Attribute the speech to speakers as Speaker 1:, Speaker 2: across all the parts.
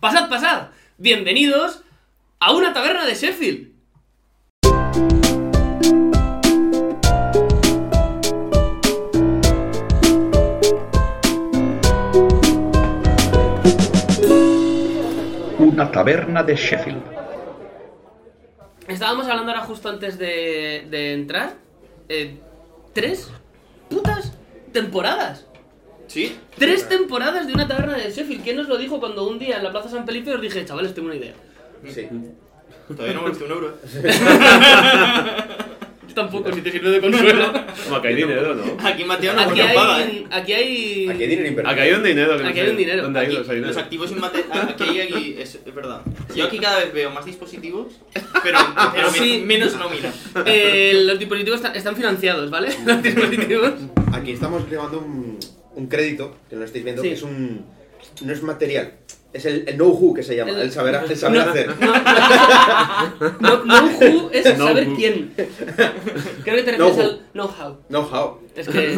Speaker 1: Pasad, pasad. Bienvenidos a una taberna de Sheffield.
Speaker 2: Una taberna de Sheffield.
Speaker 1: Estábamos hablando ahora justo antes de, de entrar. eh, tres putas temporadas.
Speaker 3: ¿Sí?
Speaker 1: Tres temporadas de una taberna de Sheffield. ¿Quién nos lo dijo cuando un día en la Plaza San Felipe os dije, chavales, tengo una idea?
Speaker 3: Sí. Todavía no me gasté un euro. ¿eh?
Speaker 1: Yo tampoco, si te sirve de consuelo.
Speaker 4: Como que hay dinero, ¿no?
Speaker 3: Aquí Mateo no
Speaker 1: Aquí
Speaker 3: porque paga, ¿eh?
Speaker 1: hay, aquí hay...
Speaker 5: Aquí hay dinero invertido.
Speaker 4: Aquí hay un dinero. Que no
Speaker 1: Aquí
Speaker 4: sé
Speaker 1: hay un dinero.
Speaker 4: ¿Dónde ha
Speaker 1: Aquí,
Speaker 4: ido ese dinero?
Speaker 3: Los activos inmateriales. Aquí hay aquí. Es, es verdad. Yo aquí cada vez veo más dispositivos, pero, pero men-
Speaker 1: Sí.
Speaker 3: menos nómina.
Speaker 1: Eh, los dispositivos están, están financiados, ¿vale? Los dispositivos.
Speaker 5: Aquí estamos llevando un, un crédito, que no lo estáis viendo,
Speaker 1: Sí.
Speaker 5: que es un. No es material. Es el, el know-who que se llama,
Speaker 1: El-
Speaker 5: el, saber, el saber
Speaker 1: No,
Speaker 5: hacer.
Speaker 1: No, no who es
Speaker 4: No
Speaker 1: saber
Speaker 4: who.
Speaker 1: quién. Creo que te refieres
Speaker 5: No who.
Speaker 1: al know-how.
Speaker 5: Know-how.
Speaker 1: Es que,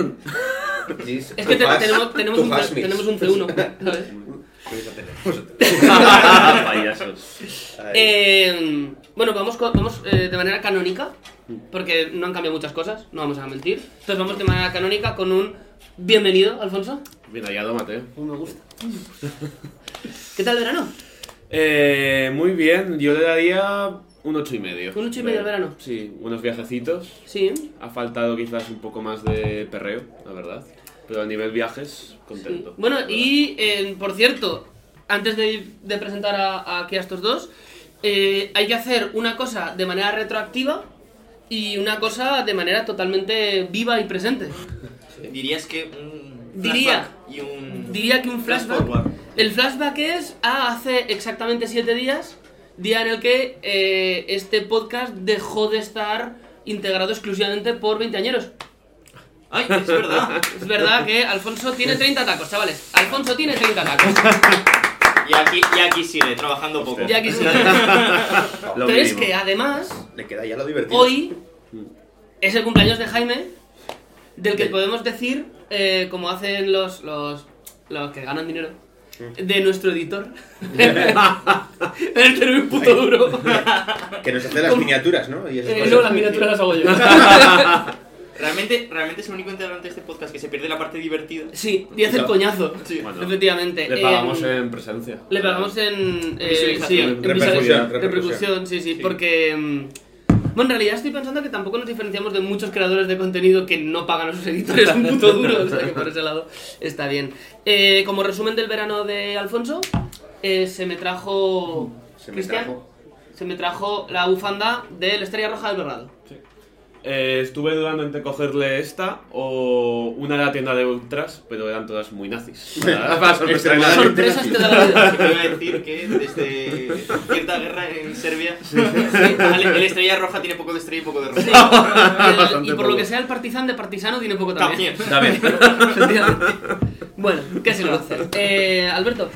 Speaker 5: This-
Speaker 1: es que
Speaker 5: to
Speaker 1: te-
Speaker 5: pass-
Speaker 1: tenemos, tenemos,
Speaker 5: to
Speaker 1: un,
Speaker 5: pass
Speaker 1: C-
Speaker 5: me.
Speaker 1: tenemos un C1, ¿sabes?
Speaker 4: Ah, Payasos.
Speaker 5: Ahí.
Speaker 1: Eh, bueno, vamos, co- vamos eh, de manera canónica, porque no han cambiado muchas cosas, no vamos a mentir. Entonces vamos de manera canónica con un bienvenido, Alfonso.
Speaker 4: Bien hallado, Mateo.
Speaker 1: Pues me gusta. ¿Qué tal el verano?
Speaker 4: Eh, muy bien, yo le daría un ocho y medio.
Speaker 1: Un ocho y medio al verano.
Speaker 4: Sí, unos viajecitos.
Speaker 1: Sí,
Speaker 4: Ha faltado quizás un poco más de perreo, la verdad. Pero a nivel viajes,
Speaker 1: Sí.
Speaker 4: contento.
Speaker 1: Bueno, y eh, por cierto, antes de, de presentar a, aquí a estos dos, eh, hay que hacer una cosa de manera retroactiva y una cosa de manera totalmente viva y presente.
Speaker 3: Dirías que un.
Speaker 1: Diría.
Speaker 3: flashback Y un.
Speaker 1: Diría que un flashback.
Speaker 3: forward.
Speaker 1: El flashback es a hace exactamente siete días, día en el que eh, este podcast dejó de estar integrado exclusivamente por veinteañeros.
Speaker 3: Ay, es verdad.
Speaker 1: Es verdad que Alfonso tiene
Speaker 4: Pues
Speaker 1: 30 tacos, chavales. Alfonso tiene 30 tacos.
Speaker 3: Y aquí, y aquí sigue, trabajando poco.
Speaker 1: Ya quisiera.
Speaker 4: Lo
Speaker 1: Pero es
Speaker 4: mínimo.
Speaker 1: que además
Speaker 5: Le queda ya lo divertido.
Speaker 1: Hoy es el cumpleaños de Jaime, del que
Speaker 5: Bien.
Speaker 1: podemos decir, eh, como hacen los, los, los que ganan dinero, de nuestro editor. el que era un puto duro.
Speaker 5: Que nos hace las
Speaker 1: ¿Cómo?
Speaker 5: miniaturas, ¿no? Y esas
Speaker 1: Eh,
Speaker 5: cosas.
Speaker 1: no, las miniaturas las hago yo.
Speaker 3: Realmente, realmente es el único integrante de este podcast que se pierde la parte divertida.
Speaker 1: sí, y hace el
Speaker 5: Claro.
Speaker 1: coñazo.
Speaker 3: Sí.
Speaker 4: Bueno,
Speaker 1: Efectivamente.
Speaker 4: Le pagamos
Speaker 1: eh,
Speaker 4: en presencia.
Speaker 1: Le pagamos en. eh, sí,
Speaker 3: Visualización.
Speaker 1: en
Speaker 5: Repercusión,
Speaker 1: visualización,
Speaker 5: repercusión.
Speaker 1: repercusión, sí, sí,
Speaker 3: Sí.
Speaker 1: porque. mm, Bueno, en realidad estoy pensando que tampoco nos diferenciamos de muchos creadores de contenido que no pagan a sus editores un puto duro, o sea que por ese lado está bien. Eh, como resumen del verano de Alfonso, eh, se me trajo.
Speaker 5: Se me
Speaker 1: Cristian,
Speaker 5: trajo.
Speaker 1: Se me trajo la bufanda de la Estrella Roja del Dorado.
Speaker 4: Eh, estuve dudando entre cogerle esta o una de la tienda de ultras, pero eran todas muy nazis. Para, para sorprender a nadie.
Speaker 5: Extremadamente.
Speaker 1: Sorpresas te da la vida.
Speaker 3: Iba a decir que desde cierta guerra en Serbia, el, el estrella roja tiene poco de estrella y poco de
Speaker 1: Sí,
Speaker 3: roja.
Speaker 1: el- y
Speaker 4: Bastante
Speaker 1: por lo
Speaker 4: poco.
Speaker 1: que sea, el partizan de partisano tiene poco
Speaker 3: También.
Speaker 4: Dame.
Speaker 1: Efectivamente. bueno, ¿qué se lo va a hacer? Eh, Alberto,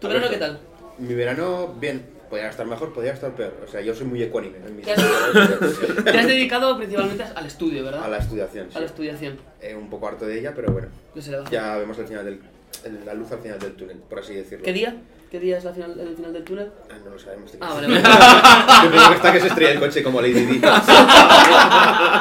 Speaker 1: ¿tu verano qué tal?
Speaker 5: Mi verano, bien. Podría estar mejor, podría estar peor. O sea, yo soy muy ecuánime. en mis-
Speaker 1: Ya Te has dedicado principalmente al estudio, ¿verdad?
Speaker 5: A la estudiación. sí.
Speaker 1: A la estudiación.
Speaker 5: Eh, un poco harto de ella, pero bueno.
Speaker 1: ¿Qué se le va a hacer?
Speaker 5: Ya vemos el final del, el- la luz al final del túnel, por así decirlo.
Speaker 1: ¿Qué día? ¿Qué día es la final, el final del túnel?
Speaker 5: Ah, no lo sabemos. tío.
Speaker 1: Ah, vale, vale.
Speaker 5: Yo creo que está que se estrella el coche como Lady Di.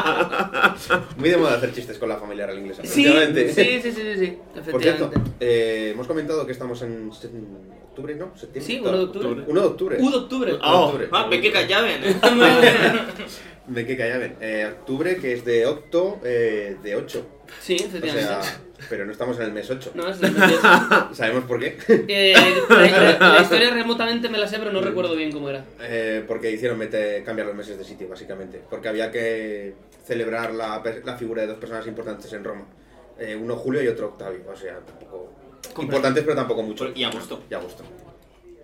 Speaker 5: Muy de moda hacer chistes con la familia real inglesa.
Speaker 1: Sí, sí,
Speaker 5: efectivamente.
Speaker 1: sí, sí, sí, sí,
Speaker 5: Por cierto,
Speaker 1: efectivamente.
Speaker 5: eh, hemos comentado que estamos en, se- en octubre, ¿no? ¿Septiembre?
Speaker 1: Sí, 1 de octubre.
Speaker 5: 1 de octubre.
Speaker 1: U de octubre. Oh,
Speaker 5: Ah. Octubre.
Speaker 3: Ah, ve que callaban, ¿eh?
Speaker 5: Me que callaban. Eh, octubre, que es de octo, eh, de 8.
Speaker 1: sí,
Speaker 5: O
Speaker 1: efectivamente.
Speaker 5: sea, pero no estamos en el mes 8.
Speaker 1: no, es la,
Speaker 5: ¿Sabemos por qué?
Speaker 1: eh, la, la- la historia remotamente me la sé, pero no recuerdo bien cómo era.
Speaker 5: Eh, porque hicieron mete- cambiar los meses de sitio, básicamente. Porque había que celebrar la, per- la figura de dos personas importantes en Roma. Eh, uno Julio y otro Octavio. O sea, tampoco... Importantes, pero tampoco mucho.
Speaker 3: Y agosto.
Speaker 5: Y agosto.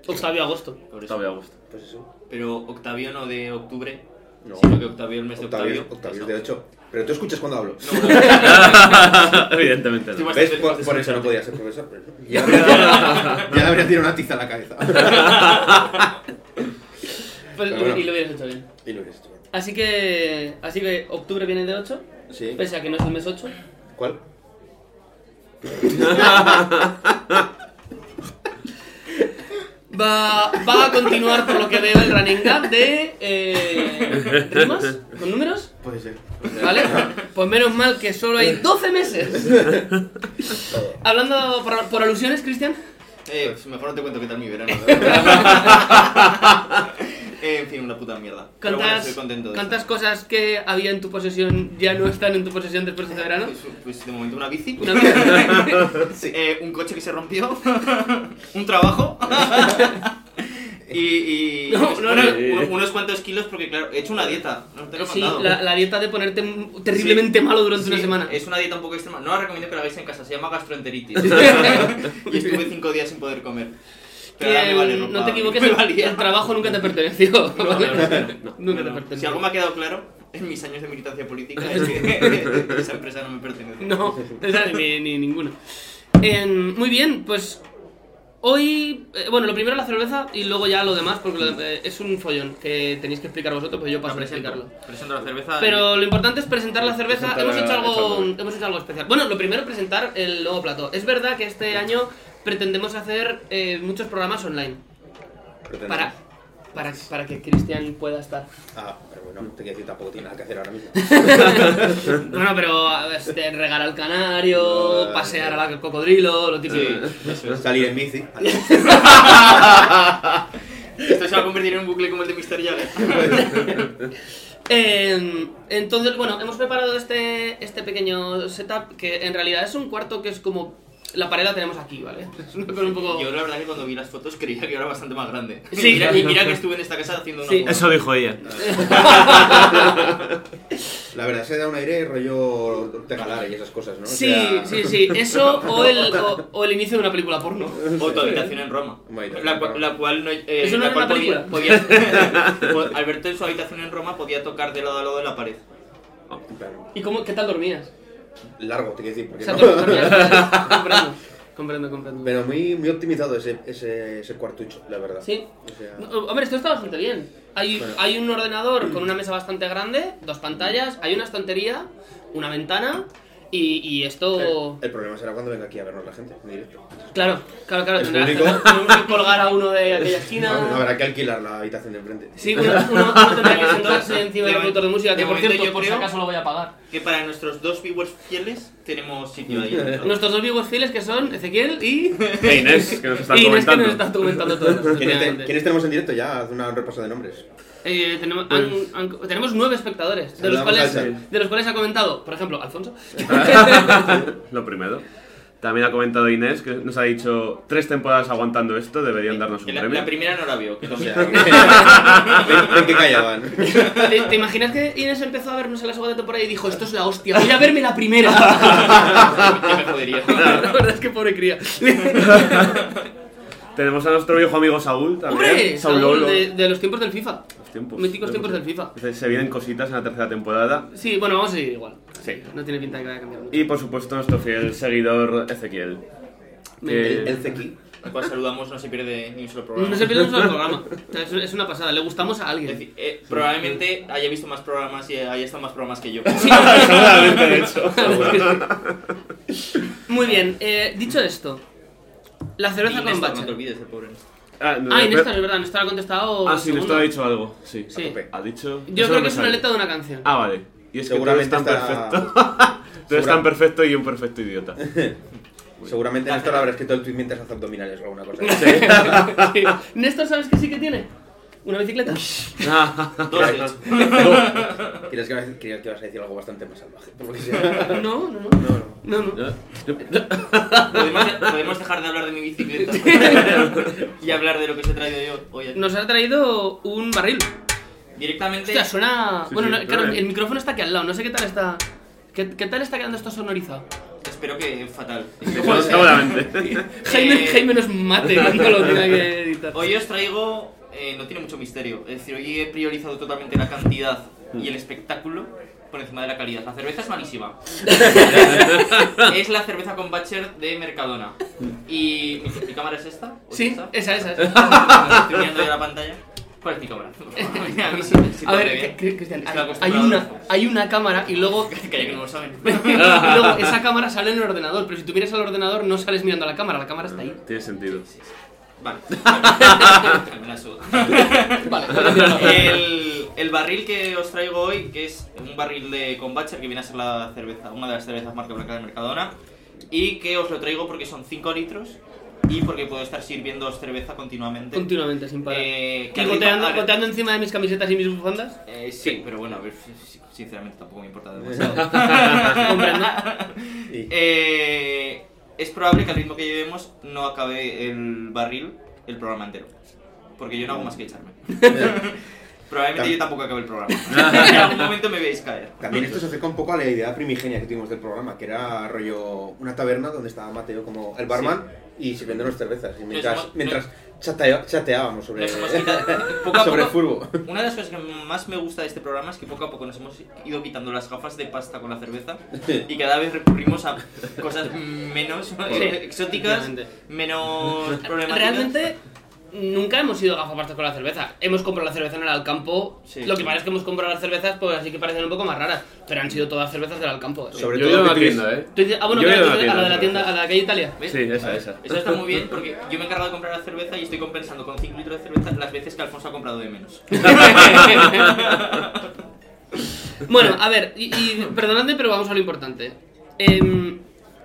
Speaker 1: Octavio Agosto.
Speaker 3: Por eso.
Speaker 4: Estaba a gusto.
Speaker 5: Pues eso.
Speaker 3: Pero Octavio no de octubre,
Speaker 5: No.
Speaker 3: sino que Octavio el mes de
Speaker 5: Octavio,
Speaker 3: Octavio.
Speaker 5: Octavio es
Speaker 3: Eso.
Speaker 5: de 8. Pero tú escuchas cuando hablo.
Speaker 3: No, no,
Speaker 4: Evidentemente
Speaker 3: estoy
Speaker 4: no.
Speaker 3: bastante
Speaker 5: ¿Ves?
Speaker 3: feliz
Speaker 5: Por,
Speaker 3: de
Speaker 5: por eso no
Speaker 3: escucharte.
Speaker 5: podía ser profesor. Ya, ya, ya le habría tirado una tiza a la cabeza.
Speaker 1: Pues,
Speaker 5: Pero bueno.
Speaker 1: Y lo hubieras hecho bien.
Speaker 5: y lo eres tú.
Speaker 1: Así que, así que octubre viene de 8,
Speaker 5: Sí.
Speaker 1: pese a que no es el mes 8.
Speaker 5: ¿Cuál?
Speaker 1: Va, va a continuar por lo que veo el running gag de. Eh, ¿Rimas? ¿Con números?
Speaker 3: Puede ser.
Speaker 1: ¿Vale? Pues menos mal que solo hay 12 meses. Hablando por, por alusiones, Cristian.
Speaker 3: Eh, pues mejor no te cuento qué tal mi verano. de verdad. Eh, en fin, una puta mierda. Pero bueno,
Speaker 1: ¿Cuántas,
Speaker 3: estoy contento. de
Speaker 1: cuántas
Speaker 3: esto.
Speaker 1: cosas que había en tu posesión ya no están en tu posesión después de este verano?
Speaker 3: Pues, pues, de momento una bici.
Speaker 1: Una vez-
Speaker 3: Eh, un coche que se rompió. un trabajo. y. y-
Speaker 1: No, no, no.
Speaker 3: unos, unos cuantos kilos porque, claro, he hecho una dieta. No te lo he
Speaker 1: Sí,
Speaker 3: contado.
Speaker 1: la, la dieta de ponerte m- terriblemente malo durante
Speaker 3: Sí,
Speaker 1: una semana.
Speaker 3: Es una dieta un poco extrema. No la recomiendo que la hagáis en casa, se llama gastroenteritis. y estuve cinco días sin poder comer. Pero
Speaker 1: Que,
Speaker 3: ahora me vale ropa,
Speaker 1: no te equivoques,
Speaker 3: me
Speaker 1: el,
Speaker 3: valía.
Speaker 1: el trabajo nunca te perteneció. ¿vale? Nunca te
Speaker 3: Pero
Speaker 1: perteneció.
Speaker 3: Si algo me ha quedado claro en mis años de militancia política es que esa empresa no me pertenece.
Speaker 1: No, esa ni, ni ninguna. En- muy bien, pues hoy, eh, bueno, lo primero la cerveza y luego ya lo demás, porque lo- eh, es un follón que tenéis que explicar vosotros, pues yo paso a explicarlo.
Speaker 3: Presento Ah, la cerveza.
Speaker 1: Pero lo importante es presentar la cerveza.
Speaker 4: Presentar
Speaker 1: hemos,
Speaker 4: la-
Speaker 1: hecho algo,
Speaker 4: echándola.
Speaker 1: hemos hecho algo especial. Bueno, lo primero, presentar el nuevo plato. Es verdad que este año pretendemos hacer eh, muchos programas online
Speaker 5: Pretendemos.
Speaker 1: para, para, para que Cristian pueda estar.
Speaker 5: Ah, pero bueno, te quiero decir, tampoco tiene nada que hacer ahora mismo.
Speaker 1: Bueno, pero a ver, este, regar al canario, pasear al cocodrilo, lo típico.
Speaker 5: Salir en bici.
Speaker 3: Esto se va a convertir en un bucle como el de Mr. Jagger.
Speaker 1: Eh, entonces, bueno, hemos preparado este, este pequeño setup que en realidad es un cuarto que es como... La pared la tenemos aquí, ¿vale? Es una cosa un poco...
Speaker 3: Yo la verdad que cuando vi las fotos creía que era bastante más grande.
Speaker 1: Sí.
Speaker 3: Y mira, y mira que estuve en esta casa haciendo una
Speaker 1: Sí.
Speaker 3: fuga.
Speaker 6: Eso dijo ella.
Speaker 5: La verdad, se da un aire rollo de jalar y esas cosas, ¿no? O
Speaker 1: Sí,
Speaker 5: sea,
Speaker 1: sí, sí. Eso o el, o, o el inicio de una película porno.
Speaker 3: O tu habitación en Roma.
Speaker 5: Una habitación
Speaker 3: La,
Speaker 5: en
Speaker 3: cua-
Speaker 5: Roma.
Speaker 3: la cual no. eh,
Speaker 1: Eso no
Speaker 3: la
Speaker 1: era
Speaker 3: cual
Speaker 1: una
Speaker 3: podía- podía- po- Alberto en su habitación en Roma podía tocar de lado a lado de la pared.
Speaker 5: en plan,
Speaker 1: ¿Y cómo, qué tal dormías?
Speaker 5: Largo, te quiero decir.
Speaker 1: O
Speaker 5: Porque
Speaker 1: sea,
Speaker 5: no.
Speaker 1: dor- dormías- comprendo, comprendo, comprendo.
Speaker 5: Pero muy, muy optimizado ese, ese, ese cuartucho, la verdad.
Speaker 1: Sí.
Speaker 5: O sea,
Speaker 1: No, Hombre, esto está bastante bien. Hay,
Speaker 5: Bueno.
Speaker 1: hay un ordenador con una mesa bastante grande, dos pantallas, hay una estantería, una ventana y, y esto...
Speaker 5: el, el problema será cuando venga aquí a vernos la gente en directo.
Speaker 1: Claro, claro, claro.
Speaker 5: El
Speaker 1: tendrás que,
Speaker 5: público.
Speaker 1: tenemos que colgar a uno de aquella
Speaker 5: Habrá-
Speaker 1: esquina.
Speaker 5: Habrá que alquilar la habitación de enfrente.
Speaker 1: Sí, uno, uno- uno tendrá que sentarse encima
Speaker 3: De
Speaker 1: del
Speaker 3: momento-
Speaker 1: productor de música,
Speaker 3: de
Speaker 1: que por
Speaker 3: momento
Speaker 1: cierto,
Speaker 3: yo
Speaker 1: por si
Speaker 3: creo-
Speaker 1: acaso lo voy a pagar.
Speaker 3: Que para nuestros dos viewers fieles tenemos sitio ahí. dentro.
Speaker 1: Nuestros dos vivos fieles que son Ezequiel y...
Speaker 4: E Inés, que nos están
Speaker 1: y Inés que
Speaker 4: comentando.
Speaker 1: nos está documentando todo.
Speaker 5: ¿Quiénes, te- quiénes tenemos en directo ya? Haz una repaso de nombres.
Speaker 1: Eh, tenemos, han- han- tenemos nueve espectadores, de los,
Speaker 5: Pues- Saludamos
Speaker 1: cuales,
Speaker 5: al chat.
Speaker 1: de los cuales ha comentado, por ejemplo, Alfonso.
Speaker 4: Lo primero. También ha comentado Inés que nos ha dicho tres temporadas aguantando esto, deberían darnos un
Speaker 3: Que la,
Speaker 4: premio.
Speaker 3: la primera no la vio. Que lo
Speaker 5: O sea,
Speaker 3: mismo.
Speaker 5: que- ven, ven que callaban.
Speaker 1: ¿Te, te imaginas que Inés empezó a vernos en la segunda temporada y dijo, esto es la hostia, voy a verme la primera?
Speaker 3: Que me jodería.
Speaker 1: la verdad es que pobre cría.
Speaker 4: Tenemos a nuestro viejo amigo Saúl también.
Speaker 1: Hombre,
Speaker 4: Saúl
Speaker 1: Saúl,
Speaker 4: Lolo.
Speaker 1: de, de los tiempos del FIFA.
Speaker 4: Los tiempos.
Speaker 1: míticos
Speaker 4: Los
Speaker 1: tiempos del FIFA.
Speaker 4: Se- Se vienen cositas en la tercera temporada.
Speaker 1: Sí, bueno, vamos a seguir igual.
Speaker 4: Sí.
Speaker 1: No tiene pinta de que vaya a cambiar mucho.
Speaker 4: Y por supuesto nuestro fiel seguidor Ezequiel.
Speaker 1: Me-
Speaker 4: Que-
Speaker 5: El Zeki.
Speaker 3: Al cual saludamos, no se pierde ni un solo programa.
Speaker 1: No se pierde un solo programa. O sea, es, es una pasada, le gustamos a
Speaker 3: Es
Speaker 1: alguien.
Speaker 3: decir, eh, probablemente haya visto más programas y haya estado más programas que yo.
Speaker 4: Seguramente, de hecho.
Speaker 1: Muy bien, eh, dicho esto, la cerveza
Speaker 3: Y Néstor,
Speaker 1: con
Speaker 3: no te
Speaker 1: bache.
Speaker 3: olvides, el pobre. Néstor.
Speaker 4: Ah, no,
Speaker 1: Ah, y
Speaker 4: espera.
Speaker 1: Néstor, es verdad, Néstor ha contestado.
Speaker 4: Ah, sí, Néstor
Speaker 1: segunda.
Speaker 4: ha dicho algo. Sí.
Speaker 1: Sí.
Speaker 4: Ha dicho.
Speaker 1: Yo creo
Speaker 4: Eso no
Speaker 1: que
Speaker 4: me
Speaker 1: es una
Speaker 4: sale.
Speaker 1: letra de una canción.
Speaker 4: Ah, vale. Y es que tú eres
Speaker 5: Seguramente
Speaker 4: tan
Speaker 5: estará-
Speaker 4: perfecto. tú eres tan perfecto y un perfecto idiota.
Speaker 5: Seguramente Néstor habrá escrito el tweet mientras hace abdominales o alguna cosa.
Speaker 1: Sí. Néstor, ¿sabes qué sí que tiene? Una bicicleta.
Speaker 3: Dos hechos.
Speaker 5: Creías que, ibas a- creía que ibas a decir algo bastante más salvaje. por lo que sea.
Speaker 1: No, no, no. No, no.
Speaker 3: ¿Podemos, podemos dejar de hablar de mi bicicleta y hablar de lo que os he traído yo hoy. aquí.
Speaker 1: Nos ha traído un barril.
Speaker 3: Directamente.
Speaker 1: Hostia, suena.
Speaker 4: Sí,
Speaker 1: bueno,
Speaker 4: sí,
Speaker 1: no,
Speaker 4: suena
Speaker 1: claro,
Speaker 4: bien.
Speaker 1: el micrófono está aquí al lado. No sé qué tal está. ¿Qué, qué tal está quedando esto sonorizado?
Speaker 3: Espero que fatal.
Speaker 4: Seguramente.
Speaker 3: Eh.
Speaker 1: Jaime, Jaime nos mate cuando lo tenga que editar.
Speaker 3: Hoy os traigo. eh, no tiene mucho misterio. Es decir, hoy he priorizado totalmente la cantidad y el espectáculo por encima de la calidad. La cerveza es malísima. es la cerveza con Bacher de Mercadona. ¿Y mi, mi cámara es esta? ¿O es
Speaker 1: Sí,
Speaker 3: esta?
Speaker 1: esa, esa.
Speaker 3: Estoy mirando ya la pantalla. ¿Cuál es mi cámara? A mí sí- sí
Speaker 1: A
Speaker 3: todo
Speaker 1: ver,
Speaker 3: me ve.
Speaker 1: que- que- Cristian,
Speaker 3: Estoy
Speaker 1: hay, hay
Speaker 3: acostumbrado a los
Speaker 1: una,
Speaker 3: ojos.
Speaker 1: hay una cámara y luego,
Speaker 3: Calla que no lo saben.
Speaker 1: y luego esa cámara sale en el ordenador. Pero si tú miras al ordenador, no sales mirando a la cámara, la cámara está ahí.
Speaker 4: Tiene sentido.
Speaker 3: Vale. Me la suda.
Speaker 1: Vale.
Speaker 3: El, el barril que os traigo hoy, que es un barril de Combatcher, que viene a ser la cerveza, una de las cervezas marca blanca de Mercadona, y que os lo traigo porque son 5 litros y porque puedo estar sirviendo cerveza continuamente.
Speaker 1: Continuamente, sin parar.
Speaker 3: Eh, que
Speaker 1: ¿Y goteando,
Speaker 3: al ritmo-
Speaker 1: goteando encima de mis camisetas y mis bufandas?
Speaker 3: Eh, sí, pero bueno, a ver, sinceramente tampoco me importa demasiado.
Speaker 1: Comprendo.
Speaker 5: Y-
Speaker 3: Eh, es probable que al ritmo que llevemos no acabe el barril el programa entero. Porque yo no hago más que echarme. Probablemente yo tampoco acabe el programa. En algún momento me veis caer.
Speaker 5: También esto se acerca un poco a la idea primigenia que tuvimos del programa, que era rollo una taberna donde estaba Mateo como el barman y se vendían las cervezas. Y mientras,
Speaker 3: somos-
Speaker 5: mientras chatea- chateábamos sobre,
Speaker 3: Nos hemos quitado- poco a
Speaker 5: sobre el
Speaker 3: poco-
Speaker 5: furbo.
Speaker 3: Una de las cosas que más me gusta de este programa es que poco a poco nos hemos ido quitando las gafas de pasta con la cerveza y cada vez recurrimos a cosas menos exóticas,
Speaker 1: Efectivamente.
Speaker 3: menos problemáticas.
Speaker 1: Realmente nunca hemos ido gafapastas con la cerveza. Hemos comprado la cerveza en el Alcampo.
Speaker 3: Sí.
Speaker 1: lo que pasa es que hemos comprado las cervezas, pues así que parecen un poco más raras. Pero han sido todas cervezas del Alcampo. ¿eh?
Speaker 5: Sobre
Speaker 4: Yo he
Speaker 5: todo
Speaker 4: ido a
Speaker 5: que
Speaker 4: una
Speaker 5: tuviste-
Speaker 4: tienda, ¿eh?
Speaker 1: Tú dices- ah, bueno,
Speaker 4: Yo he
Speaker 1: claro,
Speaker 4: ido
Speaker 1: tú
Speaker 4: a
Speaker 1: dices a la de la
Speaker 4: una
Speaker 1: tienda, a la calle Italia.
Speaker 3: ¿Ves?
Speaker 4: Sí, esa, esa.
Speaker 3: Eso está muy bien porque yo me he encargado de comprar la cerveza y estoy compensando con 5 litros de cerveza las veces que Alfonso ha comprado de menos.
Speaker 1: Bueno, a ver, y, y perdonadme, pero vamos a lo importante. Em,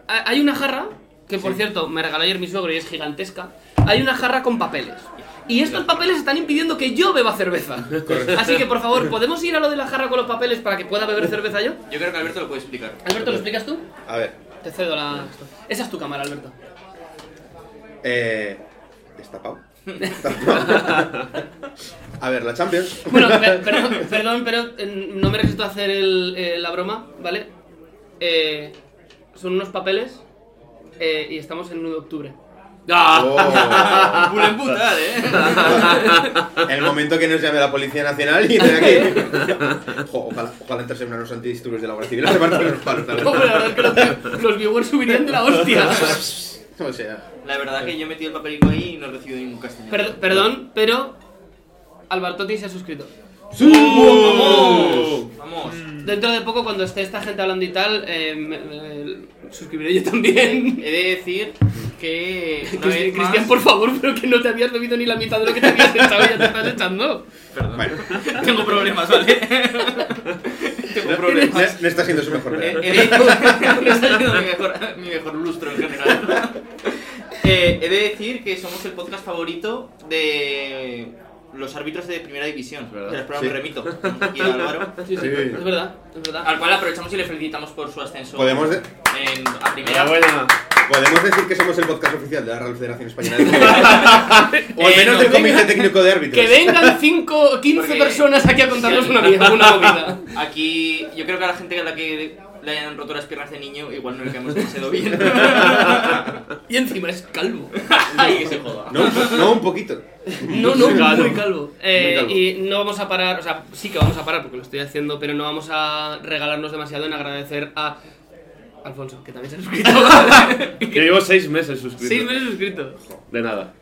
Speaker 1: ha- hay una jarra, que por cierto me regaló ayer mi suegro y es gigantesca. Hay una jarra con papeles. Y estos papeles están impidiendo que yo beba cerveza. Así que por favor, ¿podemos ir a lo de la jarra con los papeles para que pueda beber cerveza yo?
Speaker 3: Yo creo que Alberto lo puede explicar.
Speaker 1: Alberto, ¿lo explicas tú?
Speaker 5: A ver,
Speaker 1: Te cedo la. Esa es tu cámara, Alberto.
Speaker 5: eh, destapado. Destapado. a ver, la Champions.
Speaker 1: Bueno, per- perdón, perdón, pero eh, no me resisto a hacer el- eh, la broma, ¿vale? Eh, son unos papeles eh, y estamos en 1 de octubre.
Speaker 3: Ah.
Speaker 5: Oh.
Speaker 3: Bulen putar, ¿eh?
Speaker 5: El momento que nos llame la Policía Nacional y de aquí. Jo, ojalá, ojalá entrase en unos antidisturbios de la Guardia Civil a levantar los palos. la verdad.
Speaker 1: Hombre, la verdad es que los, los viewers subirían de la hostia.
Speaker 5: O sea,
Speaker 3: La verdad que yo he metido el papelico ahí y no he recibido ningún castellano.
Speaker 1: Per- perdón, pero Albertotti se ha suscrito.
Speaker 4: ¡Vamos!
Speaker 3: Vamos.
Speaker 1: Dentro de poco, cuando esté esta gente hablando y tal, eh, me- me- suscribiré yo también.
Speaker 3: He de decir que una
Speaker 1: Cristi-
Speaker 3: vez más...
Speaker 1: Cristian, por favor, pero que no te habías bebido ni la mitad de lo que te habías echado y ya te estás echando.
Speaker 5: bueno,
Speaker 3: Tengo problemas, ¿vale? Tengo
Speaker 5: no,
Speaker 3: problemas.
Speaker 5: no está siendo su mejor
Speaker 3: Eh,
Speaker 5: día.
Speaker 3: he de- Me está yendo mi mejor, mi mejor lustro en general. Eh, he de decir que somos el podcast favorito de los árbitros de primera división.
Speaker 4: ¿Verdad?
Speaker 3: De las pruebas
Speaker 5: Sí.
Speaker 3: me remito. Y a Álvaro.
Speaker 1: Sí, sí,
Speaker 5: Sí.
Speaker 1: es verdad, es verdad.
Speaker 3: Al cual aprovechamos y le felicitamos por su ascenso
Speaker 5: Podemos de-
Speaker 3: en- a primera.
Speaker 4: Enhorabuena.
Speaker 5: Podemos decir que somos el podcast oficial de la Real Federación Española de Fútbol. O al
Speaker 3: Eh,
Speaker 5: menos
Speaker 3: no,
Speaker 5: del Comité Técnico de Árbitros.
Speaker 1: Que vengan 5 15
Speaker 3: Porque-
Speaker 1: personas aquí a contarnos una, vie- una movida.
Speaker 3: Aquí, yo creo que a la gente a la que le hayan roto las piernas de niño, igual no le caemos demasiado bien.
Speaker 1: Y encima es calvo.
Speaker 3: Ay, que se joda.
Speaker 5: No, un po- no, un poquito.
Speaker 1: No, no,
Speaker 4: Muy calvo.
Speaker 1: muy calvo. Eh,
Speaker 5: Muy calvo.
Speaker 1: Y no vamos a parar, o sea, sí que vamos a parar porque lo estoy haciendo, pero no vamos a regalarnos demasiado en agradecer a Alfonso, que también se ha suscrito.
Speaker 4: Que llevo seis meses suscrito.
Speaker 1: Seis meses suscrito.
Speaker 4: De nada.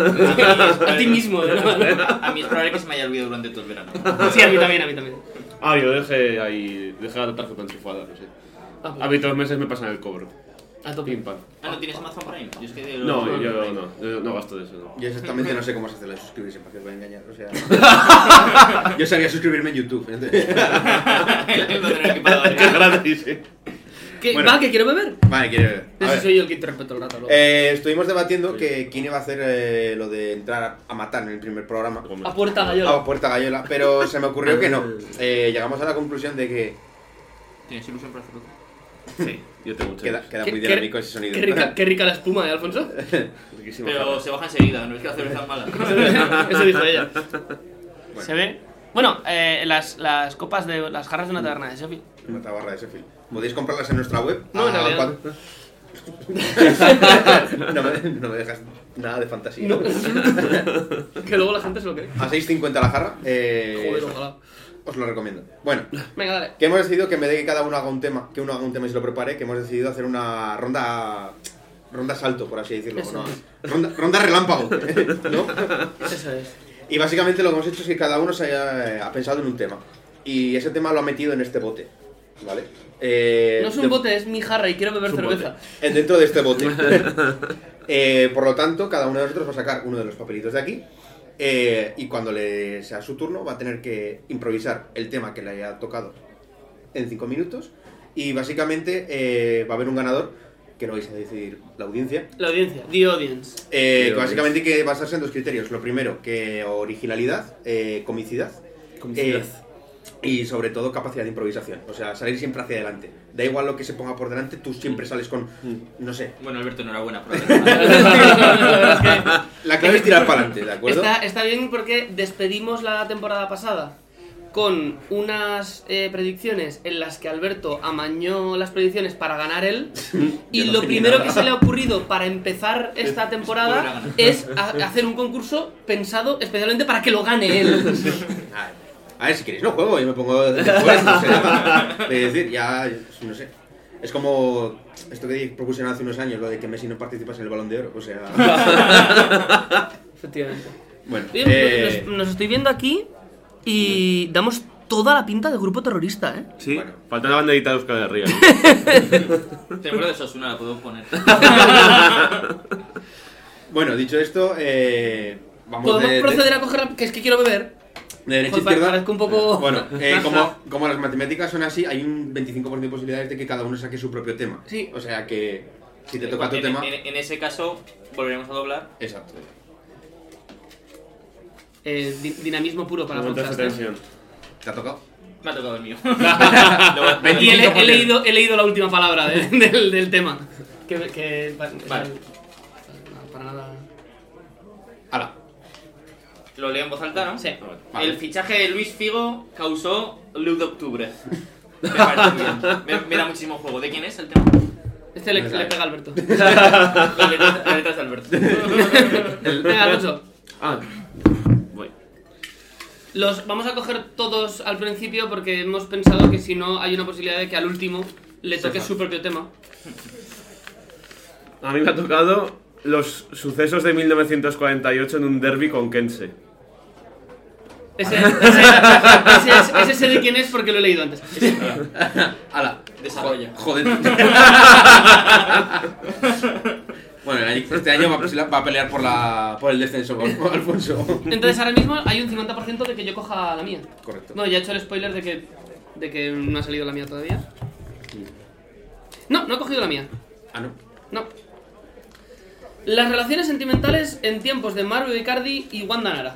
Speaker 1: Joder, a ti mismo, de verdad.
Speaker 3: A mí es probable que se me haya olvidado durante todo el verano.
Speaker 1: Sí, a mí también, a mí también.
Speaker 4: Ah, yo dejé ahí. Dejé la tarjeta enchufada, no sé.
Speaker 1: Ah, pues,
Speaker 4: A mí todos los meses me pasan el cobro.
Speaker 1: a tope.
Speaker 4: Pim pam.
Speaker 3: Ah, ¿no tienes Amazon Prime? Yo es que de-
Speaker 4: No, yo no, no, no gasto de eso, no.
Speaker 5: Yo exactamente no sé cómo se hace la de suscribirse, para que os voy a engañar. O sea, yo sabía suscribirme en YouTube. ¿eh?
Speaker 3: Lo tenemos que pagar.
Speaker 4: Gratis, sí.
Speaker 1: ¿Qué?
Speaker 5: Bueno.
Speaker 1: Va, que quiero beber.
Speaker 5: Vale, quiere ver. A
Speaker 1: Ese
Speaker 5: ver.
Speaker 1: soy yo el que interpreto el rato. luego.
Speaker 5: Eh, estuvimos debatiendo que quién iba a hacer eh, lo de entrar a matar en el primer programa.
Speaker 1: a puerta
Speaker 5: A
Speaker 1: gallola.
Speaker 5: Puerta Gallola, pero se me ocurrió que no. Eh, llegamos a la conclusión de que
Speaker 3: ¿Tienes ilusión para hacerlo?
Speaker 4: Sí, yo tengo mucho.
Speaker 5: queda, queda
Speaker 1: Qué-
Speaker 5: muy
Speaker 1: qué-
Speaker 5: dinámico ese sonido.
Speaker 1: Qué rica, qué rica la espuma, ¿eh, Alfonso?
Speaker 4: Riquísimo.
Speaker 3: Pero se baja enseguida, no es que la cerveza es mala.
Speaker 1: Eso dijo ella. Se ve. Bueno, eh, las, las copas de las jarras de una taberna de Sheffield.
Speaker 5: Nuestra barra de Sheffield. Podéis comprarlas en nuestra web.
Speaker 1: No, en
Speaker 5: Ah,
Speaker 1: realidad.
Speaker 5: cuan- no, me, no me dejas nada de fantasía.
Speaker 1: No. que luego la gente se lo cree.
Speaker 5: A 6.50 la jarra. eh,
Speaker 1: Joder, ojalá.
Speaker 5: os lo recomiendo. Bueno,
Speaker 1: Venga, dale.
Speaker 5: que hemos decidido que en vez de que cada uno haga un tema, que uno haga un tema y se lo prepare, que hemos decidido hacer una ronda. Ronda salto, por así decirlo.
Speaker 1: Eso
Speaker 5: ¿no? Ronda, ronda relámpago. ¿No?
Speaker 1: Eso es.
Speaker 5: Y eh, básicamente lo que hemos hecho es que cada uno se haya- ha pensado en un tema. Y ese tema lo ha metido en este bote. ¿vale? Eh,
Speaker 1: No es
Speaker 5: de-
Speaker 1: un bote, es mi jarra y quiero beber
Speaker 4: Es un
Speaker 1: cerveza.
Speaker 5: eh, Dentro de este bote. Eh, por lo tanto, cada uno de nosotros va a sacar uno de los papelitos de aquí. eh, y cuando le sea su turno, va a tener que improvisar el tema que le haya tocado en 5 minutos. Y básicamente eh, va a haber un ganador, que no vais a decidir la audiencia.
Speaker 1: La audiencia, the audience.
Speaker 5: eh, que
Speaker 4: Dios.
Speaker 5: básicamente hay que basarse en dos criterios. Lo primero, que originalidad, eh, comicidad.
Speaker 4: Comicidad.
Speaker 5: eh, y sobre todo capacidad de improvisación. O sea, salir siempre hacia adelante. Da igual lo que se ponga por delante, tú siempre sales con, no sé,
Speaker 3: Bueno, Alberto, enhorabuena por
Speaker 5: La clave es tirar para adelante, ¿de acuerdo?
Speaker 1: Está, está bien porque despedimos la temporada pasada con unas eh, predicciones en las que Alberto amañó las predicciones para ganar él y
Speaker 5: Yo no
Speaker 1: lo
Speaker 5: tenía
Speaker 1: primero
Speaker 5: nada.
Speaker 1: que se le ha ocurrido para empezar esta temporada es a- hacer un concurso pensado especialmente para que lo gane él.
Speaker 5: A ver, a ver, si queréis, no juego, yo me pongo de juez, no sé, de decir, ya, no sé. Es como esto que propusieron hace unos años, lo de que Messi no participas en el Balón de Oro, o sea...
Speaker 1: Efectivamente.
Speaker 5: Bueno,
Speaker 1: Oye, pues,
Speaker 5: eh,
Speaker 1: nos, nos estoy viendo aquí y damos toda la pinta de grupo terrorista, ¿eh?
Speaker 4: Sí,
Speaker 5: Bueno.
Speaker 4: falta una banderita de Euskal Herria. ¿no?
Speaker 3: Te acuerdas de Sosuna, la puedo poner.
Speaker 5: bueno, dicho esto, eh, vamos de,
Speaker 1: Podemos
Speaker 5: de-
Speaker 1: proceder a coger la... que es que quiero beber.
Speaker 5: de derecha a
Speaker 1: Joder,
Speaker 5: izquierda.
Speaker 1: parezco un poco-
Speaker 5: Bueno, eh, como, como las matemáticas son así, hay un 25% de posibilidades de que cada uno saque su propio tema.
Speaker 1: Sí.
Speaker 5: O sea que, si te toca tu
Speaker 3: en,
Speaker 5: tema...
Speaker 3: en- en ese caso, volveremos a doblar.
Speaker 5: Exacto.
Speaker 1: Eh, di- dinamismo puro para
Speaker 4: Momentos de
Speaker 1: podcast. ¿eh?
Speaker 4: tensión.
Speaker 5: ¿Te ha tocado?
Speaker 3: Me ha tocado el mío. Lo voy a- lo voy a-
Speaker 1: Y he, le- he leído, he leído la última palabra de- del, del tema. Que, que- pa-
Speaker 3: Vale.
Speaker 1: no, para nada.
Speaker 5: ¡Hala!
Speaker 3: Lo leo en voz alta, ¿no?
Speaker 1: Sí.
Speaker 5: Vale.
Speaker 3: El fichaje de Luis Figo causó luz de octubre. Me parece muy bien. Me, me da muchísimo juego. ¿De quién es el tema?
Speaker 1: Este le,
Speaker 5: No
Speaker 1: le
Speaker 5: sabes.
Speaker 1: pega a Alberto.
Speaker 3: Las letras, las letras de Alberto.
Speaker 1: Venga, Alonso.
Speaker 4: Ah, voy.
Speaker 1: Los vamos a coger todos al principio porque hemos pensado que si no hay una posibilidad de que al último le toque su propio tema.
Speaker 4: A mí me ha tocado los sucesos de 1948 en un derby con Kense.
Speaker 1: Ese, ese, ese es- ese sé de quién es porque lo he leído antes.
Speaker 5: ¡Hala!
Speaker 3: Desarrolla.
Speaker 5: Joder. bueno, el año- este año va a, pelear- va a pelear por, la, por el descenso, con Alfonso.
Speaker 1: Entonces ahora mismo hay un 50% de que yo coja la mía.
Speaker 5: Correcto.
Speaker 1: Bueno, ya he hecho el spoiler de que, de que no ha salido la mía todavía. No, no he cogido la mía.
Speaker 5: Ah, no.
Speaker 1: No. Las relaciones sentimentales en tiempos de Mario Icardi y Wanda Nara.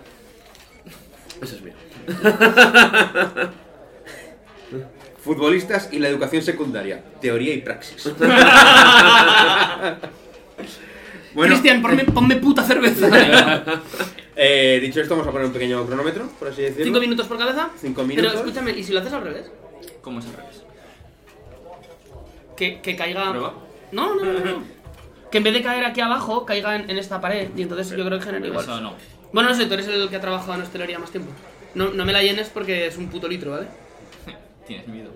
Speaker 4: Eso es mío.
Speaker 5: Futbolistas y la educación secundaria. Teoría y praxis. bueno,
Speaker 1: Cristian, ponme, ponme puta cerveza.
Speaker 5: eh, dicho esto, vamos a poner un pequeño cronómetro, por así decirlo.
Speaker 1: Cinco minutos por cabeza.
Speaker 5: Cinco minutos.
Speaker 1: Pero escúchame, ¿y si lo haces al revés?
Speaker 3: ¿Cómo es al revés?
Speaker 1: Que, que caiga...
Speaker 3: ¿Prueba?
Speaker 1: No, no, no, no. Que en vez de caer aquí abajo, caiga en, en esta pared. Y entonces yo creo que genera igual.
Speaker 3: Eso no.
Speaker 1: Bueno, no sé, tú eres el que ha trabajado en hostelería más tiempo. No, no me la llenes porque es un puto litro, ¿vale?
Speaker 3: Tienes miedo.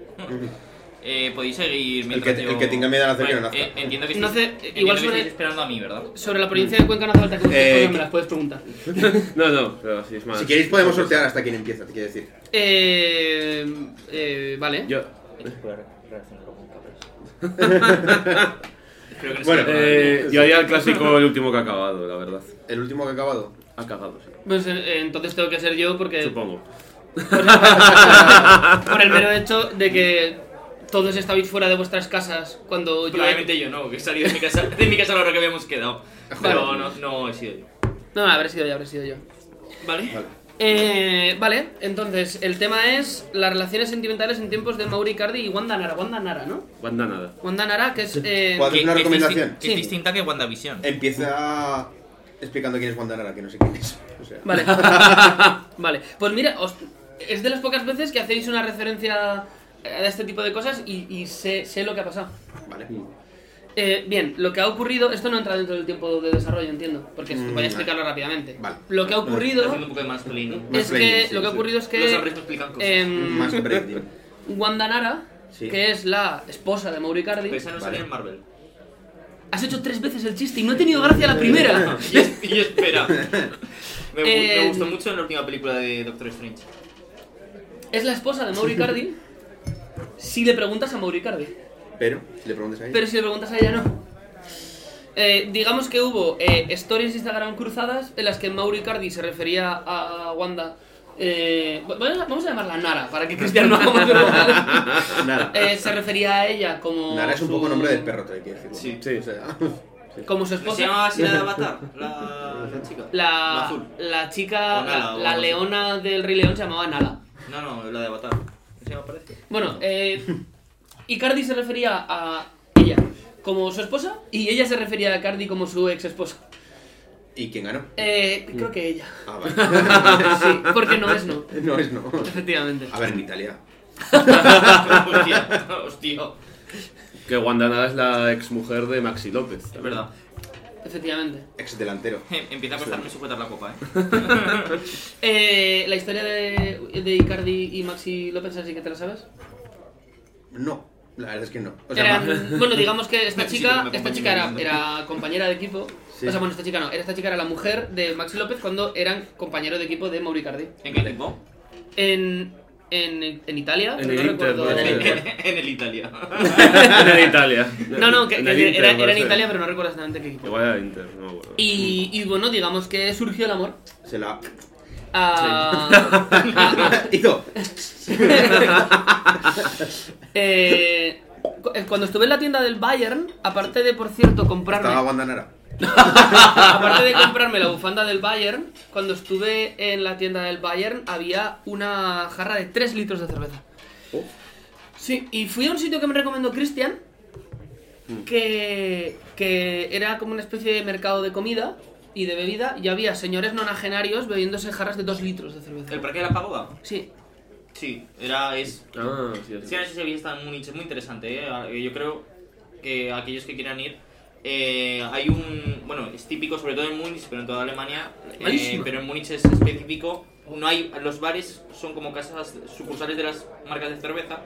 Speaker 3: Eh, podéis seguir
Speaker 5: El que-
Speaker 3: mientras yo-
Speaker 5: el que tenga miedo a nacer, que no nazca.
Speaker 3: eh, Entiendo que
Speaker 1: No
Speaker 3: estáis-
Speaker 1: sé,
Speaker 3: entiendo
Speaker 1: igual
Speaker 3: que
Speaker 1: sobre-
Speaker 3: estáis esperando a mí, ¿verdad?
Speaker 1: Sobre la provincia de Cuenca no hace falta que busques
Speaker 5: Eh,
Speaker 1: cosas, me
Speaker 5: que-
Speaker 1: las puedes preguntar.
Speaker 4: No, no, pero sí es más.
Speaker 5: Si queréis podemos sortear hasta quién empieza, te quiero decir.
Speaker 1: Eh, eh, vale.
Speaker 4: Yo.
Speaker 3: Creo
Speaker 1: Pues,
Speaker 3: que no
Speaker 5: Bueno,
Speaker 3: estoy-
Speaker 4: Eh, yo haría el clásico el último que ha acabado, la verdad.
Speaker 5: El último que ha acabado.
Speaker 4: Ha cagado, sí.
Speaker 1: Pues eh, entonces tengo que ser yo porque...
Speaker 4: Supongo.
Speaker 1: Por el mero hecho de que todos estabais fuera de vuestras casas cuando yo...
Speaker 3: Probablemente yo no, que he salido de mi casa, de mi casa a la hora que habíamos quedado. Pero no, no he sido yo.
Speaker 1: No, habré sido yo, habré sido yo.
Speaker 3: ¿Vale?
Speaker 1: Eh, vale, entonces el tema es las relaciones sentimentales en tiempos de Mauri Cardi y Wanda Nara. Wanda Nara, ¿no?
Speaker 4: Wanda nada.
Speaker 1: Wanda Nara, que es... eh,
Speaker 5: Cuatro. ¿Haces una
Speaker 3: Que- que es
Speaker 5: recomendación? Eh,
Speaker 3: disti- que es
Speaker 1: Sí.
Speaker 3: distinta que WandaVision.
Speaker 5: Empieza explicando quién es Wanda Nara, que no sé quién es. O sea,
Speaker 1: Vale. vale. Pues mira, os- es de las pocas veces que hacéis una referencia eh, a este tipo de cosas y, y sé, sé lo que ha pasado.
Speaker 5: vale.
Speaker 1: Eh, bien, lo que ha ocurrido, esto no entra dentro del tiempo de desarrollo, entiendo, porque
Speaker 5: Mm,
Speaker 1: voy
Speaker 5: vale.
Speaker 1: a explicarlo rápidamente.
Speaker 5: Vale.
Speaker 1: Lo que ha
Speaker 5: Vale.
Speaker 3: Está
Speaker 1: ocurrido
Speaker 3: haciendo un poco de mansplaining.
Speaker 5: Más
Speaker 1: es que
Speaker 5: playing, sí,
Speaker 1: lo que ha
Speaker 5: sí.
Speaker 1: ocurrido es
Speaker 3: Los
Speaker 1: que
Speaker 3: hombres no explican cosas.
Speaker 1: em,
Speaker 5: Más breve,
Speaker 1: Wanda Nara,
Speaker 5: Sí.
Speaker 1: que es la esposa de Mauricardi,
Speaker 3: Pero Pues esa no sale
Speaker 5: Vale.
Speaker 3: en Marvel.
Speaker 1: has hecho tres veces el chiste y no he tenido gracia la primera.
Speaker 3: Y, es- y espera. Me, gu- me
Speaker 1: Eh,
Speaker 3: gustó mucho en la última película de Doctor Strange.
Speaker 1: Es la esposa de Mauricardi Si le preguntas a Mauro Icardi.
Speaker 5: Pero, si le preguntas a ella.
Speaker 1: Pero si le preguntas a ella, no. Eh, digamos que hubo eh, stories de Instagram cruzadas en las que Mauro Icardi se refería a Wanda. eh, va- vamos a- vamos a llamarla Nara para que Cristiano no
Speaker 5: Nara.
Speaker 1: Eh, se refería a ella como
Speaker 5: Nara es un
Speaker 1: su-
Speaker 5: poco nombre del perro, te quiero
Speaker 3: Sí.
Speaker 5: decir.
Speaker 4: Sí.
Speaker 5: O sea,
Speaker 1: como su
Speaker 3: ¿No
Speaker 1: esposa
Speaker 3: se llamaba así la de Avatar? La, la chica. La
Speaker 1: la,
Speaker 3: azul.
Speaker 1: la chica,
Speaker 3: O Nala, o
Speaker 1: la,
Speaker 3: algo
Speaker 1: la
Speaker 3: así.
Speaker 1: leona del Rey León se llamaba Nala.
Speaker 3: No, no, la de Avatar. ¿No se llama parece?
Speaker 1: Bueno, eh, Icardi se refería a ella como su esposa y ella se refería a Icardi como su ex esposa.
Speaker 5: ¿Y quién ganó?
Speaker 1: Eh, creo que ella.
Speaker 5: Ah, vale.
Speaker 1: Sí, porque no es no,
Speaker 5: no es no.
Speaker 1: efectivamente.
Speaker 5: A ver, en Italia.
Speaker 3: hostia, hostia.
Speaker 4: Que Wanda Nara es la exmujer de Maxi López.
Speaker 3: Es verdad.
Speaker 1: Efectivamente.
Speaker 5: Ex delantero.
Speaker 3: Em- Empieza a costarme sujetar la copa, ¿eh?
Speaker 1: Eh, la historia de, de Icardi y Maxi López, así que te la sabes.
Speaker 5: No, la verdad es que no. O sea,
Speaker 1: Eran-
Speaker 5: ma-
Speaker 1: bueno, digamos que esta
Speaker 3: Sí,
Speaker 1: chica,
Speaker 3: sí, me
Speaker 1: esta
Speaker 3: acompaña
Speaker 1: chica era,
Speaker 3: bien.
Speaker 1: era compañera de equipo.
Speaker 5: Sí.
Speaker 1: O sea, bueno, esta chica no, era esta chica era la mujer de Maxi López cuando eran compañero de equipo de Mauro Icardi.
Speaker 3: ¿En qué equipo?
Speaker 1: En, en, en Italia,
Speaker 4: En
Speaker 1: no
Speaker 4: el Inter,
Speaker 1: recuerdo.
Speaker 4: puede
Speaker 3: En,
Speaker 4: ser.
Speaker 3: en el Italia.
Speaker 4: en Italia.
Speaker 1: No, no, que,
Speaker 4: En
Speaker 1: que
Speaker 4: el Inter,
Speaker 1: era, era en
Speaker 4: parece.
Speaker 1: Italia, pero no recuerdo exactamente qué equipo.
Speaker 4: Igual era Inter, no me acuerdo.
Speaker 1: Y,
Speaker 4: Mm.
Speaker 1: y bueno, digamos que surgió el amor. Ah.
Speaker 5: se la
Speaker 1: a- a- a-
Speaker 5: hizo.
Speaker 1: eh, cu- cuando estuve en la tienda del Bayern, aparte de, por cierto, comprarme...
Speaker 5: Estaba Wanda Nara.
Speaker 1: Aparte de comprarme la bufanda del Bayern, cuando estuve en la tienda del Bayern había una jarra de 3 litros de cerveza.
Speaker 5: Oh.
Speaker 1: Sí, y fui a un sitio que me recomendó Cristian, que, que era como una especie de mercado de comida y de bebida, y había señores nonagenarios bebiéndose jarras de 2 litros de cerveza.
Speaker 3: ¿El parque de la pagoda?
Speaker 1: Sí,
Speaker 3: Sí, era. Es,
Speaker 4: Ah, sí,
Speaker 3: es
Speaker 4: sí.
Speaker 3: que ahora sí se está en Múnich, es muy interesante, ¿eh? Ah, Yo creo que aquellos que quieran ir. eh, hay un. Bueno, es típico, sobre todo en Múnich, pero en toda Alemania. eh,
Speaker 1: Buenísimo.
Speaker 3: pero en Múnich es específico. No hay, los bares son como casas sucursales de las marcas de cerveza.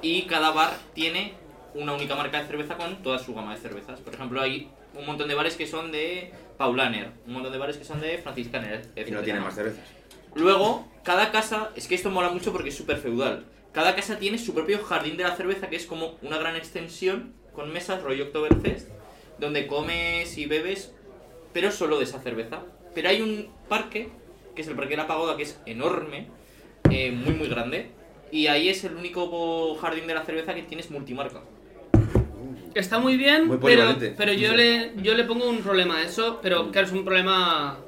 Speaker 3: Y cada bar tiene una única marca de cerveza con toda su gama de cervezas. Por ejemplo, hay un montón de bares que son de Paulaner, un montón de bares que son de Franciscaner.
Speaker 5: Y
Speaker 3: etcétera,
Speaker 5: no tiene más cervezas.
Speaker 3: Luego, cada casa, es que esto mola mucho porque es súper feudal. Cada casa tiene su propio jardín de la cerveza, que es como una gran extensión con mesas, rollo Oktoberfest, donde comes y bebes, pero solo de esa cerveza. Pero hay un parque, que es el Parque de la Pagoda, que es enorme, eh, muy, muy grande. Y ahí es el único jardín de la cerveza que tienes multimarca.
Speaker 1: está muy bien,
Speaker 5: Muy
Speaker 1: pero,
Speaker 5: polivalente. Mm.
Speaker 1: pero yo, le, yo le pongo un problema a eso, pero claro, es un problema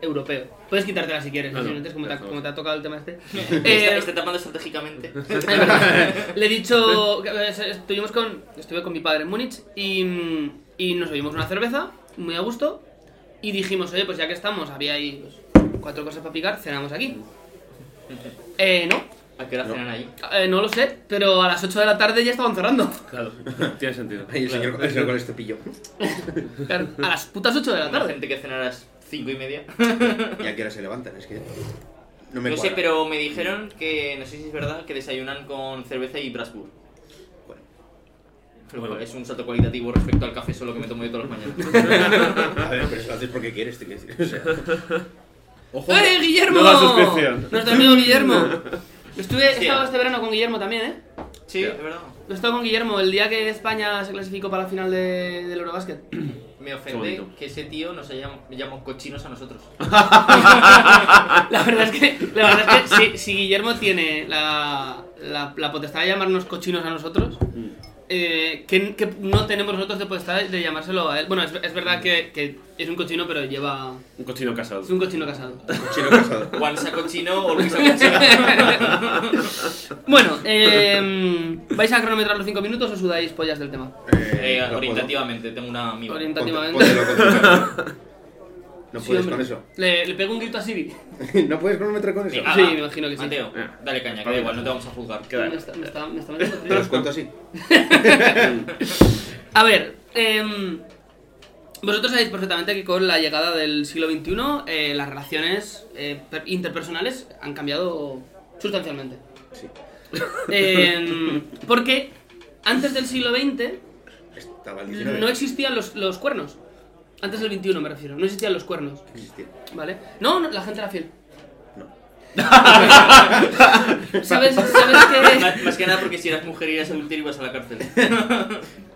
Speaker 1: europeo. Puedes quitártela si quieres,
Speaker 4: Ah, no,
Speaker 1: simplemente es como, te, ha-
Speaker 4: por favor.
Speaker 1: como te ha tocado el tema este.
Speaker 3: Está,
Speaker 1: Eh,
Speaker 3: está tapando estratégicamente.
Speaker 1: Le he dicho. Estuvimos con. Estuve con mi padre en Múnich y, mm, y nos bebimos una cerveza, muy a gusto. Y dijimos, oye, pues ya que estamos, había ahí pues, cuatro cosas para picar, cenamos aquí. Eh, no,
Speaker 3: ¿A qué hora
Speaker 5: No.
Speaker 3: cenan ahí?
Speaker 1: eh, no lo sé, pero a las 8 de la tarde ya estaban cerrando.
Speaker 4: Claro, tiene sentido.
Speaker 5: Ahí el señor, el señor con el estopillo.
Speaker 1: Claro, A las putas 8 de la
Speaker 3: Una
Speaker 1: tarde.
Speaker 3: gente que cena a las cinco y media.
Speaker 5: Y a qué hora se levantan, es que. No me
Speaker 3: no sé,
Speaker 5: cuadra.
Speaker 3: pero me dijeron que, no sé si es verdad, que desayunan con cerveza y Brasburg.
Speaker 5: Bueno.
Speaker 3: Pero
Speaker 4: Bueno.
Speaker 3: es un salto cualitativo respecto al café solo que me tomo yo todas las mañanas.
Speaker 5: A ver, Ah, pero eso lo haces porque quieres, te quiero decir. O sea,
Speaker 4: ¡Ojo!
Speaker 1: ¡Eh, Guillermo!
Speaker 4: Nueva suscripción.
Speaker 1: Nuestro amigo Guillermo. Estuve, he
Speaker 3: Hostia.
Speaker 1: estado este verano con Guillermo también, ¿eh?
Speaker 3: sí,
Speaker 4: Ya.
Speaker 3: es verdad.
Speaker 1: He estado con Guillermo el día que España se clasificó para la final de- del Eurobasket.
Speaker 3: Me
Speaker 4: Qué
Speaker 3: ofende
Speaker 4: bonito.
Speaker 3: que ese tío nos haya llamado cochinos a nosotros.
Speaker 1: La verdad es que, la verdad es que si, si Guillermo tiene la, la, la potestad de llamarnos cochinos a nosotros, eh, que, que no tenemos nosotros de potestad de llamárselo a él. Bueno, es, es verdad que, que es un cochino, pero lleva.
Speaker 4: Un cochino casado.
Speaker 1: Es un cochino casado.
Speaker 5: Chino casado.
Speaker 3: Once a cochino o Luis a cochino.
Speaker 1: bueno, eh, ¿vais a cronometrar los 5 minutos o sudáis pollas del tema?
Speaker 5: Eh,
Speaker 3: Eh,
Speaker 5: no puedo.
Speaker 3: orientativamente, tengo una amiga.
Speaker 1: Orient-
Speaker 5: Ponte-
Speaker 1: Orientativamente.
Speaker 5: póntelo con tu cara. No
Speaker 1: Sí,
Speaker 5: puedes
Speaker 1: hombre.
Speaker 5: con eso.
Speaker 1: Le, le pego un grito a Siri.
Speaker 5: No puedes cronometrar con eso.
Speaker 3: Venga,
Speaker 1: Sí,
Speaker 3: va.
Speaker 1: me imagino que sí.
Speaker 3: Mateo,
Speaker 4: Ah.
Speaker 3: dale caña, que da igual, no te vamos a juzgar.
Speaker 4: Queda-
Speaker 1: Me está, me está- me está metiendo
Speaker 5: Te
Speaker 1: frío.
Speaker 5: los cuento así.
Speaker 1: A ver, em, vosotros sabéis perfectamente que con la llegada del siglo XXI eh, las relaciones eh, per- interpersonales han cambiado sustancialmente.
Speaker 5: Sí.
Speaker 1: Em, porque antes del siglo XX
Speaker 5: Estaba el 19.
Speaker 1: no existían los, los cuernos. Antes del XXI me refiero, no existían los cuernos.
Speaker 5: existía.
Speaker 1: ¿Vale? No, no, la gente era fiel.
Speaker 5: No.
Speaker 1: ¿Sabes, sabes que.?
Speaker 3: Más, más que nada porque si eras mujer irías a adulterio y vas a la cárcel.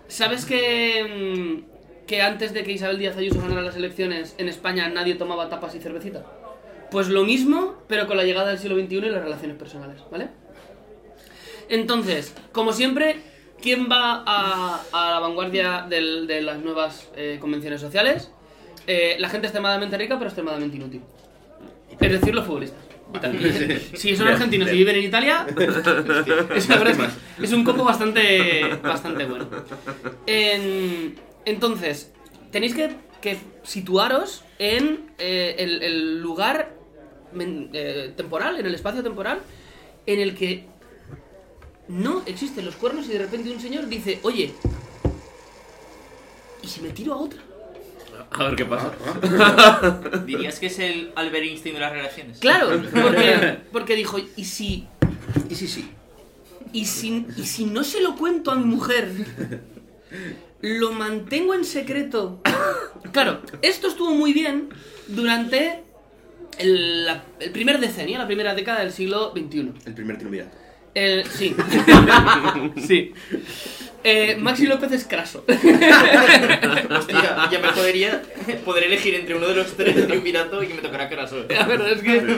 Speaker 1: ¿Sabes que, mm, que antes de que Isabel Díaz Ayuso ganara las elecciones, en España nadie tomaba tapas y cervecita? Pues lo mismo, pero con la llegada del siglo XXI y las relaciones personales, ¿vale? Entonces, como siempre, ¿quién va a, a la vanguardia del- de las nuevas eh, convenciones sociales? Eh, la gente extremadamente rica, pero extremadamente inútil. Es decir, los futbolistas. También. Si son argentinos y viven en Italia, es, la verdad es que es un copo bastante, bastante bueno. En- entonces, tenéis que, que situaros en eh, el, el lugar men- eh, temporal, en el espacio temporal, en el que no existen los cuernos y de repente un señor dice, oye, ¿y si me tiro a otra?
Speaker 4: A ver qué pasa.
Speaker 5: Ah,
Speaker 3: Dirías que es el Albert Einstein de las relaciones.
Speaker 1: Claro, porque, porque dijo, ¿y si
Speaker 5: Y sí, sí.
Speaker 1: Y si, y si no se lo cuento a mi mujer, lo mantengo en secreto. Claro, esto estuvo muy bien durante el, la- el primer decenio, la primera década del siglo XXI.
Speaker 5: El primer triunvirato.
Speaker 1: Eh, sí. sí. Eh, Maxi López es craso.
Speaker 3: Hostia, ya me jodería poder elegir entre uno de los tres de triunvirato y que me tocará Craso.
Speaker 1: La verdad es que.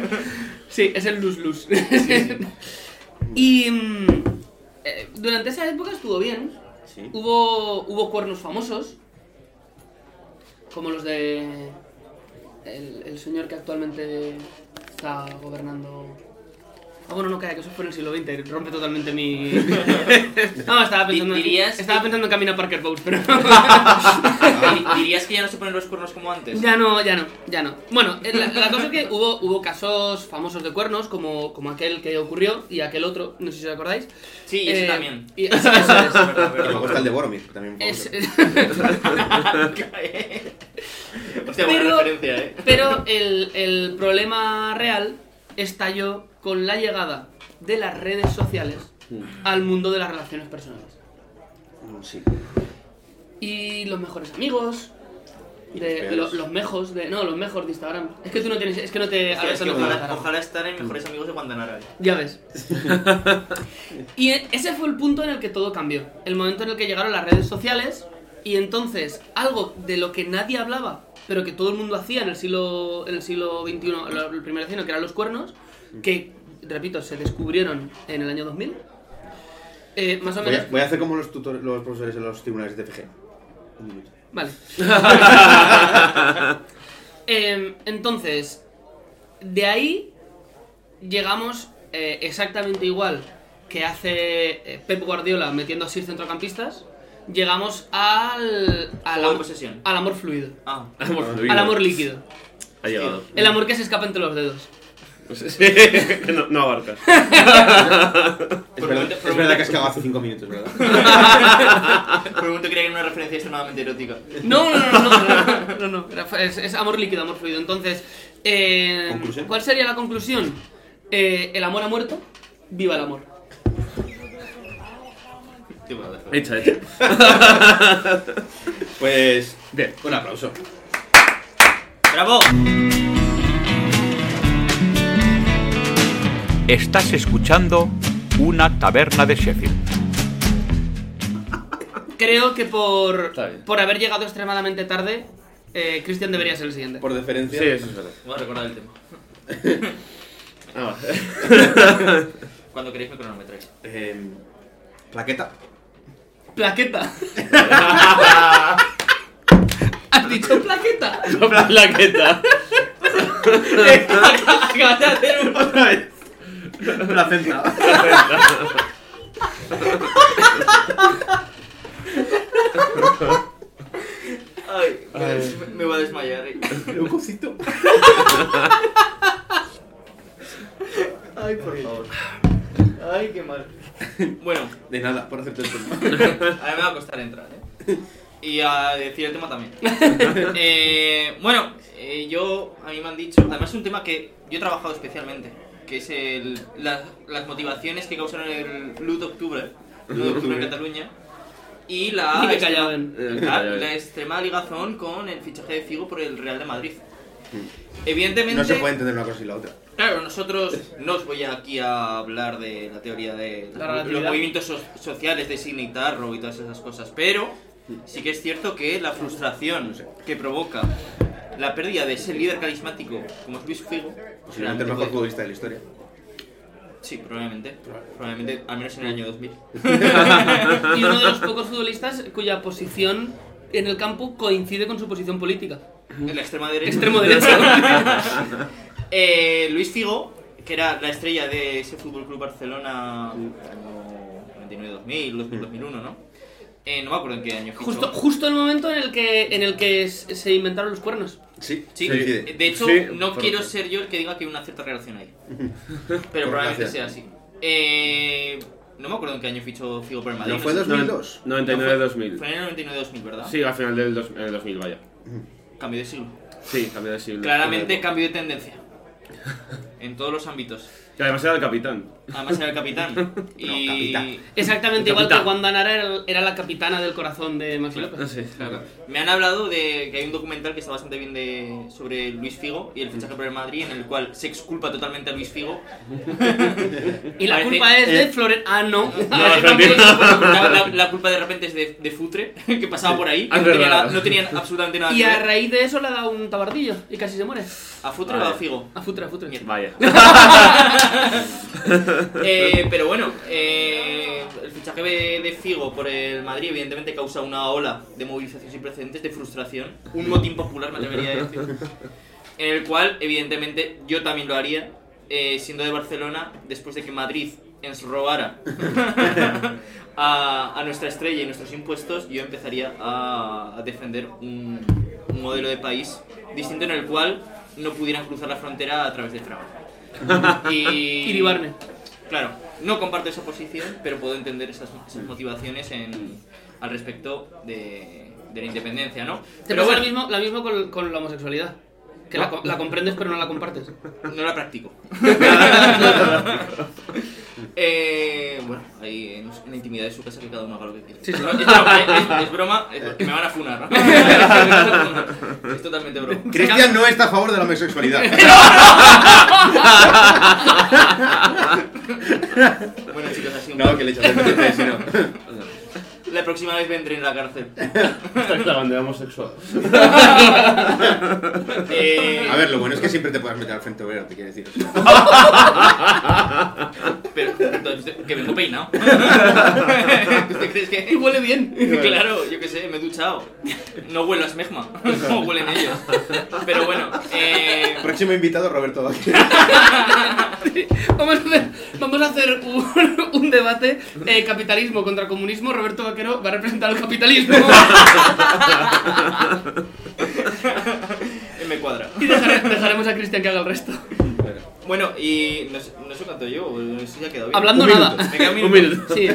Speaker 1: Sí, es el luz-luz. y. mm, eh, durante esa época estuvo bien.
Speaker 5: Sí.
Speaker 1: Hubo, hubo cuernos famosos. Como los de. El, el señor que actualmente está gobernando. Ah, bueno, no, calla, que eso fue en el siglo XX. Rompe totalmente mi. no, estaba pensando,
Speaker 3: ¿Dirías que-
Speaker 1: estaba pensando en Camina Parker Bowles, pero.
Speaker 3: Di- Ah, Dirías que ya no se ponen los cuernos como antes.
Speaker 1: Ya no, ya no, ya no. Bueno, eh, la, la cosa es que hubo, hubo casos famosos de cuernos, como, como aquel que ocurrió y aquel otro, no sé si os acordáis.
Speaker 3: Sí, y ese
Speaker 1: Eh,
Speaker 3: también.
Speaker 1: y- eso- eso es.
Speaker 3: Verdad,
Speaker 5: Y luego
Speaker 3: verdad.
Speaker 5: está el de Boromir, que también fue
Speaker 1: Es-
Speaker 5: otro.
Speaker 3: Hostia, buena
Speaker 1: Pero-
Speaker 3: referencia, eh.
Speaker 1: Pero el, el problema real estalló con la llegada de las redes sociales
Speaker 3: Mm.
Speaker 1: al mundo de las relaciones personales.
Speaker 5: Mm, Sí.
Speaker 1: Y los mejores amigos.
Speaker 5: Y
Speaker 1: de-
Speaker 5: los
Speaker 1: lo-
Speaker 5: peores.
Speaker 1: los mejores de. No, los mejores de Instagram. Es que tú no tienes. Es que no te.
Speaker 3: Hostia,
Speaker 1: ahora
Speaker 3: es
Speaker 1: te
Speaker 3: que
Speaker 1: no
Speaker 3: ojalá,
Speaker 1: Instagram.
Speaker 3: ojalá estar en mejores amigos de Guantanara. eh.
Speaker 1: Ya ves. y e- ese fue el punto en el que todo cambió. El momento en el que llegaron las redes sociales y entonces algo de lo que nadie hablaba, pero que todo el mundo hacía en el siglo, en el siglo XXI, lo- el primer siglo, que eran los cuernos, que, repito, se descubrieron en el año 2000. eh, más o
Speaker 5: Voy
Speaker 1: menos...
Speaker 5: a, voy a hacer como los, tutores, los profesores en los tribunales de TFG. Un minuto.
Speaker 1: Vale. Em, entonces, de ahí llegamos eh, exactamente igual que hace eh, Pep Guardiola metiendo a seis centrocampistas, llegamos al, al,
Speaker 3: Juego de
Speaker 1: am-
Speaker 3: posesión.
Speaker 1: al amor fluido,
Speaker 3: Ah,
Speaker 4: Hemos fluido.
Speaker 1: al amor líquido,
Speaker 4: Ha llegado.
Speaker 1: el amor que se escapa entre los dedos.
Speaker 4: Sí, que no, no abarca.
Speaker 5: Es
Speaker 3: Por
Speaker 5: verdad,
Speaker 3: momento- por
Speaker 5: es verdad
Speaker 3: momento-
Speaker 5: que has cagado hace 5 minutos, ¿verdad?
Speaker 3: por un momento creía que era una referencia extremadamente erótica.
Speaker 1: No, no, no, no, no, no, no, no, era- es, es amor líquido, amor fluido. Entonces, eh,
Speaker 5: ¿Conclusión?
Speaker 1: ¿cuál sería la conclusión? Eh, el amor ha muerto, viva el amor.
Speaker 3: Tío, bueno, dejo.
Speaker 4: Hecha, hecha.
Speaker 5: Pues.
Speaker 4: Bien.
Speaker 5: Un aplauso.
Speaker 3: ¡Bravo!
Speaker 6: Estás escuchando una taberna de Sheffield.
Speaker 1: Creo que por,
Speaker 4: Está bien.
Speaker 1: por haber llegado extremadamente tarde, eh, Cristian debería ser el siguiente.
Speaker 5: Por
Speaker 4: Sí,
Speaker 5: deferencia.
Speaker 4: eso es verdad.
Speaker 3: Voy a recordar el tema.
Speaker 4: Ah,
Speaker 3: Cuando queréis me cronometráis.
Speaker 5: em, plaqueta.
Speaker 1: Plaqueta. ¿Has dicho plaqueta?
Speaker 4: va. plaqueta.
Speaker 1: Acabas de hacer un...
Speaker 5: Placenta.
Speaker 3: Ay, me, me voy a desmayar. eh.
Speaker 5: Leucocito.
Speaker 3: Ay, por favor. Ay, qué mal. Bueno,
Speaker 5: De nada, por hacerte el tema.
Speaker 3: A mí me va a costar entrar, ¿eh? Y a decir el tema también. Eh, bueno, eh, yo, a mí me han dicho, además es un tema que yo he trabajado especialmente, que es el, la- las motivaciones que causaron el Luz de Octubre, Luz de Octubre en Cataluña, y la,
Speaker 1: Y que
Speaker 3: extrema-
Speaker 1: callaban.
Speaker 4: Eh,
Speaker 3: la-
Speaker 4: que callaban.
Speaker 3: la extrema ligazón con el fichaje de Figo por el Real de Madrid. Evidentemente,
Speaker 5: No se puede entender una cosa y la otra.
Speaker 3: claro, nosotros no os voy aquí a hablar de la teoría de
Speaker 1: La relatividad.
Speaker 3: los movimientos so- sociales de Sidney Tarrow y todas esas cosas, pero sí que es cierto que la frustración que provoca la pérdida de ese líder carismático como es Luis Figo, pues
Speaker 5: Posiblemente el mejor futbolista de la historia.
Speaker 3: Sí, probablemente. Probablemente, al menos en el año 2000.
Speaker 1: Y uno de los pocos futbolistas cuya posición en el campo coincide con su posición política.
Speaker 3: En la extrema derecha.
Speaker 1: Extremo derecho.
Speaker 3: Eh, Luis Figo, que era la estrella de ese Fútbol Club Barcelona año 99-2000, 2000-2001, ¿no? Eh, no me acuerdo en qué año. fichó.
Speaker 1: Justo, justo el momento en el que, en el que s- se inventaron los cuernos.
Speaker 5: Sí,
Speaker 3: Sí,
Speaker 5: coincide.
Speaker 3: de hecho,
Speaker 4: Sí,
Speaker 3: no
Speaker 4: por-
Speaker 3: quiero ser yo el que diga que hay una cierta relación ahí. Pero
Speaker 5: Por
Speaker 3: probablemente
Speaker 5: gracia.
Speaker 3: sea así. Eh, no me acuerdo en qué año fichó Figo por el Madrid.
Speaker 5: ¿No fue
Speaker 3: sé-
Speaker 5: 2002?
Speaker 3: Fue
Speaker 4: 99-2000.
Speaker 3: en el 99-2000, ¿verdad?
Speaker 4: Sí, al final del dos- en el 2000, vaya.
Speaker 3: Cambio de siglo.
Speaker 4: Sí, cambio de siglo.
Speaker 3: Claramente cambio de tendencia. En todos los ámbitos.
Speaker 4: Que además era el capitán.
Speaker 3: Además era el capitán. Y...
Speaker 5: capitán.
Speaker 1: Exactamente
Speaker 4: El
Speaker 1: igual
Speaker 4: capitán.
Speaker 1: que Wanda Nara era, era la capitana del corazón de Maxi
Speaker 4: No
Speaker 1: López.
Speaker 4: sé.
Speaker 3: Me han hablado de que hay un documental que está bastante bien de, sobre Luis Figo y el fichaje por el Madrid, en el cual se exculpa totalmente a Luis Figo.
Speaker 1: Y la
Speaker 3: Parece-
Speaker 1: culpa es de
Speaker 5: eh.
Speaker 1: Florent. Ah, no.
Speaker 3: la, la- la culpa de repente es de, de Futre, que pasaba por ahí.
Speaker 4: Ah, es
Speaker 3: No tenía,
Speaker 4: verdad.
Speaker 3: na- no tenían absolutamente nada
Speaker 1: Y
Speaker 3: que
Speaker 1: a
Speaker 3: ver.
Speaker 1: raíz de eso le ha dado un tabardillo y casi se muere.
Speaker 3: ¿A Futre o
Speaker 4: Vale.
Speaker 3: a Figo?
Speaker 1: A Futre, a Futre.
Speaker 3: Mierda.
Speaker 4: Vaya.
Speaker 3: Eh, pero bueno, eh, el fichaje de, de Figo por el Madrid evidentemente causa una ola de movilización sin precedentes, de frustración, un motín popular me atrevería a decir, en el cual evidentemente yo también lo haría, eh, siendo de Barcelona, después de que Madrid ens robara a, a nuestra estrella y nuestros impuestos, yo empezaría a, a defender un, un modelo de país distinto en el cual no pudieran cruzar la frontera a través del trabajo. Y,
Speaker 1: Iribarne.
Speaker 3: Claro, no comparto esa posición, pero puedo entender esas, esas motivaciones en, al respecto de, de la independencia, ¿no?
Speaker 1: Te
Speaker 3: Pero
Speaker 1: pasa lo
Speaker 3: bueno,
Speaker 1: mismo, lo mismo con, con la homosexualidad. Que la, co- la comprendes pero no la compartes.
Speaker 3: no la practico. Eh, bueno, ahí en, en la intimidad de su casa que cada uno haga lo que quiera.
Speaker 1: Sí, sí.
Speaker 3: Es, broma, eh, es- es broma, es porque me van a funar. ¿no? es totalmente broma.
Speaker 5: Cristian no está a favor de la homosexualidad.
Speaker 3: Bueno, chicos, así un
Speaker 5: no, que le echas de menos, si no.
Speaker 3: La próxima vez vendré en la cárcel.
Speaker 4: Esta es la bandera homosexual.
Speaker 3: Eh,
Speaker 5: A ver, lo bueno es que siempre te puedes meter al frente obrero, te quiero decir. o sea.
Speaker 3: Pero, entonces, que vengo peinado. ¿Usted crees que.? huele bien. Claro, yo qué sé, me he duchado. No huelo a esmegma, como huelen ellos. Pero bueno, eh,
Speaker 5: Próximo invitado, Roberto Vázquez.
Speaker 1: Vamos a hacer, vamos a hacer un, un debate eh, capitalismo contra comunismo. Roberto Vaquero va a representar el capitalismo
Speaker 3: me cuadra.
Speaker 1: y dejare- dejaremos a Cristian que haga el resto.
Speaker 3: Bueno, y no sé, no sé cuánto llevo, no sé si ya quedó bien.
Speaker 1: Hablando
Speaker 5: Un
Speaker 1: nada.
Speaker 3: Me queda un minuto.
Speaker 4: Un minuto.
Speaker 1: Sí.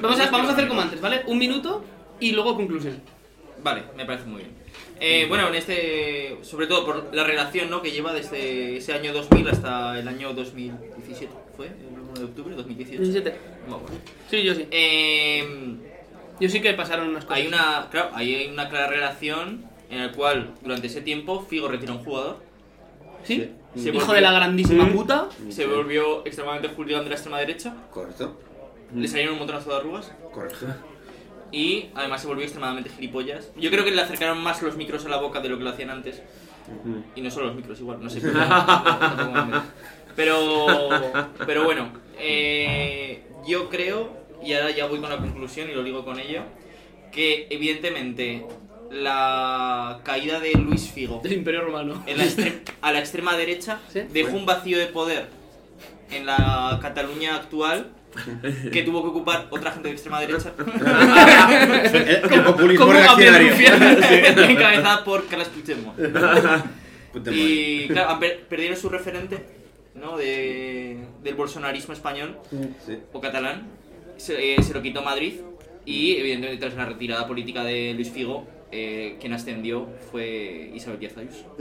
Speaker 1: Vamos a, vamos a hacer como antes, ¿vale? Un minuto y luego conclusión.
Speaker 3: Vale, me parece muy bien. Eh, bueno, en este, sobre todo por la relación ¿no? que lleva desde ese año 2000 hasta el año 2017, ¿fue? El 1 de octubre, 2018.
Speaker 1: 17.
Speaker 3: Bueno, bueno.
Speaker 1: Sí, yo sí.
Speaker 3: Eh,
Speaker 1: Yo sí que pasaron unas cosas.
Speaker 3: Hay una, claro, ahí hay una clara relación en la cual durante ese tiempo Figo retira a un jugador,
Speaker 1: ¿Sí?
Speaker 3: Sí.
Speaker 1: Hijo de la grandísima
Speaker 4: Mm.
Speaker 1: puta.
Speaker 3: se volvió extremadamente hooligan de la extrema derecha,
Speaker 5: Correcto,
Speaker 3: le salieron un montonazo de arrugas
Speaker 5: correcto.
Speaker 3: y además se volvió extremadamente gilipollas. Yo creo que le acercaron más los micros a la boca de lo que lo hacían antes. Y no solo los micros, igual, no sé. Pero, pero, pero bueno, eh, yo creo, y ahora ya voy con la conclusión y lo digo con ello, que evidentemente la caída de Luis Figo
Speaker 1: Del Imperio Romano.
Speaker 3: en la extre- a la extrema derecha
Speaker 1: Sí.
Speaker 3: dejó un vacío de poder en la Cataluña actual que tuvo que ocupar otra gente de extrema derecha
Speaker 5: El, el Eh, populismo
Speaker 1: cómo
Speaker 5: reaccionario.
Speaker 3: encabezada por Carles Puigdemont
Speaker 5: Puta madre.
Speaker 3: y claro han per- perdieron su referente ¿no? de, del bolsonarismo español
Speaker 5: Sí.
Speaker 3: o catalán se, eh, se lo quitó Madrid y evidentemente tras la retirada política de Luis Figo eh, quien ascendió fue Isabel Díaz Ayuso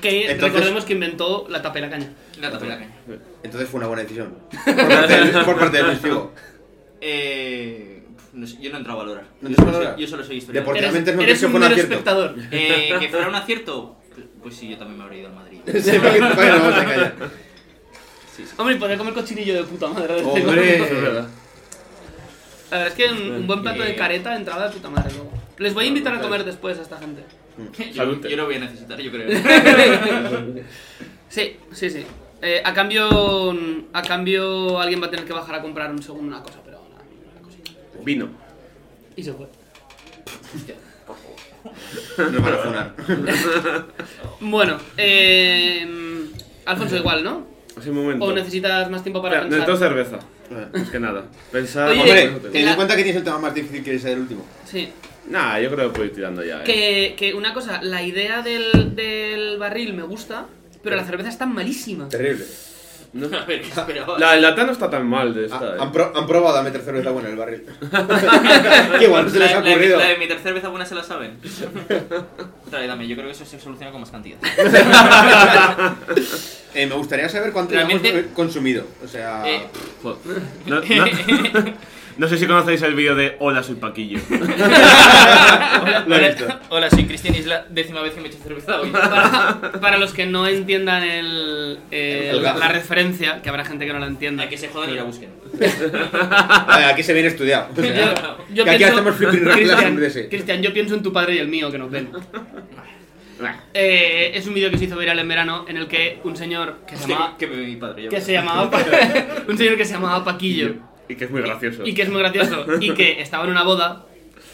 Speaker 1: Que
Speaker 5: Entonces-
Speaker 1: recordemos que inventó la tapa y la caña.
Speaker 3: la tapa de la caña.
Speaker 5: Entonces fue una buena decisión. Por parte de, por parte de Luis Figo.
Speaker 3: Eh, no sé, yo no he entrado a valorar.
Speaker 5: ¿No
Speaker 3: yo,
Speaker 5: te
Speaker 3: solo
Speaker 5: has valorado?
Speaker 3: soy, yo solo soy historiador.
Speaker 5: Deporte. Obviamente
Speaker 1: eres
Speaker 5: no
Speaker 1: eres
Speaker 5: creo que
Speaker 1: un
Speaker 5: fuera
Speaker 1: mero
Speaker 5: cierto.
Speaker 1: espectador.
Speaker 3: Eh, que fuera un acierto, Pues sí, yo también me habría ido al Madrid.
Speaker 5: Sí, bueno, vamos a callar.
Speaker 1: Hombre, y podría comer cochinillo de puta madre. de vez en
Speaker 4: Hombre,
Speaker 1: cuando.
Speaker 4: es verdad.
Speaker 1: La verdad es que un, un buen plato de
Speaker 3: Eh.
Speaker 1: careta, entrada de puta madre luego. Les voy a invitar a comer después a esta gente.
Speaker 3: Yo,
Speaker 4: Salute.
Speaker 3: yo lo voy a necesitar, yo creo.
Speaker 1: Sí, sí, sí. Eh, a cambio, a cambio alguien va a tener que bajar a comprar un segundo una cosa, pero nada, una cosita.
Speaker 4: Vino.
Speaker 1: Y se fue.
Speaker 5: Nos van a funar.
Speaker 1: Bueno, eh, Alfonso igual, ¿no?
Speaker 4: Así un momento.
Speaker 1: ¿O necesitas más tiempo para
Speaker 4: Espera, Necesito
Speaker 1: pensar?
Speaker 4: cerveza. Más que nada. Pensar.
Speaker 1: Oye,
Speaker 5: Hombre,
Speaker 1: la-
Speaker 5: ten en cuenta que tienes el tema más difícil que es el último.
Speaker 1: Sí.
Speaker 4: Nah, yo creo que puedo ir tirando ya. eh.
Speaker 1: Que, que una cosa, la idea del, del barril me gusta, pero la cerveza está malísima.
Speaker 5: Terrible.
Speaker 4: No.
Speaker 3: A ver, pero...
Speaker 4: La, la lata no está tan mal de esta.
Speaker 5: Ah,
Speaker 4: eh.
Speaker 5: han, pro- han probado a meter cerveza buena en el barril. que igual no se les ha
Speaker 3: La- la-
Speaker 5: ocurrido.
Speaker 3: La de mi tercera vez alguna se la saben. Trae, dame, yo creo que eso se soluciona con más cantidad.
Speaker 5: Eh, me gustaría saber cuánto
Speaker 3: Realmente-
Speaker 5: hemos consumido. O sea,
Speaker 3: Eh,
Speaker 4: Joder. No, no- no sé si conocéis el vídeo de Hola, soy Paquillo.
Speaker 3: hola,
Speaker 5: Lo he visto.
Speaker 3: hola, hola, soy Cristian y es la décima vez que me he hecho cerveza hoy.
Speaker 1: Para, para los que no entiendan el, eh,
Speaker 5: El gag.
Speaker 1: la referencia, que habrá gente que no la entienda.
Speaker 3: A que se jodan y la busquen.
Speaker 5: eh, aquí se viene estudiado. O sea,
Speaker 1: Yo, yo
Speaker 5: que aquí
Speaker 1: pienso-
Speaker 5: hacemos flipping rap las
Speaker 1: Cristian,
Speaker 5: hamburguesas.
Speaker 1: Cristian, yo pienso en tu padre y el mío que nos ven. Eh, es un vídeo que se hizo viral en verano en el que un señor que se llamaba,
Speaker 3: Que me mi padre. ya
Speaker 1: que
Speaker 3: verás.
Speaker 1: se llamaba Pa- un señor que se llamaba Paquillo
Speaker 4: Y que es muy gracioso.
Speaker 1: y que es muy gracioso y que estaba en una boda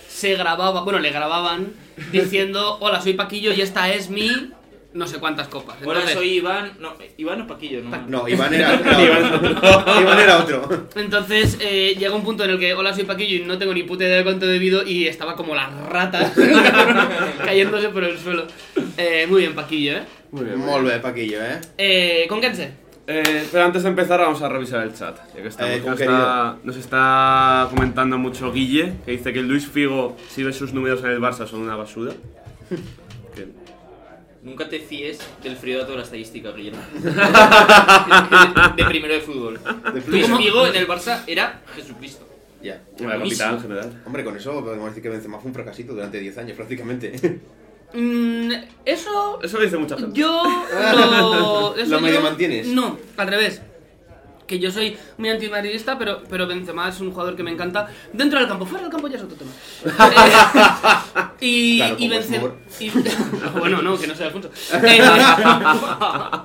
Speaker 1: se grababa, bueno, le grababan diciendo, "Hola, soy Paquillo y esta es mi no sé cuántas copas."
Speaker 3: Hola,
Speaker 1: Entonces-
Speaker 3: soy Iván. No, eh, Iván o Paquillo, ¿no?
Speaker 5: No, Iván era, era otro. Iván era otro.
Speaker 1: Entonces eh, llega un punto en el que hola soy Paquillo y no tengo ni puta idea de cuánto he bebido y estaba como las ratas cayéndose por el suelo. Eh, muy bien Paquillo, ¿eh?
Speaker 4: Muy bien. muy bien.
Speaker 5: Molve, Paquillo, ¿eh?
Speaker 1: eh con Kense?
Speaker 4: Eh, pero antes de empezar vamos a revisar el chat. Ya que estamos,
Speaker 5: Eh, con
Speaker 4: nos, está, nos está comentando mucho Guille, que dice que Luis Figo, si ves sus números en el Barça, son una basura. Que-
Speaker 3: Nunca te fíes del frío dato de la estadística, Guillermo. de primero de fútbol.
Speaker 5: De
Speaker 3: Luis
Speaker 5: fútbol.
Speaker 3: Figo en el Barça era Jesucristo.
Speaker 5: Ya.
Speaker 4: La capital en general.
Speaker 5: Hombre, con eso podemos decir que Benzema fue un fracasito durante 10 años prácticamente.
Speaker 1: Mm, eso
Speaker 4: Eso lo dice mucha gente.
Speaker 1: yo lo... eso
Speaker 5: ¿Lo medio
Speaker 1: yo-
Speaker 5: mantienes?
Speaker 1: No, al revés. Que yo soy muy antimadridista, pero, pero Benzema es un jugador que me encanta. Dentro del campo, fuera del campo ya es otro tema. Eh, y,
Speaker 5: Claro,
Speaker 1: y
Speaker 5: como es
Speaker 1: Benzema...
Speaker 5: humor.
Speaker 1: y- bueno, no, que no sea Alfonso. Eh,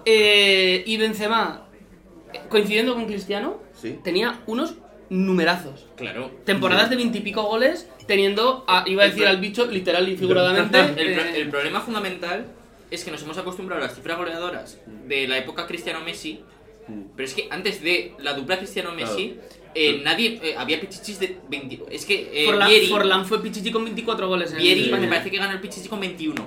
Speaker 1: eh, y Benzema, eh, coincidiendo con Cristiano,
Speaker 5: Sí.
Speaker 1: tenía unos numerazos.
Speaker 3: Claro.
Speaker 1: Temporadas de veintipico goles, teniendo, a- iba a
Speaker 3: El
Speaker 1: decir
Speaker 3: pro-
Speaker 1: al bicho literal y figuradamente...
Speaker 3: El, pro-
Speaker 1: eh,
Speaker 3: el problema fundamental es que nos hemos acostumbrado a las cifras goleadoras de la época Cristiano-Messi,
Speaker 5: Mm.
Speaker 3: pero es que antes de la dupla Cristiano-Messi, eh, nadie eh, había pichichis de 20. Es que eh,
Speaker 1: Forlán,
Speaker 3: Vieri,
Speaker 1: Forlán fue Pichichi con 24 goles en
Speaker 3: Vieri
Speaker 1: España.
Speaker 3: me parece que gana el pichichi con 21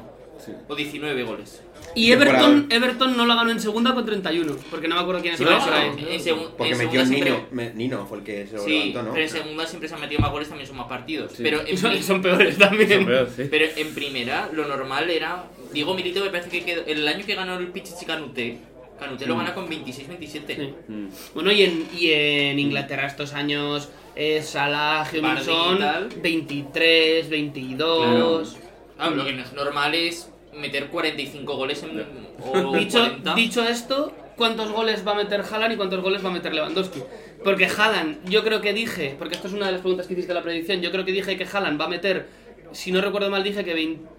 Speaker 3: o 19 goles.
Speaker 1: Y Everton, Everton no la ganó en segunda con 31, porque no me acuerdo quién es
Speaker 3: Sí,
Speaker 1: el
Speaker 3: pero
Speaker 1: otro,
Speaker 3: en-
Speaker 1: eh.
Speaker 3: en segun-
Speaker 5: Porque
Speaker 3: en
Speaker 5: metió
Speaker 3: segunda siempre-
Speaker 5: Nino. me- Nino fue el que se lo
Speaker 3: Sí,
Speaker 5: levantó, ¿no?
Speaker 3: pero en segunda siempre se han metido más goles, también son más partidos.
Speaker 4: Sí.
Speaker 3: Pero, en
Speaker 1: Y son,
Speaker 3: pri-
Speaker 1: y son peores también.
Speaker 4: Eso peor, sí.
Speaker 3: pero en primera, lo normal era. Diego Milito me parece que quedó- el año que ganó el Pichichi Canute, Canute lo gana con 26-27.
Speaker 1: Sí.
Speaker 4: Mm.
Speaker 1: Bueno, y en, y en Inglaterra estos años, eh, Salah,
Speaker 3: Bardi y tal.
Speaker 1: Hilton, 23, 22...
Speaker 3: Ah, lo que no es normal es meter 45 goles en, o
Speaker 1: Dicho,
Speaker 3: 40.
Speaker 1: dicho esto, ¿cuántos goles va a meter Haaland y cuántos goles va a meter Lewandowski? Porque Haaland, yo creo que dije, porque esto es una de las preguntas que hiciste en la predicción, yo creo que dije que Haaland va a meter, si no recuerdo mal, dije que 20...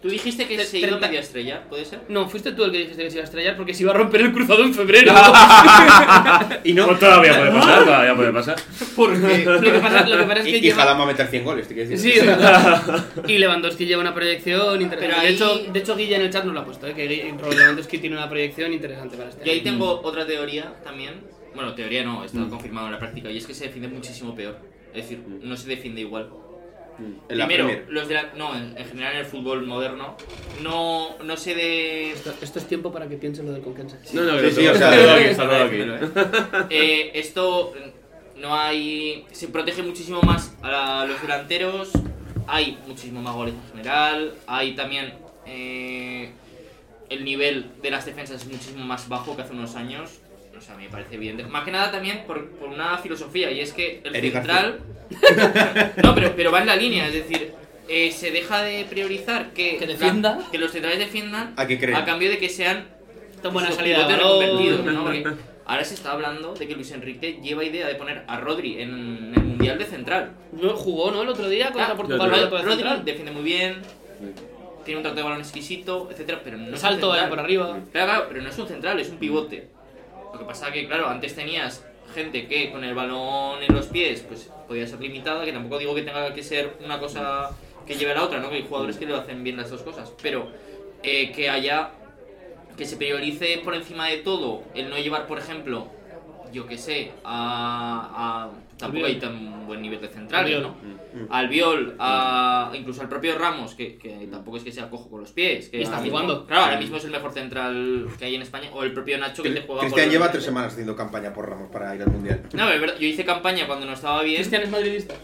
Speaker 3: Tú dijiste que se iba
Speaker 1: 30.
Speaker 3: media estrella, ¿puede ser?
Speaker 1: No, fuiste tú el que dijiste que se iba a estrellar porque se iba a romper el cruzado en febrero.
Speaker 5: Y no.
Speaker 4: Pues todavía puede pasar, todavía puede pasar.
Speaker 1: Lo que pasa, lo que pasa es
Speaker 5: Y,
Speaker 1: que
Speaker 5: y
Speaker 1: lleva-
Speaker 5: Haaland va a meter 100 goles, te quiero decir.
Speaker 1: Sí, o sea, y Lewandowski lleva una proyección interesante.
Speaker 3: Pero
Speaker 1: De,
Speaker 3: ahí-
Speaker 1: hecho, de hecho, Guille en el chat no lo ha puesto, ¿eh? que Gui- Robert Lewandowski tiene una proyección interesante para este
Speaker 3: Y ahí
Speaker 1: año.
Speaker 3: tengo otra teoría también. Bueno, teoría no, está confirmado en la práctica. Y es que se defiende muchísimo peor. Es decir, no se defiende igual.
Speaker 5: En la
Speaker 3: Primero,
Speaker 5: Premier.
Speaker 3: los de la- No, en, en general en el fútbol moderno. No, no se de.
Speaker 1: Esto, esto es tiempo para que piensen lo del Conquense.
Speaker 4: No, no,
Speaker 5: Sí,
Speaker 4: que
Speaker 5: sí,
Speaker 4: no,
Speaker 5: o sea,
Speaker 4: está todo aquí,
Speaker 3: Está
Speaker 4: está todo aquí.
Speaker 3: definido, ¿eh? Eh, esto no hay. Se protege muchísimo más a la- los delanteros. Hay muchísimo más goles en general. Hay también. eh, el nivel de las defensas es muchísimo más bajo que hace unos años. O sea, me parece evidente. Más que nada también por, por una filosofía. Y es que el
Speaker 5: Eric
Speaker 3: central. no, pero, pero va en la línea. Es decir, eh, se deja de priorizar que,
Speaker 1: Que defienda.
Speaker 3: la- que los centrales defiendan
Speaker 5: ¿A qué creen?
Speaker 3: cambio de que sean
Speaker 1: Tan buena
Speaker 3: los
Speaker 1: salida de
Speaker 3: pivotes
Speaker 1: balón.
Speaker 3: reconvertidos, ¿no? Porque ahora se está hablando de que Luis Enrique lleva idea de poner a Rodri en el mundial de central.
Speaker 1: No jugó, ¿no? El otro día contra
Speaker 3: Ah,
Speaker 1: Portugal.
Speaker 4: yo
Speaker 1: vaya,
Speaker 4: creo.
Speaker 1: por
Speaker 3: Rodri
Speaker 1: central.
Speaker 3: defiende muy bien, tiene un trato de balón exquisito, etcétera, pero no es eh, un
Speaker 1: Salto ahí
Speaker 3: central.
Speaker 1: por arriba.
Speaker 3: Claro, claro, pero no es un central, es un pivote. Lo que pasa que, claro, antes tenías gente que con el balón en los pies pues podía ser limitada, que tampoco digo que tenga que ser una cosa que lleve a la otra, ¿no? Que hay jugadores que lo hacen bien las dos cosas, pero eh, que haya que se priorice por encima de todo el no llevar, por ejemplo, yo que sé, a, a- tampoco hay
Speaker 1: Albiol.
Speaker 3: tan buen nivel de centrales,
Speaker 1: Albiol.
Speaker 3: ¿no? Al Viol, a, incluso al propio Ramos, que, que tampoco es que sea cojo con los pies. Que
Speaker 1: Y está
Speaker 3: ahora mismo-
Speaker 1: jugando.
Speaker 3: Claro, ahora mismo es el mejor central que hay en España. O el propio Nacho que te juega
Speaker 5: Cristian
Speaker 3: por-
Speaker 5: lleva tres semanas haciendo campaña por Ramos para ir al mundial.
Speaker 3: No, es verdad, yo hice campaña cuando no estaba bien.
Speaker 1: Cristian es madridista.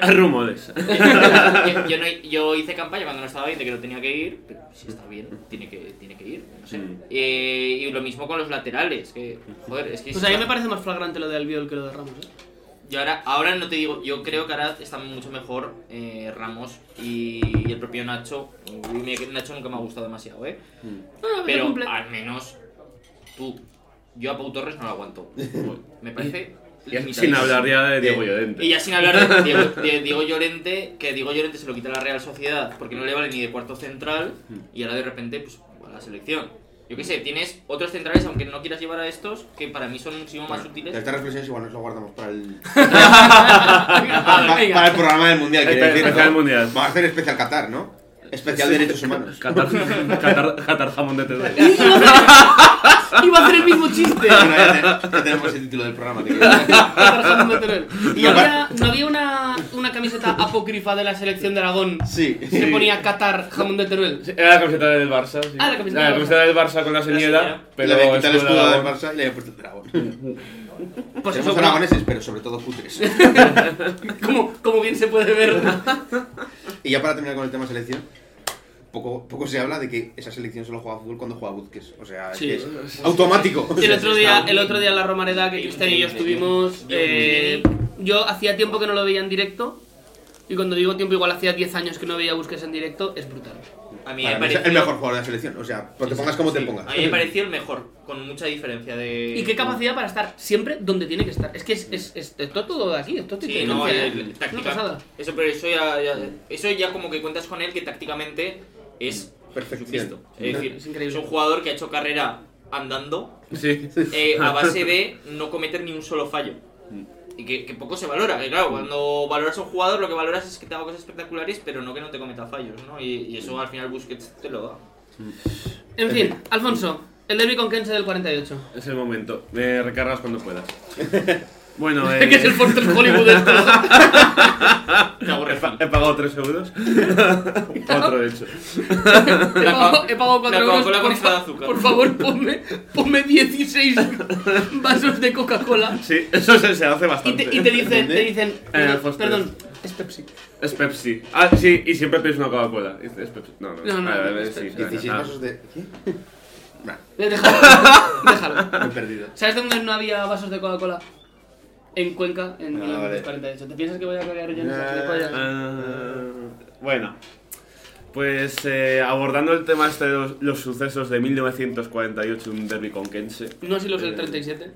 Speaker 4: Hay rumores.
Speaker 3: yo, yo no, yo hice campaña cuando no estaba bien de que no tenía que ir, pero si está bien, tiene que, tiene que ir. No sé.
Speaker 4: Mm.
Speaker 3: Eh, y lo mismo con los laterales, que, joder, es que...
Speaker 1: Pues a mí me parece más flagrante lo de Albiol que lo de Ramos, ¿eh?
Speaker 3: Yo ahora, ahora no te digo, yo creo que ahora está mucho mejor eh, Ramos y, y el propio Nacho. Y mira que Nacho nunca me ha gustado demasiado, ¿eh?
Speaker 5: Mm.
Speaker 3: Pero
Speaker 1: cumple.
Speaker 3: al menos tú, yo a Pau Torres no lo aguanto. Me parece.
Speaker 4: Sin
Speaker 3: limitadísimo.
Speaker 4: hablar ya de Diego
Speaker 5: Bien.
Speaker 4: Llorente.
Speaker 3: Y ya sin hablar de Diego, de Diego Llorente, que Diego Llorente se lo quita a la Real Sociedad porque no le vale ni de cuarto central
Speaker 5: Mm.
Speaker 3: y ahora de repente, pues, a la selección. Yo qué sé, tienes otros centrales, aunque no quieras llevar a estos, que para mí son muchísimo más
Speaker 5: Bueno,
Speaker 3: útiles.
Speaker 5: Estas reflexiones igual nos lo guardamos para el,
Speaker 1: A ver,
Speaker 5: para,
Speaker 1: Ah, venga.
Speaker 5: para el programa del mundial. quiero
Speaker 4: Espe-
Speaker 5: decir, ¿no?
Speaker 4: especial mundial.
Speaker 5: Vamos a hacer especial Qatar, ¿no? Especial derechos humanos.
Speaker 4: Catar, catar, catar jamón de Teruel.
Speaker 1: Iba a hacer el mismo chiste.
Speaker 5: Bueno, ya, te- ya tenemos el título del programa. tío.
Speaker 1: Y había, no había una, una camiseta apócrifa de la selección de Aragón
Speaker 5: Sí.
Speaker 1: que ponía Qatar jamón de Teruel.
Speaker 4: Era la camiseta del Barça. sí.
Speaker 1: Ah, la camiseta del
Speaker 4: del Barça con la señora.
Speaker 3: señora.
Speaker 5: le
Speaker 4: Pero
Speaker 5: había quitado el
Speaker 4: escudo
Speaker 5: escudo del
Speaker 4: Aragón.
Speaker 5: Barça y le había puesto el dragón.
Speaker 1: Pues eso,
Speaker 5: Somos aragoneses, pero sobre todo cutres.
Speaker 1: como, como bien se puede ver.
Speaker 5: Y ya para terminar con el tema selección, poco, poco se habla de que esa selección solo juega fútbol cuando juega Busquets. O sea, es,
Speaker 1: Sí.
Speaker 5: que es automático.
Speaker 1: El otro día, el otro día en la Romareda que Cristian y yo estuvimos, eh, yo hacía tiempo que no lo veía en directo. Y cuando digo tiempo, igual hacía 10 años que no veía Busquets en directo, es brutal.
Speaker 3: A mí me
Speaker 5: Para mí es
Speaker 3: pareció-
Speaker 5: el mejor jugador de la selección. O sea, pues te pongas como te
Speaker 3: Sí,
Speaker 5: pongas.
Speaker 3: A mí me pareció el mejor, con mucha diferencia de.
Speaker 1: Y qué capacidad para estar siempre donde tiene que estar. Es que es, es, es- esto todo de aquí, esto es
Speaker 3: Sí,
Speaker 1: inteligencia,
Speaker 3: no,
Speaker 1: ¿eh?
Speaker 3: el- el-
Speaker 1: Es una
Speaker 3: táctica.
Speaker 1: pasada.
Speaker 3: Eso, pero eso ya, ya- eso ya como que cuentas con él que tácticamente es
Speaker 5: Perfección.
Speaker 3: Jesucristo. Es decir,
Speaker 1: Es
Speaker 3: es,
Speaker 1: increíble.
Speaker 3: un jugador que ha hecho carrera andando
Speaker 4: Sí.
Speaker 3: eh, a base de no cometer ni un solo fallo.
Speaker 5: Mm.
Speaker 3: Y que, que poco se valora, que claro, cuando valoras a un jugador lo que valoras es que te haga cosas espectaculares, pero no que no te cometa fallos, ¿no? Y, y eso al final Busquets te lo da.
Speaker 1: En fin, Alfonso, el derbi con Kense del 48.
Speaker 4: Es el momento. Me recargas cuando puedas. Bueno, eh,
Speaker 1: que es el Fortress Hollywood este, esto.
Speaker 3: Te hago
Speaker 4: he, pa-
Speaker 3: refil.
Speaker 4: he pagado 3 euros. Otro, de hecho.
Speaker 1: He pagado, he pagado 4 euros.
Speaker 3: La Coca-Cola con
Speaker 1: Por,
Speaker 3: extra de
Speaker 1: fa-
Speaker 3: azúcar.
Speaker 1: por favor, ponme, ponme 16 vasos de Coca-Cola.
Speaker 4: Sí, eso se, se hace
Speaker 1: Y
Speaker 4: bastante. ¿eh?
Speaker 1: te, y te dicen, te dicen
Speaker 4: En el
Speaker 1: perdón,
Speaker 4: Fortress.
Speaker 1: perdón, es Pepsi.
Speaker 4: Es Pepsi. Ah, sí, y siempre pides una Coca-Cola. Y dices, Es Pepsi. No, no.
Speaker 1: No, no,
Speaker 4: Ah,
Speaker 1: no,
Speaker 4: vale,
Speaker 1: es
Speaker 4: sí,
Speaker 1: Pepsi.
Speaker 4: ah,
Speaker 5: 16
Speaker 4: ah.
Speaker 5: pasos de. ¿Qué? Nah,
Speaker 1: Eh, Déjalo, déjalo.
Speaker 5: me he perdido.
Speaker 1: ¿Sabes dónde no había vasos de Coca-Cola? En Cuenca, en
Speaker 5: Ah,
Speaker 1: 1948. ¿Te piensas que voy a cagar yo en esa
Speaker 5: Nah.
Speaker 1: gilipollas?
Speaker 4: Ah, bueno, pues eh, abordando el tema este de los, los sucesos de 1948, un derby conquense.
Speaker 1: No si los del 37.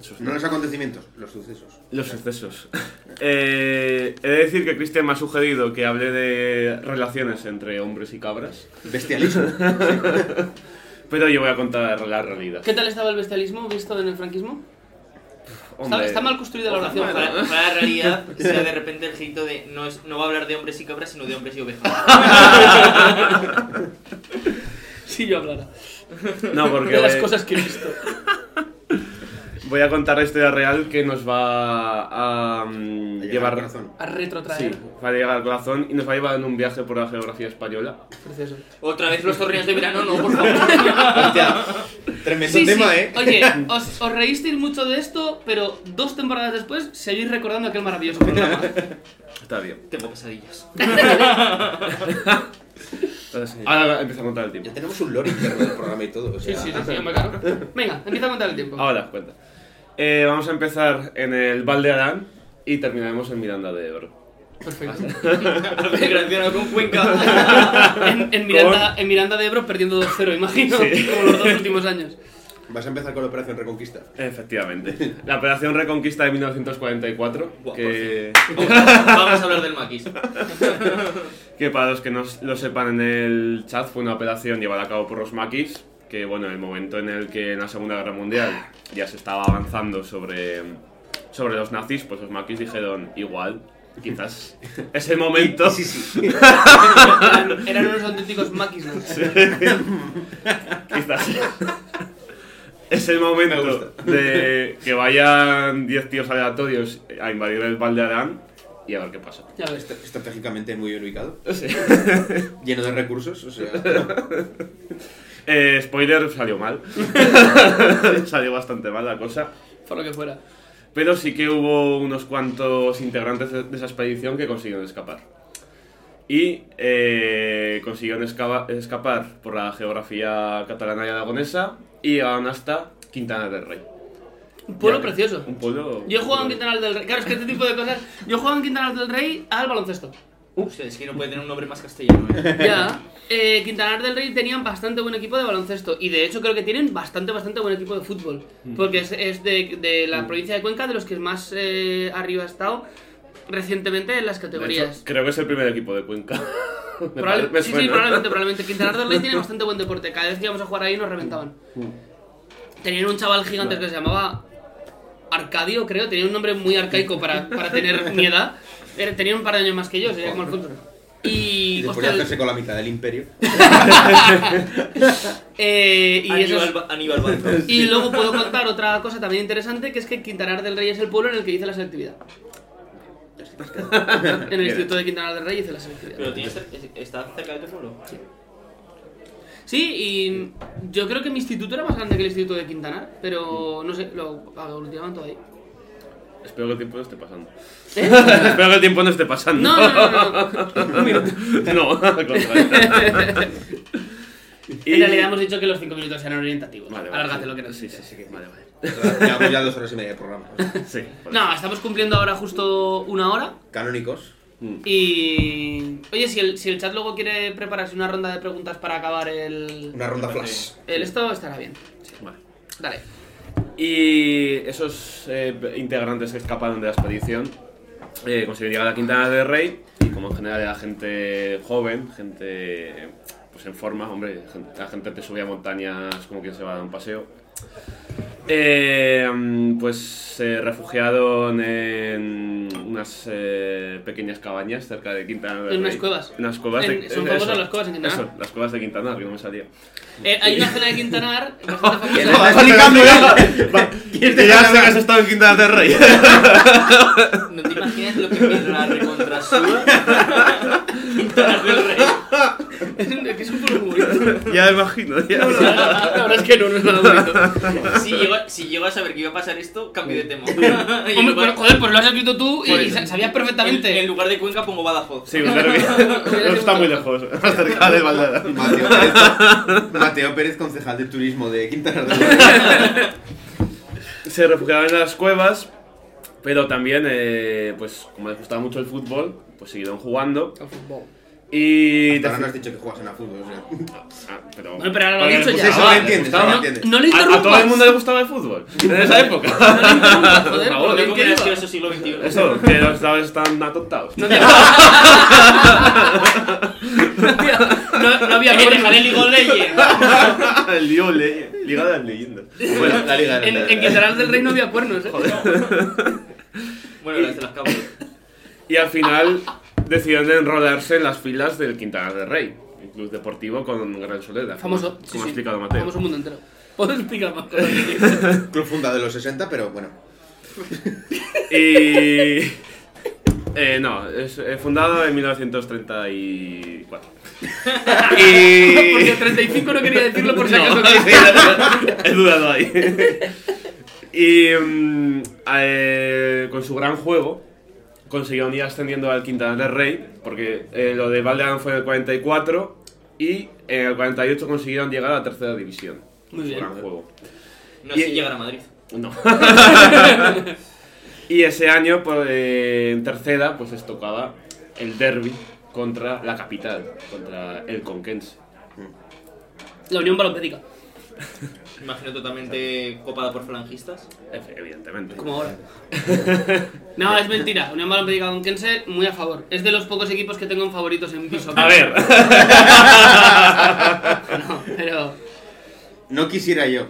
Speaker 4: Esos-
Speaker 5: No los acontecimientos, los sucesos.
Speaker 4: Los sucesos. Eh, he de decir que Cristian me ha sugerido que hable de relaciones entre hombres y cabras,
Speaker 5: Bestialismo.
Speaker 4: pero yo voy a contar la realidad.
Speaker 1: ¿Qué tal estaba el bestialismo visto en el franquismo? Está,
Speaker 4: Hombre,
Speaker 1: está mal construida la oración.
Speaker 3: Ojalá,
Speaker 1: ¿verdad?
Speaker 3: ojalá la realidad sea de repente el grito de no, es, no va a hablar de hombres y cabras, sino de hombres y ovejas.
Speaker 1: Si yo hablara.
Speaker 4: No, porque
Speaker 1: de las
Speaker 4: voy-
Speaker 1: cosas que he visto.
Speaker 4: voy a contar la historia real que nos va a,
Speaker 5: A
Speaker 4: mm,
Speaker 5: llegar
Speaker 4: llevar
Speaker 5: al corazón.
Speaker 1: A
Speaker 4: Sí,
Speaker 1: retrotraer.
Speaker 4: va a llegar al corazón y nos va a llevar en un viaje por la geografía española.
Speaker 1: Precioso.
Speaker 3: Otra vez los torneos de verano, no, por favor.
Speaker 5: Hostia, tremendo
Speaker 1: Sí, sí.
Speaker 5: tema, ¿eh?
Speaker 1: Oye, os, os reísteis mucho de esto, pero dos temporadas después seguís recordando aquel maravilloso programa.
Speaker 4: Está bien.
Speaker 3: Tengo pesadillas.
Speaker 4: Entonces, ahora empieza a contar el tiempo.
Speaker 5: Ya tenemos un lore interno del programa y todo. O
Speaker 1: Sí,
Speaker 5: sea,
Speaker 1: sí, sí, sí, hombre, claro. Venga, empieza a contar el tiempo.
Speaker 4: Ahora, cuenta. Eh, vamos a empezar en el Val de Arán y terminaremos en Miranda de Ebro.
Speaker 1: Perfecto.
Speaker 3: Desgraciado con Cuenca.
Speaker 1: En, en Miranda, en Miranda de Ebro perdiendo 2-0, imagino, como los dos últimos años.
Speaker 5: Vas a empezar con la Operación Reconquista.
Speaker 4: Efectivamente. La Operación Reconquista de 1944,
Speaker 3: Buah,
Speaker 5: pues
Speaker 4: que,
Speaker 3: Vamos a hablar del maquis.
Speaker 4: que para los que no s- lo sepan en el chat fue una operación llevada a cabo por los maquis, que bueno, en el momento en el que en la Segunda Guerra Mundial ya se estaba avanzando sobre, sobre los nazis, pues los maquis dijeron igual. Quizás es el momento.
Speaker 5: Sí, sí.
Speaker 1: Eran, eran unos auténticos maquis. ¿no?
Speaker 4: Quizás. Es el momento de que vayan 10 tíos aleatorios a invadir el Valdearán y a ver qué pasa.
Speaker 1: Ya ves.
Speaker 5: Est- Estratégicamente muy bien ubicado.
Speaker 4: Sí.
Speaker 5: Lleno de recursos, o sea.
Speaker 4: Eh, spoiler, salió mal. salió bastante mal la cosa.
Speaker 1: Por lo que fuera.
Speaker 4: Pero sí que hubo unos cuantos integrantes de de esa expedición que consiguieron escapar. Y eh, consiguieron escapa- escapar por la geografía catalana y aragonesa y llegaron hasta Quintana del Rey.
Speaker 1: Un pueblo
Speaker 4: Ya,
Speaker 1: precioso.
Speaker 4: Un pueblo.
Speaker 1: Yo he jugado en
Speaker 4: bueno.
Speaker 1: Quintanar del Rey. Claro, es que este tipo de cosas. Yo he jugado en Quintanar del Rey al baloncesto.
Speaker 3: Hostia, es que no puede tener un nombre más castellano. ¿eh?
Speaker 1: Ya. Eh, Quintanar del Rey tenían bastante buen equipo de baloncesto. Y de hecho creo que tienen bastante, bastante buen equipo de fútbol.
Speaker 4: Mm.
Speaker 1: Porque es, es de, de la provincia de Cuenca de los que más eh, arriba ha estado recientemente en las
Speaker 4: De hecho,
Speaker 1: categorías.
Speaker 4: creo que es el primer equipo de Cuenca. Me
Speaker 1: Probable-
Speaker 4: pare- me
Speaker 1: sí, sí,
Speaker 4: suena.
Speaker 1: probablemente, probablemente. Quintanar del Rey tiene bastante buen deporte. Cada vez que íbamos a jugar ahí nos reventaban.
Speaker 4: Mm.
Speaker 1: Tenían un chaval gigante que se llamaba Arcadio, creo. Tenía un nombre muy arcaico para, para tener mi edad. Era- Tenía un par de años más que yo, sería como el fútbol.
Speaker 5: Y
Speaker 1: Y,
Speaker 5: después de
Speaker 1: hostia,
Speaker 5: hacerse con la mitad del imperio.
Speaker 1: eh, y, esos-
Speaker 3: Aníbal, Ba- Aníbal Banzo.
Speaker 1: y luego puedo contar otra cosa también interesante, que es que Quintanar del Rey es el pueblo en el que hice la selectividad. en el instituto de Quintanar del Rey hice la selectividad.
Speaker 3: Pero tienes, cer- ¿está cerca de tu pueblo?
Speaker 1: Sí, y yo creo que mi instituto era más grande que el instituto de Quintana, pero no sé, lo aglutinaban todo ahí.
Speaker 4: Espero que el tiempo no esté pasando.
Speaker 1: ¿Eh?
Speaker 4: Espero que el tiempo no esté pasando.
Speaker 1: No, no, no, no.
Speaker 4: No, al contrario. Y-
Speaker 1: En realidad hemos dicho que los 5 minutos eran orientativos.
Speaker 4: Vale, vale.
Speaker 1: Alárgate lo que
Speaker 4: Sí,
Speaker 1: necesites.
Speaker 4: sí, sí. Vale, vale.
Speaker 5: Llevamos ya dos horas y media de programa.
Speaker 4: Sí, por
Speaker 1: No, estamos cumpliendo ahora justo una hora.
Speaker 5: Canónicos.
Speaker 1: Y. Oye, si el, si el chat luego quiere prepararse una ronda de preguntas para acabar el.
Speaker 5: Una ronda flash.
Speaker 1: El esto estará bien.
Speaker 4: eso. Vale.
Speaker 1: Dale.
Speaker 4: Y esos eh, integrantes que escaparon de la expedición eh, consiguieron llegar a Quintana del Rey y como en general era gente joven, gente pues en forma, hombre, gente- la gente te subía a montañas como quien se va a dar un paseo. Eh, mm, pues se refugiaron en unas eh, pequeñas cabañas cerca de Quintana del Rey.
Speaker 1: En unas cuevas.
Speaker 4: En unas cuevas.
Speaker 1: En-
Speaker 4: de, eh,
Speaker 1: son
Speaker 4: eso,
Speaker 1: famosas las cuevas en Quintana.
Speaker 4: Eso, las cuevas de Quintana, que no me salía.
Speaker 1: Eh, hay una zona de Quintanar bastante
Speaker 5: Que
Speaker 1: famosa.
Speaker 5: no, es Alicante.
Speaker 4: Va, que ya sé que has estado en Quintana del Rey.
Speaker 3: ¿No te imaginas lo que piensa recontra Sua? Quintana del Rey.
Speaker 1: que es un pueblo muy bonito.
Speaker 4: Ya me imagino, ya.
Speaker 1: La verdad es que no, no es nada bonito.
Speaker 3: Si llego, si llego a saber que iba a pasar esto, cambio de tema. En
Speaker 1: Hombre,
Speaker 3: lugar-
Speaker 1: pero, joder, pues lo has escrito tú y
Speaker 3: Por eso.
Speaker 1: sa- sabías
Speaker 3: en,
Speaker 1: perfectamente.
Speaker 3: en lugar de Cuenca pongo Badajoz.
Speaker 4: Sí, claro que no está muy lejos. Más cerca de Valdarán.
Speaker 5: Mateo Pérez, Mateo Pérez, concejal de turismo de Quintana del Rey.
Speaker 4: Se refugiaban en las cuevas, pero también, eh, pues como les gustaba mucho el fútbol, pues siguieron jugando.
Speaker 1: Al fútbol.
Speaker 4: Y...
Speaker 5: Ahora no has
Speaker 4: deci-
Speaker 5: dicho que juegas en la fútbol, o sea.
Speaker 4: Ah, pero...
Speaker 1: Bueno, pero ahora lo
Speaker 4: porque
Speaker 1: ha dicho
Speaker 4: les
Speaker 1: ya.
Speaker 5: Eso
Speaker 4: gustaba,
Speaker 5: lo
Speaker 4: les
Speaker 5: entiendes, eso
Speaker 4: gustaba.
Speaker 5: lo entiendes.
Speaker 1: No le
Speaker 4: A, a
Speaker 1: interrumpas.
Speaker 4: todo el mundo le gustaba el fútbol en esa época.
Speaker 1: joder,
Speaker 4: Por favor,
Speaker 1: porque-
Speaker 3: Luego
Speaker 1: ¿Qué
Speaker 3: verás
Speaker 1: iba?
Speaker 3: que eso siglo XXI.
Speaker 4: Eso, que los chavales están atontados.
Speaker 1: No había, no, no había
Speaker 3: Oye,
Speaker 1: gol.
Speaker 3: dejaré el League of Legends.
Speaker 4: El lío le- Liga de las leyendas.
Speaker 5: Bueno, la liga de
Speaker 1: En, en Quintanar del Rey no había cuernos, eh.
Speaker 3: Bueno, las de las cabras.
Speaker 4: Y al final decidieron enrolarse en las filas del Quintana del Rey, el club deportivo con gran soledad.
Speaker 1: Famoso.
Speaker 4: Como
Speaker 1: sí,
Speaker 4: ha
Speaker 1: sí.
Speaker 4: explicado Mateo.
Speaker 1: Famoso mundo entero. Puedo explicar más cosas.
Speaker 5: Club fundado en los 60, pero bueno.
Speaker 4: Y. eh, no, es eh, fundado en 1934.
Speaker 1: Porque
Speaker 4: y.
Speaker 1: 35 no quería decirlo por si
Speaker 4: No,
Speaker 1: acaso.
Speaker 4: he dudado ahí. Y. mm, eh, con su gran juego, consiguieron ir ascendiendo al Quintana del Rey, porque eh, lo de Valdean fue en el 44 y en el 48 consiguieron llegar a la tercera división.
Speaker 1: Muy
Speaker 4: Su
Speaker 1: bien.
Speaker 4: gran juego.
Speaker 3: No
Speaker 4: Y-
Speaker 3: sé si llegar a Madrid.
Speaker 4: No. y ese año, pues, eh, en tercera, pues les tocaba el derby contra la capital, contra el conquense.
Speaker 1: La Unión Balompédica.
Speaker 3: Imagino totalmente copada por falangistas.
Speaker 4: Efe- Evidentemente.
Speaker 1: Como ahora. No, es mentira. Unión Balompédica Conquense, muy a favor. Es de los pocos equipos que tengo en favoritos en piso.
Speaker 4: A ver,
Speaker 1: No, pero.
Speaker 5: No quisiera yo.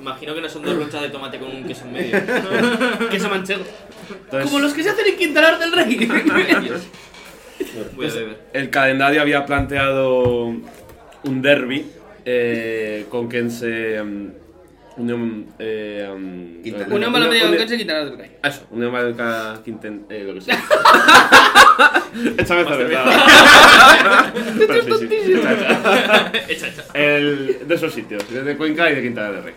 Speaker 3: Imagino que no son dos lonchas de tomate con un queso en medio.
Speaker 1: Queso manchego.
Speaker 4: entonces,
Speaker 1: Como los que se hacen en Quintanar del Rey.
Speaker 3: Voy a beber.
Speaker 4: el calendario había planteado un derby eh, conquense. mm, Unión. Eh, mm,
Speaker 5: Quintana.
Speaker 1: Unión Balompédica Conquense, Quintanar del Rey.
Speaker 4: Ah, Eso, Unión Balompédica Quinten. Eh, lo que sea. Échame cerveza. Pero sí, sí.
Speaker 3: Echa, echa.
Speaker 4: El- de esos sitios, de Cuenca y de Quintana del Rey.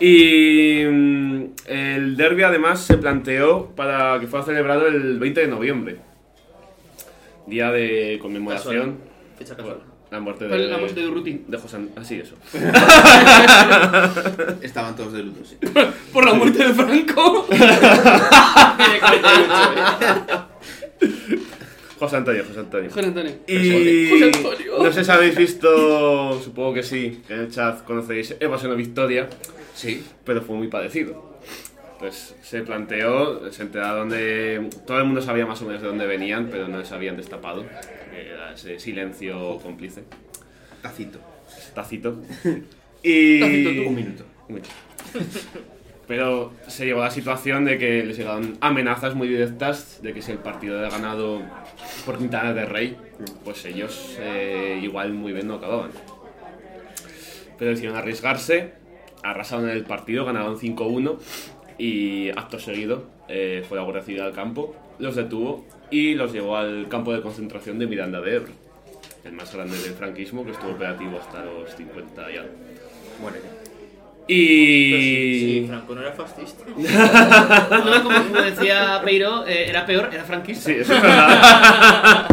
Speaker 4: Y mm, el derby además se planteó para que fuera celebrado el 20 de noviembre, día de conmemoración
Speaker 3: Fecha
Speaker 4: por
Speaker 3: casual.
Speaker 4: la muerte de,
Speaker 1: Por la muerte de Urruti.
Speaker 4: de José An- Así, eso.
Speaker 5: Estaban todos de luto, sí.
Speaker 1: Por la muerte de Franco.
Speaker 3: Tiene 48, ¿eh?
Speaker 4: José Antonio, José Antonio.
Speaker 1: Juan Antonio.
Speaker 4: Y
Speaker 1: José Antonio.
Speaker 4: no sé si habéis visto, supongo que sí, en el chat conocéis Evasión o Victoria.
Speaker 5: Sí.
Speaker 4: pero fue muy padecido. Entonces se planteó, se enteraron de. Todo el mundo sabía más o menos de dónde venían, pero no les habían destapado. Era ese silencio cómplice,
Speaker 5: Tacito.
Speaker 4: ese tácito. Y.
Speaker 1: Tácito tú.
Speaker 5: Un minuto.
Speaker 4: Un minuto. Pero se llegó a la situación de que les llegaron amenazas muy directas de que si el partido era ganado por Quintana del Rey, pues ellos eh, igual muy bien no acababan. Pero decidieron arriesgarse, arrasaron en el partido, ganaron 5-1 y acto seguido eh, fue la Guardia Civil al campo, los detuvo y los llevó al campo de concentración de Miranda de Ebro, el más grande del franquismo que estuvo operativo hasta los 50 y algo.
Speaker 5: Bueno,
Speaker 4: Y...
Speaker 3: Sí, Franco no era fascista.
Speaker 1: No, como, como decía Peiro, eh, era peor, era franquista.
Speaker 4: Sí, eso es verdad.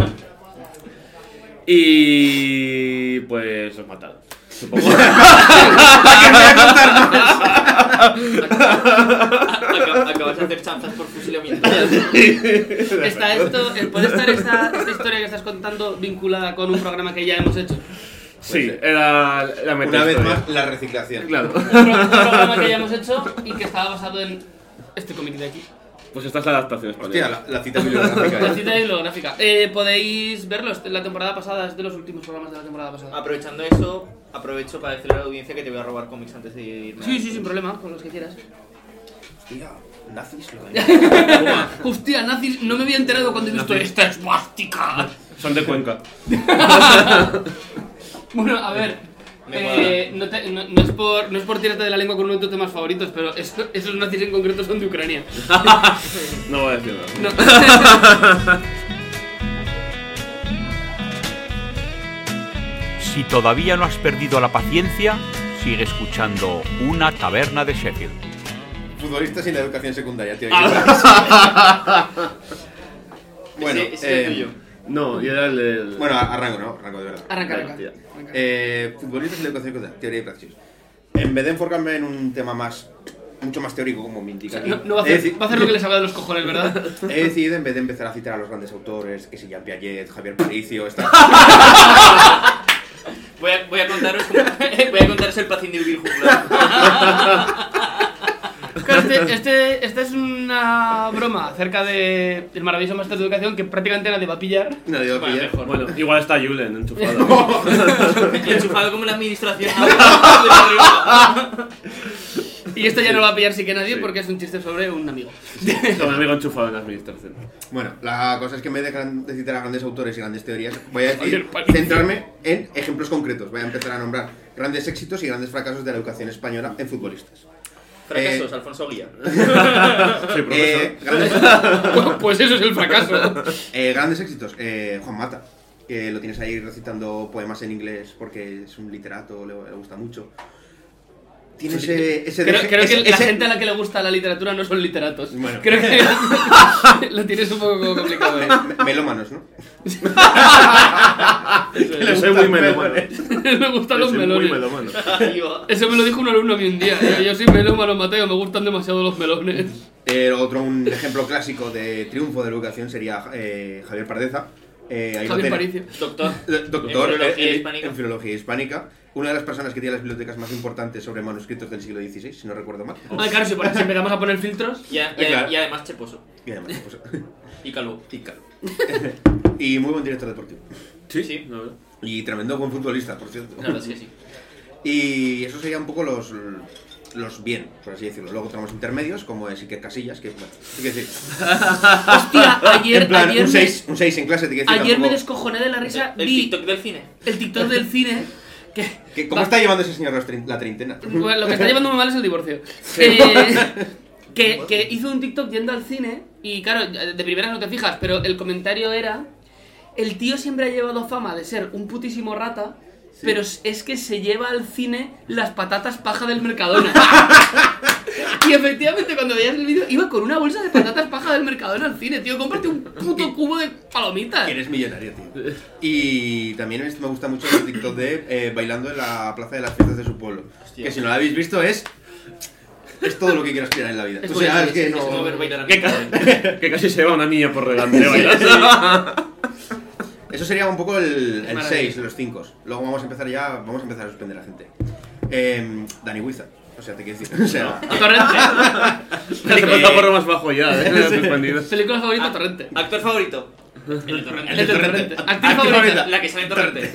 Speaker 4: y pues los mataron. Supongo.
Speaker 3: Acab- Acabas de hacer chanzas por fusilamiento.
Speaker 1: Está esto, eh, puede estar esta, esta historia que estás contando vinculada con un programa que ya hemos hecho.
Speaker 4: sí, era la meta.
Speaker 5: una vez
Speaker 4: historia.
Speaker 5: más, la reciclación.
Speaker 4: Claro.
Speaker 1: Un pro- un programa que ya hemos hecho y que estaba basado en este comité de aquí.
Speaker 4: Pues esta es la adaptación española.
Speaker 5: Hostia, la, la cita bibliográfica.
Speaker 1: La
Speaker 5: ¿eh?
Speaker 1: cita bibliográfica. Eh, podéis verlo, es de la temporada pasada, es de los últimos programas de la temporada pasada.
Speaker 3: Aprovechando eso, aprovecho para decirle a la audiencia que te voy a robar cómics antes de irme.
Speaker 1: Sí, sí, sin problema, con los que quieras.
Speaker 5: Hostia, nazis lo
Speaker 1: Hostia, nazis, no me había enterado cuando he visto esta esvástica.
Speaker 4: Son de Cuenca.
Speaker 1: Bueno, a ver.
Speaker 3: Me
Speaker 1: eh, no, te- no- no es por, no es por tirarte de la lengua con uno de tus temas favoritos, pero es- esos nazis en concreto son de Ucrania.
Speaker 4: No voy a decir nada.
Speaker 1: No.
Speaker 6: Si todavía no has perdido la paciencia, sigue escuchando Una taberna de Sheffield.
Speaker 5: Futbolistas sin la educación secundaria, tío.
Speaker 1: Ah.
Speaker 5: bueno,
Speaker 3: Ese- ese es el
Speaker 5: eh,
Speaker 3: tuyo.
Speaker 4: No, y era el. el-
Speaker 5: bueno, arranco, ¿no? Arranco de verdad.
Speaker 1: Arranca,
Speaker 4: Venga,
Speaker 1: arranca.
Speaker 4: tira.
Speaker 1: Arranca.
Speaker 5: Eh, futbolistas sin la educación secundaria, teoría y praxis. En vez de enfocarme en un tema más, mucho más teórico como me indica. aquí,
Speaker 1: No, no va, a
Speaker 5: he
Speaker 1: hacer,
Speaker 5: deci-
Speaker 1: va a hacer lo que le salga de los cojones, ¿verdad?
Speaker 5: He decidido, en vez de empezar a citar a los grandes autores, que si Jean Piaget, Javier Paricio, esta...
Speaker 3: Voy a, voy a contaros cómo- voy a contaros el pacín de vivir juglar.
Speaker 1: Claro, este, este- esta es una broma acerca de el maravilloso máster de educación que prácticamente nadie va a pillar.
Speaker 5: nadie lo
Speaker 3: Bueno,
Speaker 5: pilla.
Speaker 3: mejor.
Speaker 4: Bueno, igual está Julen enchufado.
Speaker 3: Enchufado como la administración. ahora.
Speaker 1: Y esto ya no lo va a pillar sí que nadie porque es un chiste sobre un amigo.
Speaker 4: Con un amigo enchufado en la administración.
Speaker 5: Bueno, la cosa es que en vez de gran- de citar a grandes autores y grandes teorías, voy a
Speaker 1: Javier
Speaker 5: decir,
Speaker 1: Paricio.
Speaker 5: centrarme en ejemplos concretos. Voy a empezar a nombrar grandes éxitos y grandes fracasos de la educación española en futbolistas.
Speaker 3: Fracasos, Alfonso Guía.
Speaker 4: Soy profesor.
Speaker 5: Eh, grandes,
Speaker 1: Bueno, pues eso es el fracaso.
Speaker 5: eh, grandes éxitos. Eh, Juan Mata, que lo tienes ahí recitando poemas en inglés porque es un literato, le, le gusta mucho. tiene ese, ese
Speaker 1: Creo,
Speaker 5: deje-
Speaker 1: creo que
Speaker 5: ese-
Speaker 1: la
Speaker 5: ese-
Speaker 1: gente a la que le gusta la literatura no son literatos.
Speaker 4: Bueno.
Speaker 1: Creo que lo tienes un poco complicado. ¿eh?
Speaker 5: me- Melómanos, ¿no?
Speaker 4: Yo soy muy melómano.
Speaker 1: me gustan los
Speaker 4: Soy muy
Speaker 1: melones.
Speaker 4: melómano.
Speaker 3: Ahí va.
Speaker 1: Eso me lo dijo un alumno a mí un día. eh. Yo, yo soy melómano, Mateo, me gustan demasiado los melones.
Speaker 5: Eh, otro un ejemplo clásico de triunfo de la educación sería eh, Javier Pardeza. Eh, ahí lo
Speaker 1: Javier
Speaker 5: tiene.
Speaker 1: Paricio.
Speaker 3: Doctor.
Speaker 5: Eh, Doctor
Speaker 3: En
Speaker 5: en
Speaker 3: filología
Speaker 5: en-
Speaker 3: hispánica.
Speaker 5: en filología hispánica, una de las personas que tiene las bibliotecas más importantes sobre manuscritos del siglo XVI, si no recuerdo mal.
Speaker 1: Ah, claro, si, pon- si empezamos a poner filtros.
Speaker 3: Y, a- y a-
Speaker 5: Claro.
Speaker 3: y además cheposo.
Speaker 5: Y además, pues,
Speaker 3: Y calvo.
Speaker 5: y claro. y muy buen director deportivo.
Speaker 3: Sí.
Speaker 4: la verdad.
Speaker 5: Y tremendo buen futbolista, por cierto.
Speaker 3: La verdad es que sí.
Speaker 5: Y eso sería un poco los los bien, por así decirlo. Luego tenemos intermedios, como es Iker Casillas, que bueno, hay que decir,
Speaker 1: Hostia, ayer,
Speaker 5: en plan,
Speaker 1: ayer,
Speaker 5: un
Speaker 1: me,
Speaker 5: 6 un seis en clase, te quiero decir,
Speaker 1: ayer me
Speaker 5: tampoco-
Speaker 1: descojoné de la risa.
Speaker 3: El
Speaker 1: Vi
Speaker 3: TikTok del cine.
Speaker 1: el TikTok del cine. Que,
Speaker 5: que- ¿Cómo está llevando ese señor los trin- la treintena?
Speaker 1: Bueno, lo que está llevando muy mal es el divorcio. Eh, que, que hizo un TikTok yendo al cine y claro, de primeras no te fijas, pero el comentario era, el tío siempre ha llevado fama de ser un putísimo rata, pero es que se lleva al cine las patatas paja del Mercadona. Y efectivamente cuando veías el vídeo iba con una bolsa de patatas paja del Mercadona al cine, tío, cómprate un puto cubo de palomitas.
Speaker 5: Eres millonario, tío. Y también este me gusta mucho el TikTok de eh, bailando en la plaza de las fiestas de su pueblo. Que si no la habéis visto es. Es todo lo que quieras tirar en la vida.
Speaker 1: Es
Speaker 5: o sea,
Speaker 1: buenísimo,
Speaker 5: es que
Speaker 1: es-
Speaker 5: no.
Speaker 1: es
Speaker 3: mover bailar a
Speaker 4: Que, ca- que casi se va una niña por delante. bailando.
Speaker 5: Eso sería un poco el
Speaker 1: Maravilla.
Speaker 5: 6, los 5. Luego vamos a empezar ya. Vamos a empezar a suspender a gente. Eh, Dani Huiza. O sea, te quiero decir. O sea,
Speaker 1: Torrente.
Speaker 4: Has empezado por lo más bajo ya, eh. suspendido.
Speaker 1: Película favorita, Torrente.
Speaker 3: Actor favorito. El de
Speaker 1: El de
Speaker 3: Torrente.
Speaker 1: Torrente. Actriz
Speaker 5: Actriz
Speaker 1: favorita.
Speaker 5: favorita.
Speaker 3: La que sale en Torrente.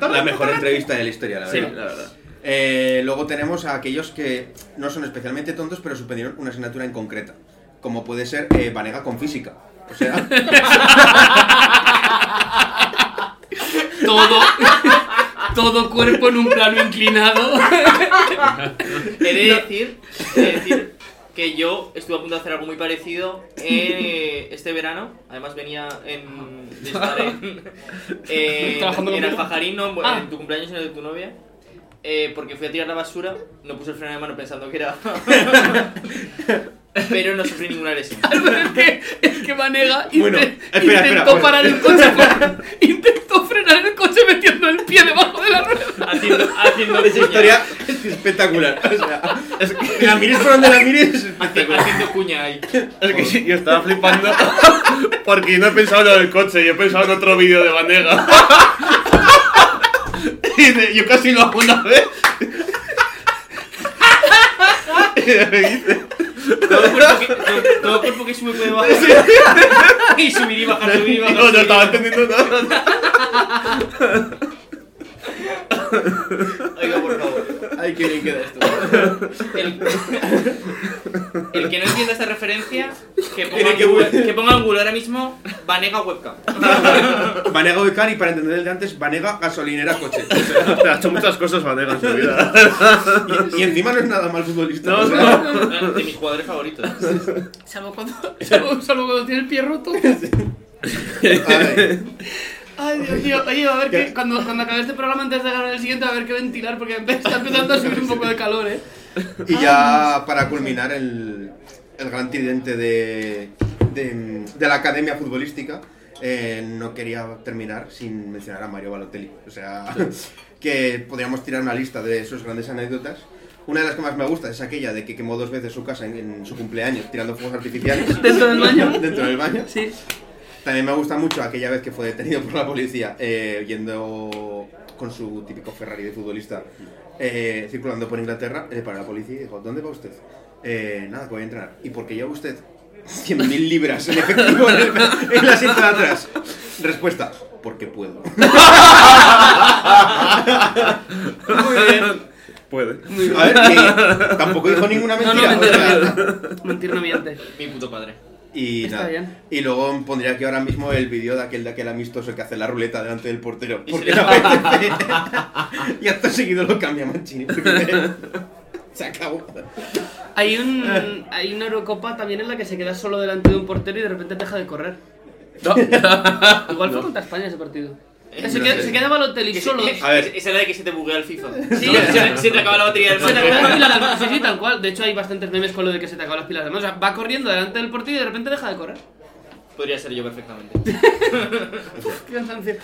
Speaker 5: la mejor entrevista de la historia, la
Speaker 4: Sí,
Speaker 5: verdad.
Speaker 4: la verdad.
Speaker 5: Eh, luego tenemos a aquellos que no son especialmente tontos, pero suspendieron una asignatura en concreta. Como puede ser eh, Vanega con física. O sea,
Speaker 1: todo, todo cuerpo en un plano inclinado.
Speaker 3: He de decir, he de decir que yo estuve a punto de hacer algo muy parecido eh, este verano. Además venía en, de estar en, eh,
Speaker 1: Trabajando
Speaker 3: en
Speaker 1: conmigo.
Speaker 3: Alfajarín, no, en
Speaker 1: Ah.
Speaker 3: tu cumpleaños y en el de tu novia. eh, porque fui a tirar la basura, no puse el freno de mano pensando que era... Pero no sufrí ninguna lesión.
Speaker 1: es, que, es que Vanega inte-
Speaker 5: Bueno, espera, espera,
Speaker 1: intentó
Speaker 5: bueno.
Speaker 1: parar el coche. fre- intentó frenar el coche metiendo el pie debajo de la rueda.
Speaker 3: Haciendo, haciendo
Speaker 5: esa
Speaker 3: señas,
Speaker 5: historia es espectacular. O sea, es que la mires por donde la mires, es
Speaker 3: haci-
Speaker 5: espectacular.
Speaker 3: haciendo cuña ahí.
Speaker 4: Es que sí, yo estaba flipando porque no he pensado en lo del coche, yo he pensado en otro vídeo de Vanega. Y de- yo casi lo hago una vez.
Speaker 3: Todo cuerpo que, todo, todo cuerpo que sube puede bajar. Y subir y bajar, subir y
Speaker 4: Digo,
Speaker 3: bajar.
Speaker 4: no,
Speaker 3: subir y
Speaker 4: estaba
Speaker 3: bajar.
Speaker 4: entendiendo nada.
Speaker 3: Oiga, por favor.
Speaker 5: Ay, qué bien queda esto.
Speaker 3: El, el que no entienda esta referencia, que ponga,
Speaker 5: Tiene
Speaker 3: en
Speaker 5: que
Speaker 3: Google,
Speaker 5: buscar.
Speaker 3: que ponga en Google ahora mismo Vanega Webcam.
Speaker 5: Vanega Becar y para entender el de antes, Vanega gasolinera coche.
Speaker 4: Te has hecho muchas cosas Vanega en su vida.
Speaker 5: Y encima no es nada mal futbolista.
Speaker 4: No,
Speaker 5: o sea,
Speaker 3: De mis jugadores favoritos.
Speaker 1: Salvo cuando, salvo, salvo cuando tiene el pie roto.
Speaker 5: ay,
Speaker 1: Ay, Dios mío. Oye, a ver que cuando, cuando acabe este programa, antes de grabar el siguiente, va a haber que ventilar porque empe- está empezando a subir un poco de calor, eh.
Speaker 5: Y ya para culminar el, el gran tridente de, de, de la academia futbolística, eh, no quería terminar sin mencionar a Mario Balotelli. O sea, que podríamos tirar una lista de sus grandes anécdotas. Una de las que más me gusta es aquella de que quemó dos veces su casa en, en su cumpleaños tirando fuegos artificiales.
Speaker 1: Dentro del baño.
Speaker 5: Dentro del baño.
Speaker 1: Sí.
Speaker 5: También me gusta mucho aquella vez que fue detenido por la policía eh, yendo con su típico Ferrari de futbolista eh, circulando por Inglaterra eh, para la policía y dijo, ¿dónde va usted? "Eh, nada, que voy a entrenar. ¿Y por qué lleva usted 100.000 libras en efectivo en el, en el asiento de atrás? Respuesta, porque puedo.
Speaker 4: Puede.
Speaker 5: A ver, que tampoco dijo ninguna
Speaker 1: No, no,
Speaker 5: mentira. o
Speaker 1: mentira,
Speaker 5: sea,
Speaker 1: mentira. Mentira, no miente.
Speaker 3: Mi puto padre.
Speaker 5: y,
Speaker 1: Está
Speaker 5: nada.
Speaker 1: bien.
Speaker 5: y luego pondría aquí ahora mismo el vídeo de aquel de aquel amistoso que hace la ruleta delante del portero.
Speaker 3: Y se
Speaker 5: Porque
Speaker 3: le-
Speaker 5: no apetece. y hasta seguido lo cambia Mancini. porque Se acabó.
Speaker 1: Hay, un, hay una Eurocopa también en la que se queda solo delante de un portero y de repente deja de correr. Igual fue contra España ese partido. Eh, Se queda, se queda Balotelli solo.
Speaker 3: eh.
Speaker 5: A ver.
Speaker 3: Esa era de que se te buguea el FIFA.
Speaker 1: Sí.
Speaker 3: se, se te acaba la batería del
Speaker 1: Se te acaban las
Speaker 3: móvil.
Speaker 1: pilas del sí, sí, tal cual. De hecho, hay bastantes memes con lo de que se te acaban las pilas del mano. O sea, va corriendo delante del portillo y de repente deja de correr.
Speaker 3: Podría ser yo perfectamente.
Speaker 1: Qué cansancio.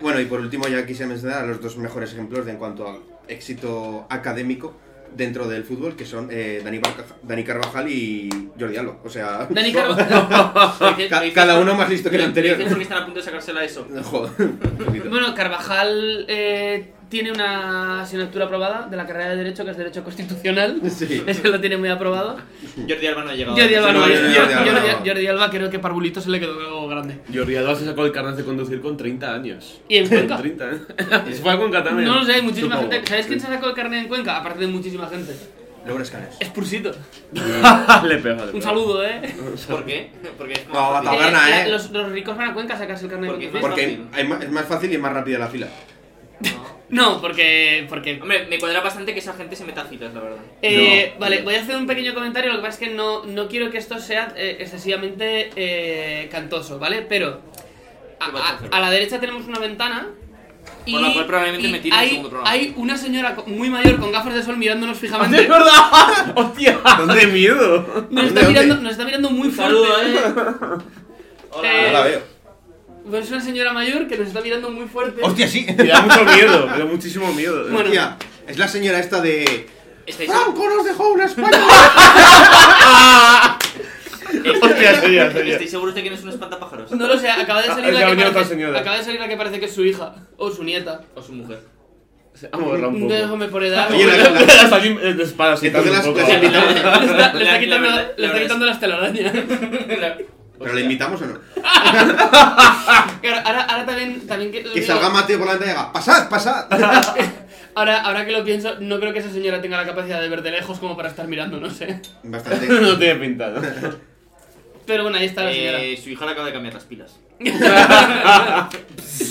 Speaker 5: Bueno, y por último ya quise mencionar a los dos mejores ejemplos de en cuanto a éxito académico dentro del fútbol, que son eh, Dani, Barca- Dani Carvajal y Jordi Alba. O sea,
Speaker 1: Dani Carvajal.
Speaker 3: Lo dices-
Speaker 5: Ah, ca-
Speaker 3: lo dices-
Speaker 5: cada uno más listo que el
Speaker 3: lo- lo
Speaker 5: anterior.
Speaker 3: dices porque están a punto de sacársela eso.
Speaker 5: Joder, un poquito.
Speaker 1: Bueno, Carvajal eh, tiene una asignatura aprobada de la carrera de Derecho, que es Derecho Constitucional.
Speaker 5: Sí.
Speaker 1: Ese lo tiene muy aprobado.
Speaker 3: Jordi Alba no ha llegado.
Speaker 1: Jordi Alba, no,
Speaker 5: Jordi
Speaker 1: Jordi,
Speaker 5: Alba no.
Speaker 1: Jordi- Jordi Alba creo que Parbulito se le quedó grande.
Speaker 4: Jordi Alba se sacó el carnet de conducir con 30 años.
Speaker 1: Y en Cuenca.
Speaker 4: Con 30, ¿eh? Se fue a Cuenca también.
Speaker 1: No lo sé, hay muchísima
Speaker 4: Supongo.
Speaker 1: gente. ¿Sabéis quién se sacó el carnet en Cuenca? Aparte de muchísima gente.
Speaker 5: Laura Escanes.
Speaker 1: Es Pursito.
Speaker 4: le pega, le pega.
Speaker 1: Un saludo, eh.
Speaker 3: ¿Por qué? Porque es
Speaker 5: No,
Speaker 3: más fácil.
Speaker 5: Taberna,
Speaker 1: Eh, la-
Speaker 5: eh.
Speaker 1: Los, los ricos van a Cuenca a sacarse el carnet de
Speaker 3: Porque-
Speaker 1: conducir.
Speaker 5: Porque
Speaker 3: fácil.
Speaker 5: hay ma- es más fácil y más rápida la fila.
Speaker 1: No, porque. porque
Speaker 3: Hombre, me cuadra bastante que esa gente se meta a citas, la verdad.
Speaker 1: eh, Vale, voy a hacer un pequeño comentario. Lo que pasa es que no, no quiero que esto sea eh, excesivamente eh, cantoso, ¿vale? Pero a,
Speaker 3: ¿Qué vas a
Speaker 1: a-
Speaker 3: hacer?
Speaker 1: a la derecha tenemos una ventana. Y,
Speaker 3: Con la cual probablemente
Speaker 1: y
Speaker 3: me tire en el
Speaker 1: hay,
Speaker 3: segundo programa.
Speaker 1: hay una señora co- muy mayor con gafas de sol mirándonos fijamente.
Speaker 4: ¡Es verdad! ¡Hostia! ¡Dónde miedo!
Speaker 1: Nos está,
Speaker 5: ¿Dónde?
Speaker 1: mirando, nos está mirando muy fuerte.
Speaker 3: Saludo, eh.
Speaker 1: Eh,
Speaker 3: Hola.
Speaker 5: No la veo.
Speaker 1: Pues es una señora mayor que nos está mirando muy fuerte.
Speaker 5: sí!
Speaker 4: Me da mucho miedo, me da muchísimo miedo. ¿eh?
Speaker 1: Bueno.
Speaker 5: Hostia, es la señora esta de...
Speaker 3: Estáis-
Speaker 5: ¡Franco nos dejó una España!
Speaker 4: Hostia, sería, sería.
Speaker 3: ¿Estáis seguros de que no es un espantapájaros?
Speaker 1: No lo sé, acaba de salir
Speaker 4: Ya
Speaker 1: la
Speaker 4: ha
Speaker 1: que
Speaker 4: venido otra
Speaker 1: parece,
Speaker 4: señora.
Speaker 1: acaba de salir la que parece que es su hija o su nieta.
Speaker 3: O su mujer.
Speaker 4: Vamos a verla un poco.
Speaker 1: Déjame por edad.
Speaker 5: Oye, la-
Speaker 4: Las aquí, eh, de espaldas y
Speaker 5: Entonces
Speaker 4: tal,
Speaker 5: las-
Speaker 4: un poco.
Speaker 5: las invitamos.
Speaker 1: Le está, le
Speaker 3: La-
Speaker 1: está
Speaker 3: la
Speaker 1: quitando,
Speaker 3: verdad-
Speaker 1: le
Speaker 3: la
Speaker 1: está
Speaker 3: verdad
Speaker 1: quitando las telarañas.
Speaker 5: ¿Pero la invitamos o no?
Speaker 1: Claro, ahora, ahora también, también que,
Speaker 5: Que salga Mateo por la ventana y diga ¡Pasad, pasad!
Speaker 1: ahora, ahora que lo pienso, no creo que esa señora tenga la capacidad de ver de lejos como para estar mirando, no sé.
Speaker 5: Bastante.
Speaker 4: No tiene pinta, ¿no?
Speaker 1: Pero bueno, ahí está la señora.
Speaker 3: Eh, su hija le acaba de cambiar las pilas.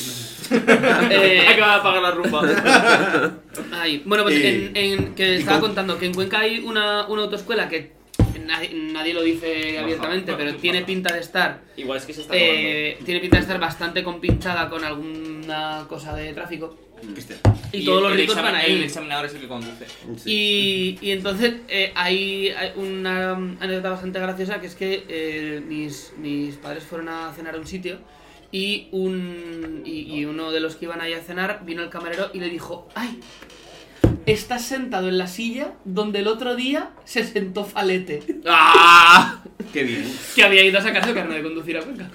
Speaker 1: Eh,
Speaker 3: Acaba de apagar la rumba.
Speaker 1: ay, bueno, pues
Speaker 5: Eh,
Speaker 1: en, en- que
Speaker 5: y
Speaker 1: estaba
Speaker 5: con-
Speaker 1: contando que en Cuenca hay una, una autoescuela que nadie, nadie lo dice abiertamente, pero tiene pinta de estar
Speaker 3: Igual es que se está
Speaker 1: Eh, tiene pinta de estar bastante compinchada con alguna cosa de tráfico.
Speaker 3: acabando.
Speaker 1: Y, todos
Speaker 3: el-
Speaker 1: los
Speaker 3: el
Speaker 1: ricos
Speaker 3: examen-
Speaker 1: van
Speaker 3: El
Speaker 1: ahí.
Speaker 3: examinador es el que conduce.
Speaker 1: Y, y entonces eh, hay, hay una um, anécdota bastante graciosa que es que eh, mis, mis padres fueron a cenar a un sitio y, un, y, y uno de los que iban ahí a cenar vino el camarero y le dijo, ¡ay! Estás sentado en la silla donde el otro día se sentó Falete,
Speaker 4: ¡Ah!
Speaker 5: ¡Qué bien!
Speaker 1: que había ido a sacar su carnet de conducir a Cuenca.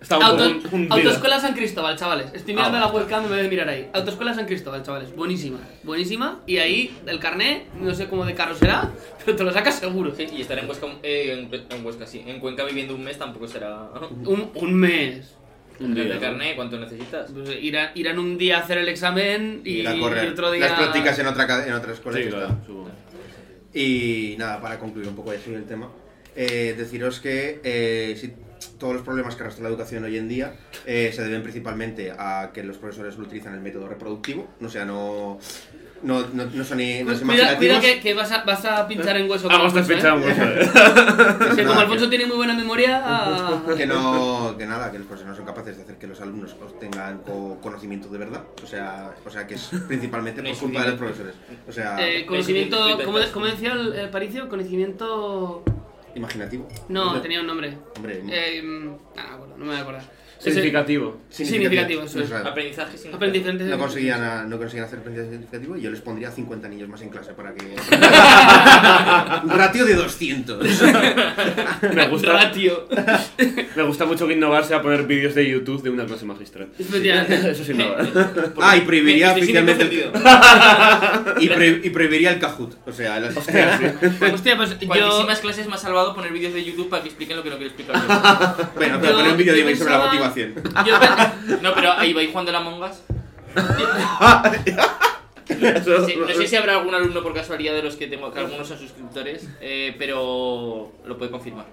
Speaker 4: Está un
Speaker 1: Auto-
Speaker 4: poco hundido.
Speaker 1: Autoescuela San Cristóbal, chavales. Estoy mirando
Speaker 4: Ah,
Speaker 1: la webcam y me voy a mirar ahí. Autoescuela San Cristóbal, chavales. Buenísima. Buenísima. Y ahí el carné, no sé cómo de carro será, pero te lo sacas seguro.
Speaker 3: Sí, y estar en Huesca, eh, en, en Huesca, sí. En Cuenca viviendo un mes tampoco será.
Speaker 1: Un, un mes.
Speaker 4: Un día,
Speaker 3: de
Speaker 4: ¿no?
Speaker 3: carné, ¿cuánto necesitas?
Speaker 1: Pues irán, irán un día a hacer el examen y,
Speaker 5: Ir a
Speaker 1: y
Speaker 5: correr.
Speaker 1: otro día.
Speaker 5: Las prácticas en otra, ca- en otra escuela.
Speaker 4: Sí,
Speaker 5: y ya
Speaker 4: claro,
Speaker 5: está.
Speaker 4: supongo.
Speaker 5: Y nada, para concluir un poco ya sobre el tema, eh, deciros que eh, si todos los problemas que arrastra la educación hoy en día eh, se deben principalmente a que los profesores no utilizan el método reproductivo, o sea, no, no, no, no son, i- no
Speaker 1: Cu-
Speaker 5: son
Speaker 1: Cuida, cuida
Speaker 5: imaginativos.
Speaker 1: que, que vas, a, vas a pinchar en hueso.
Speaker 4: Ah, vamos a
Speaker 1: Alfonso, ¿eh?
Speaker 4: fichar un hueso, ¿eh?
Speaker 5: Pues
Speaker 1: Que como
Speaker 5: nada,
Speaker 1: Alfonso tiene muy buena memoria. ah,
Speaker 5: que- que no, que nada, que los profesores no son capaces de hacer que los alumnos obtengan co- conocimiento de verdad, o sea, o sea que es principalmente por culpa de los profesores, o sea,
Speaker 1: eh, conocimiento.
Speaker 3: Conocimiento-
Speaker 1: ¿cómo, de- cómo decía el, el Paricio? Conocimiento.
Speaker 5: imaginativo.
Speaker 1: No, tenía un nombre.
Speaker 5: Hombre,
Speaker 1: Eh, mm, no me acuerdo, no me voy a acordar.
Speaker 4: Significativo.
Speaker 1: significativo, eso es.
Speaker 5: o sea,
Speaker 3: Aprendizaje sin.
Speaker 1: Aprendí diferentes-
Speaker 5: no conseguían, a- no conseguían hacer aprendizaje significativo y yo les pondría 50 anillos más en clase para que... Un ratio de 200.
Speaker 4: Me gusta,
Speaker 1: Ratio.
Speaker 4: me gusta mucho que innovarse a poner vídeos de YouTube de una clase magistral.
Speaker 1: Efectivamente.
Speaker 4: Eso sí ¿eh? innovar.
Speaker 5: ah, y prohibiría
Speaker 3: Estoy sintiendo
Speaker 5: oficialmente... el-
Speaker 3: ofendido.
Speaker 5: y, pro- y prohibiría el Kahoot. O sea, las...
Speaker 1: Hostia, pues yo.
Speaker 3: Cuantísimas clases me ha salvado poner vídeos de YouTube para que expliquen lo que no quiero explicar.
Speaker 5: bueno, pero
Speaker 1: Yo-
Speaker 5: poner un vídeo de
Speaker 1: yo
Speaker 5: Ibai sobre la
Speaker 1: pensaba-
Speaker 5: motivación.
Speaker 1: yo pe-
Speaker 3: yo. No, pero ahí vais jugando la mongas. No sé- no sé si habrá algún alumno por casualidad de los que tengo, que algunos son suscriptores, eh, pero lo puede confirmar.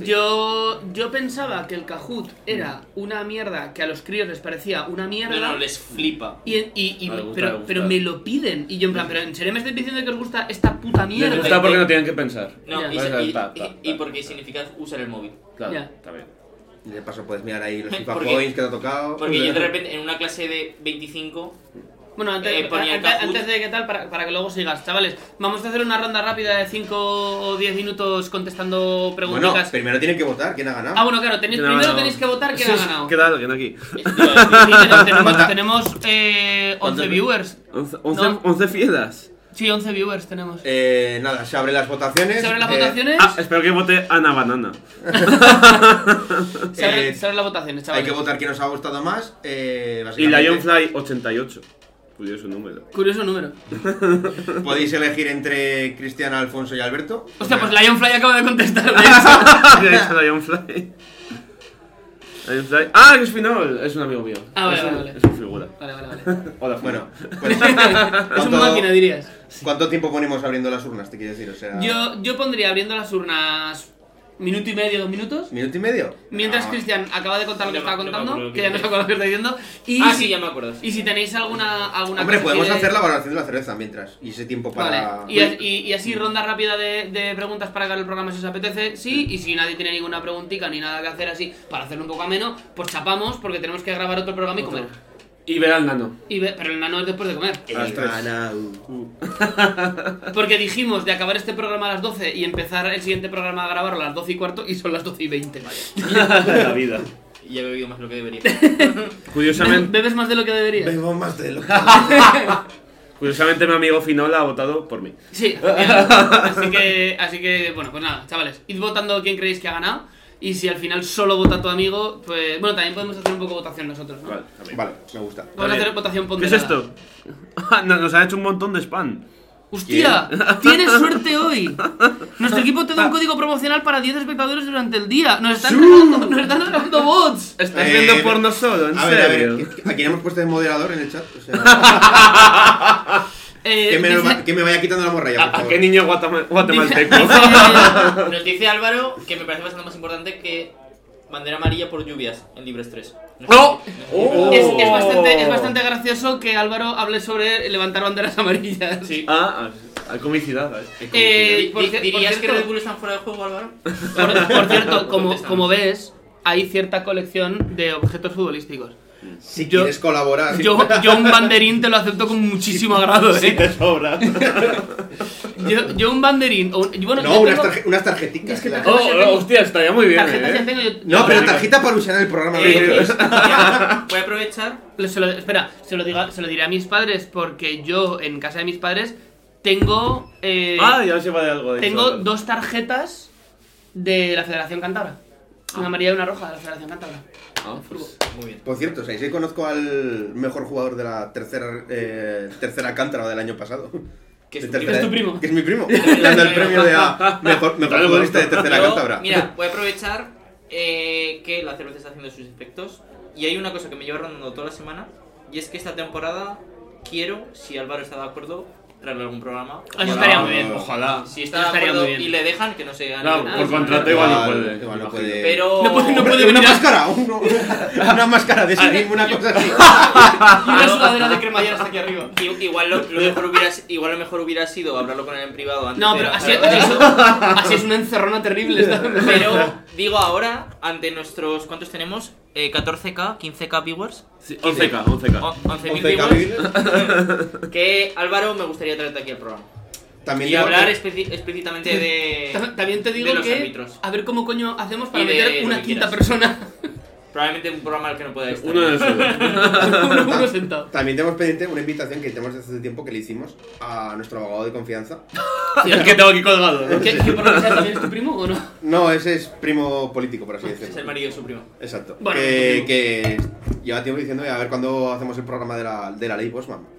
Speaker 1: yo, yo pensaba que el Kahoot era una mierda que a los críos les parecía una mierda.
Speaker 3: No, no, les flipa.
Speaker 1: Y, y- y-
Speaker 4: No, le gusta, le
Speaker 1: pero,
Speaker 4: gusta.
Speaker 1: pero me lo piden. Y yo, en plan, ¿pero en serio me estáis diciendo que os gusta esta puta
Speaker 4: Me
Speaker 1: mierda?
Speaker 4: gusta porque no tienen que pensar.
Speaker 3: No,
Speaker 1: Ya.
Speaker 3: y,
Speaker 4: Vale,
Speaker 3: y-
Speaker 4: ta, ta,
Speaker 3: y-
Speaker 4: ta,
Speaker 3: y
Speaker 4: ta,
Speaker 3: porque
Speaker 4: ta.
Speaker 3: significa usar el móvil.
Speaker 4: Claro,
Speaker 1: Ya.
Speaker 4: está bien.
Speaker 5: Y de paso puedes mirar ahí los
Speaker 3: Eh,
Speaker 5: FIFA
Speaker 3: porque-
Speaker 5: Points que te ha tocado.
Speaker 3: Porque yo de repente en una clase de 25
Speaker 1: Bueno, antes,
Speaker 3: Eh, ponía
Speaker 1: antes-
Speaker 3: Kahoot.
Speaker 1: antes de qué tal, para, para que luego sigas, chavales, vamos a hacer una ronda rápida de 5 o 10 minutos contestando
Speaker 5: Bueno,
Speaker 1: preguntitas.
Speaker 5: primero tienen que votar quién ha ganado.
Speaker 1: ah, bueno, claro, tenéis,
Speaker 4: ¿Quién ha
Speaker 1: primero
Speaker 4: ganado?
Speaker 1: tenéis que votar quién
Speaker 4: Sí,
Speaker 1: ha
Speaker 4: sí,
Speaker 1: ganado.
Speaker 4: ¿Qué tal? ¿Quién aquí?
Speaker 1: Tenemos- tenemos
Speaker 5: ¿Cuánta-
Speaker 1: tenemos eh, 11
Speaker 5: ¿Cuántas-
Speaker 1: viewers.
Speaker 4: 11,
Speaker 1: No.
Speaker 4: fiedas.
Speaker 1: Sí, 11 viewers tenemos.
Speaker 5: Eh, nada, se abren las votaciones.
Speaker 1: ¿Se abren las
Speaker 5: Eh,
Speaker 1: votaciones?
Speaker 4: Ah, espero que vote Ana Banana.
Speaker 1: se, abren,
Speaker 5: eh,
Speaker 1: se abren las votaciones,
Speaker 5: Hay
Speaker 1: chavales.
Speaker 5: que votar quién nos ha gustado más. Eh,
Speaker 4: Y
Speaker 5: básicamente,
Speaker 4: Lionfly 88. Curioso número.
Speaker 1: Curioso número.
Speaker 5: Podéis elegir entre Cristian, Alfonso y Alberto.
Speaker 1: Hostia, pues
Speaker 5: Hombre,
Speaker 1: Lionfly acaba de contestar. de hecho.
Speaker 4: ¿Qué ha dicho Lionfly? Lionfly. ¡Ah, que es Pinol! Es un amigo mío.
Speaker 1: Ah, vale,
Speaker 4: es, un,
Speaker 1: vale, vale.
Speaker 4: es un figura.
Speaker 1: vale, vale, vale.
Speaker 4: Hola, Fino.
Speaker 5: Bueno, pues,
Speaker 1: Es
Speaker 5: ¿cuánto,
Speaker 1: una máquina, dirías.
Speaker 5: cuánto tiempo ponemos abriendo las urnas? Te quiero decir, o sea.
Speaker 1: Yo, yo pondría abriendo las urnas minuto y medio, dos minutos.
Speaker 5: ¿Minuto y medio?
Speaker 1: Mientras
Speaker 5: No.
Speaker 1: Cristian acaba de contar lo que
Speaker 3: No me-
Speaker 1: estaba
Speaker 3: no me
Speaker 1: contando,
Speaker 3: acuerdo
Speaker 1: que
Speaker 3: qué
Speaker 1: ya no se acuerda lo que está diciendo. Y
Speaker 3: Ah,
Speaker 1: si,
Speaker 3: sí, ya me acuerdo, sí.
Speaker 1: Y si tenéis alguna, alguna
Speaker 5: Hombre,
Speaker 1: cosa
Speaker 5: podemos
Speaker 1: que-
Speaker 5: hacer la valoración de la cerveza mientras. Y ese tiempo para.
Speaker 1: Vale. Y, a- y- y así ronda rápida de, de preguntas para acabar el programa si os apetece, sí. Y si nadie tiene ninguna preguntita ni nada que hacer así, para hacerlo un poco ameno, pues chapamos porque tenemos que grabar otro programa y comer.
Speaker 4: Y ver al nano.
Speaker 1: Y ve- pero el nano es después de comer.
Speaker 5: El
Speaker 4: A las tres.
Speaker 5: ganado.
Speaker 1: Porque dijimos de acabar este programa a las 12 y empezar el siguiente programa a grabarlo a las 12 y cuarto y son las 12 y 20.
Speaker 4: la vida.
Speaker 3: y he bebido más lo que debería.
Speaker 1: Be-
Speaker 4: Curiosamente,
Speaker 1: ¿Bebes más de lo que deberías?
Speaker 5: Bebo más de lo que-
Speaker 4: curiosamente, mi amigo Finol ha votado por mí.
Speaker 1: Sí, así que, así que, bueno, pues nada, chavales, id votando quién creéis que ha ganado. Y si al final solo vota tu amigo, pues bueno, también podemos hacer un poco de votación nosotros, ¿no?
Speaker 4: Vale, también.
Speaker 5: Vale, me gusta.
Speaker 1: Vamos a
Speaker 4: Vale.
Speaker 1: hacer votación
Speaker 4: ¿Qué es
Speaker 1: ponderada.
Speaker 4: esto? Ah, Nos nos ha hecho un montón de spam.
Speaker 1: ¡Hostia! ¡Tienes suerte hoy! Nuestro equipo te da
Speaker 5: Ah.
Speaker 1: un código promocional para 10 espectadores durante el día. ¡Nos están regalando, nos están regalando bots!
Speaker 4: Estás
Speaker 5: Eh,
Speaker 4: viendo porno solo, en
Speaker 5: A ver, a
Speaker 4: serio.
Speaker 5: ver. ¿A quién hemos puesto de moderador en el chat? O sea,
Speaker 1: Eh,
Speaker 5: que, me lo
Speaker 1: dice-
Speaker 5: va- que me vaya quitando la morralla, por
Speaker 4: ¿A, a
Speaker 5: favor.
Speaker 4: qué niño guatama- guatemalteco?
Speaker 1: dice-
Speaker 3: Nos dice Álvaro que me parece bastante más importante que bandera amarilla por lluvias en Libres 3.
Speaker 1: ¡No!
Speaker 4: Oh.
Speaker 1: eh, Es, es bastante, es bastante gracioso que Álvaro hable sobre levantar banderas amarillas.
Speaker 3: Sí.
Speaker 4: Ah, ah, hay comicidad, ¿vale?
Speaker 1: Eh,
Speaker 3: Di-
Speaker 1: por ce-
Speaker 3: ¿Dirías
Speaker 1: por
Speaker 3: que
Speaker 1: cierto-
Speaker 3: Red Bull están fuera de juego, Álvaro?
Speaker 1: Por, por cierto, como,
Speaker 3: Contestamos.
Speaker 1: como ves, hay cierta colección de objetos futbolísticos.
Speaker 5: Si
Speaker 1: Yo-
Speaker 5: quieres colaborar.
Speaker 1: Yo, yo un banderín te lo acepto con muchísimo agrado,
Speaker 4: Si
Speaker 1: ¿eh?
Speaker 4: te sobra.
Speaker 1: Yo, yo un banderín... o un- bueno,
Speaker 5: No,
Speaker 1: yo
Speaker 5: unas,
Speaker 1: tengo-
Speaker 5: tarje- unas tarjeticas.
Speaker 1: Es que
Speaker 5: claro.
Speaker 4: Oh, oh, hostia, estaría muy bien,
Speaker 1: tarjetas ya
Speaker 4: ¿eh?
Speaker 1: tengo... yo-
Speaker 5: No, pero
Speaker 4: digo-
Speaker 5: tarjeta para usar en el programa.
Speaker 4: Eh,
Speaker 5: ¿no?
Speaker 4: eh,
Speaker 3: Voy a aprovechar.
Speaker 1: Se lo- espera, se lo, diga, se lo diré a mis padres porque yo en casa de mis padres tengo... eh,
Speaker 4: Ah, ya se va de algo de
Speaker 1: tengo
Speaker 4: eso.
Speaker 1: dos tarjetas de la Federación Cantabra. Una amarilla y una roja de la Federación Cantabra.
Speaker 4: Ah, pues,
Speaker 3: Muy bien.
Speaker 5: Por cierto, o sea, sí conozco al mejor jugador de la tercera eh, tercera cántara del año pasado.
Speaker 3: Que es
Speaker 5: De
Speaker 3: tu
Speaker 5: tercera-
Speaker 1: primo. Es tu primo.
Speaker 5: Que es mi primo. Dando el premio de a mejor, mejor
Speaker 4: Dale,
Speaker 5: futbolista de
Speaker 4: bueno.
Speaker 5: tercera
Speaker 3: Yo,
Speaker 5: cántabra.
Speaker 3: Mira, voy a aprovechar eh, que la cerveza está haciendo sus efectos. Y hay una cosa que me lleva rondando toda la semana. Y es que esta temporada quiero, si Álvaro está de acuerdo, traerle algún programa.
Speaker 1: Eso estaría muy bien.
Speaker 4: Ojalá.
Speaker 3: Si está de
Speaker 1: Estaría
Speaker 3: acuerdo
Speaker 1: muy bien.
Speaker 3: y le dejan, que no se gane
Speaker 4: Claro,
Speaker 3: nada.
Speaker 4: por contrato igual no puede.
Speaker 5: Igual no
Speaker 4: imagino.
Speaker 5: puede.
Speaker 3: Pero.
Speaker 1: No puede- no puede-
Speaker 5: Hombre,
Speaker 1: venir
Speaker 5: una
Speaker 1: a-
Speaker 5: máscara, un- una máscara de sí mismo, una cosa así.
Speaker 1: Y una sudadera de cremalleras aquí arriba.
Speaker 3: I- Igual lo, lo mejor hubiera, si- igual lo mejor hubiera sido hablarlo con él en privado antes
Speaker 1: No,
Speaker 3: de
Speaker 1: pero
Speaker 3: la-
Speaker 1: así, así es, así es una encerrona terrible. ¿sabes?
Speaker 3: Pero digo ahora, ante nuestros. ¿Cuántos tenemos? Eh, 14k, 15k viewers.
Speaker 4: Sí, 11K, 11K.
Speaker 3: o- 11.000
Speaker 5: Once
Speaker 3: viewers.
Speaker 5: cabiles.
Speaker 3: Que Álvaro me gustaría traerte aquí al programa.
Speaker 5: También
Speaker 3: Y
Speaker 5: digo
Speaker 3: hablar
Speaker 5: que-
Speaker 3: explici- explícitamente de.
Speaker 1: Ta- También te digo
Speaker 3: de los
Speaker 1: que
Speaker 3: árbitros.
Speaker 1: a ver cómo coño hacemos para
Speaker 3: Y de
Speaker 1: meter
Speaker 3: lo
Speaker 1: una
Speaker 3: que
Speaker 1: quinta
Speaker 3: quieras.
Speaker 1: persona
Speaker 3: Probablemente un programa al que no pueda estar.
Speaker 4: Uno de esos.
Speaker 1: uno, uno sentado.
Speaker 5: También tenemos pendiente una invitación que tenemos desde hace tiempo que le hicimos a nuestro abogado de confianza.
Speaker 4: El que tengo aquí colgado. ¿no?
Speaker 1: ¿Qué, qué por lo que sea, también es tu primo o no?
Speaker 5: No, ese es primo político, por así
Speaker 3: Es el
Speaker 5: decirlo.
Speaker 3: marido de su primo.
Speaker 5: Exacto.
Speaker 1: Bueno,
Speaker 5: que,
Speaker 1: tu primo.
Speaker 5: que lleva tiempo diciendo a ver cuándo hacemos el programa de la, de la ley Bosman.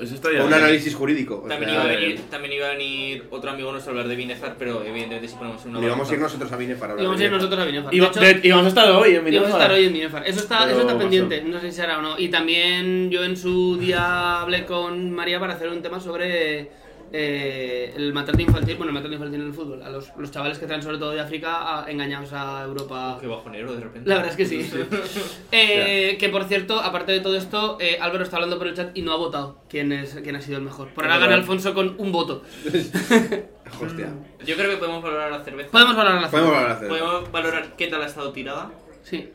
Speaker 4: Eso estaría
Speaker 5: O un
Speaker 4: bien.
Speaker 5: análisis jurídico. O
Speaker 3: También
Speaker 5: sea,
Speaker 3: iba, a
Speaker 4: eh.
Speaker 3: venir, también iba a venir otro amigo nuestro a hablar de Binezar, pero evidentemente si ponemos una.
Speaker 5: le vamos a ir
Speaker 3: balanza-
Speaker 5: nosotros a Vine para
Speaker 1: Y
Speaker 5: hablar.
Speaker 1: vamos a
Speaker 5: de
Speaker 1: ir nosotros a Binefar.
Speaker 4: Y, va-
Speaker 1: De hecho,
Speaker 4: de- y vamos a estar hoy en
Speaker 1: Y vamos a estar
Speaker 4: Minnesota.
Speaker 1: hoy en Binefar. Eso está, eso
Speaker 4: Pero
Speaker 1: está
Speaker 4: pasó.
Speaker 1: pendiente, no sé si será o no. Y también yo en su día hablé con María para hacer un tema sobre eh, el matar de infantil, bueno, el matar de infantil en el fútbol, a los, los chavales que traen sobre todo de África a- engañados a Europa.
Speaker 3: Oh, Qué bajonero de repente.
Speaker 1: La verdad es que sí. Eh, que por cierto, aparte de todo esto, eh, Álvaro está hablando por el chat y no ha votado quién, es, quién ha sido el mejor. Por ahora gana Alfonso con un voto.
Speaker 5: Hostia.
Speaker 3: Yo creo que podemos valorar la cerveza.
Speaker 1: Podemos valorar la
Speaker 5: Podemos hablar de hacer.
Speaker 3: Podemos valorar qué tal ha estado tirada.
Speaker 1: Sí,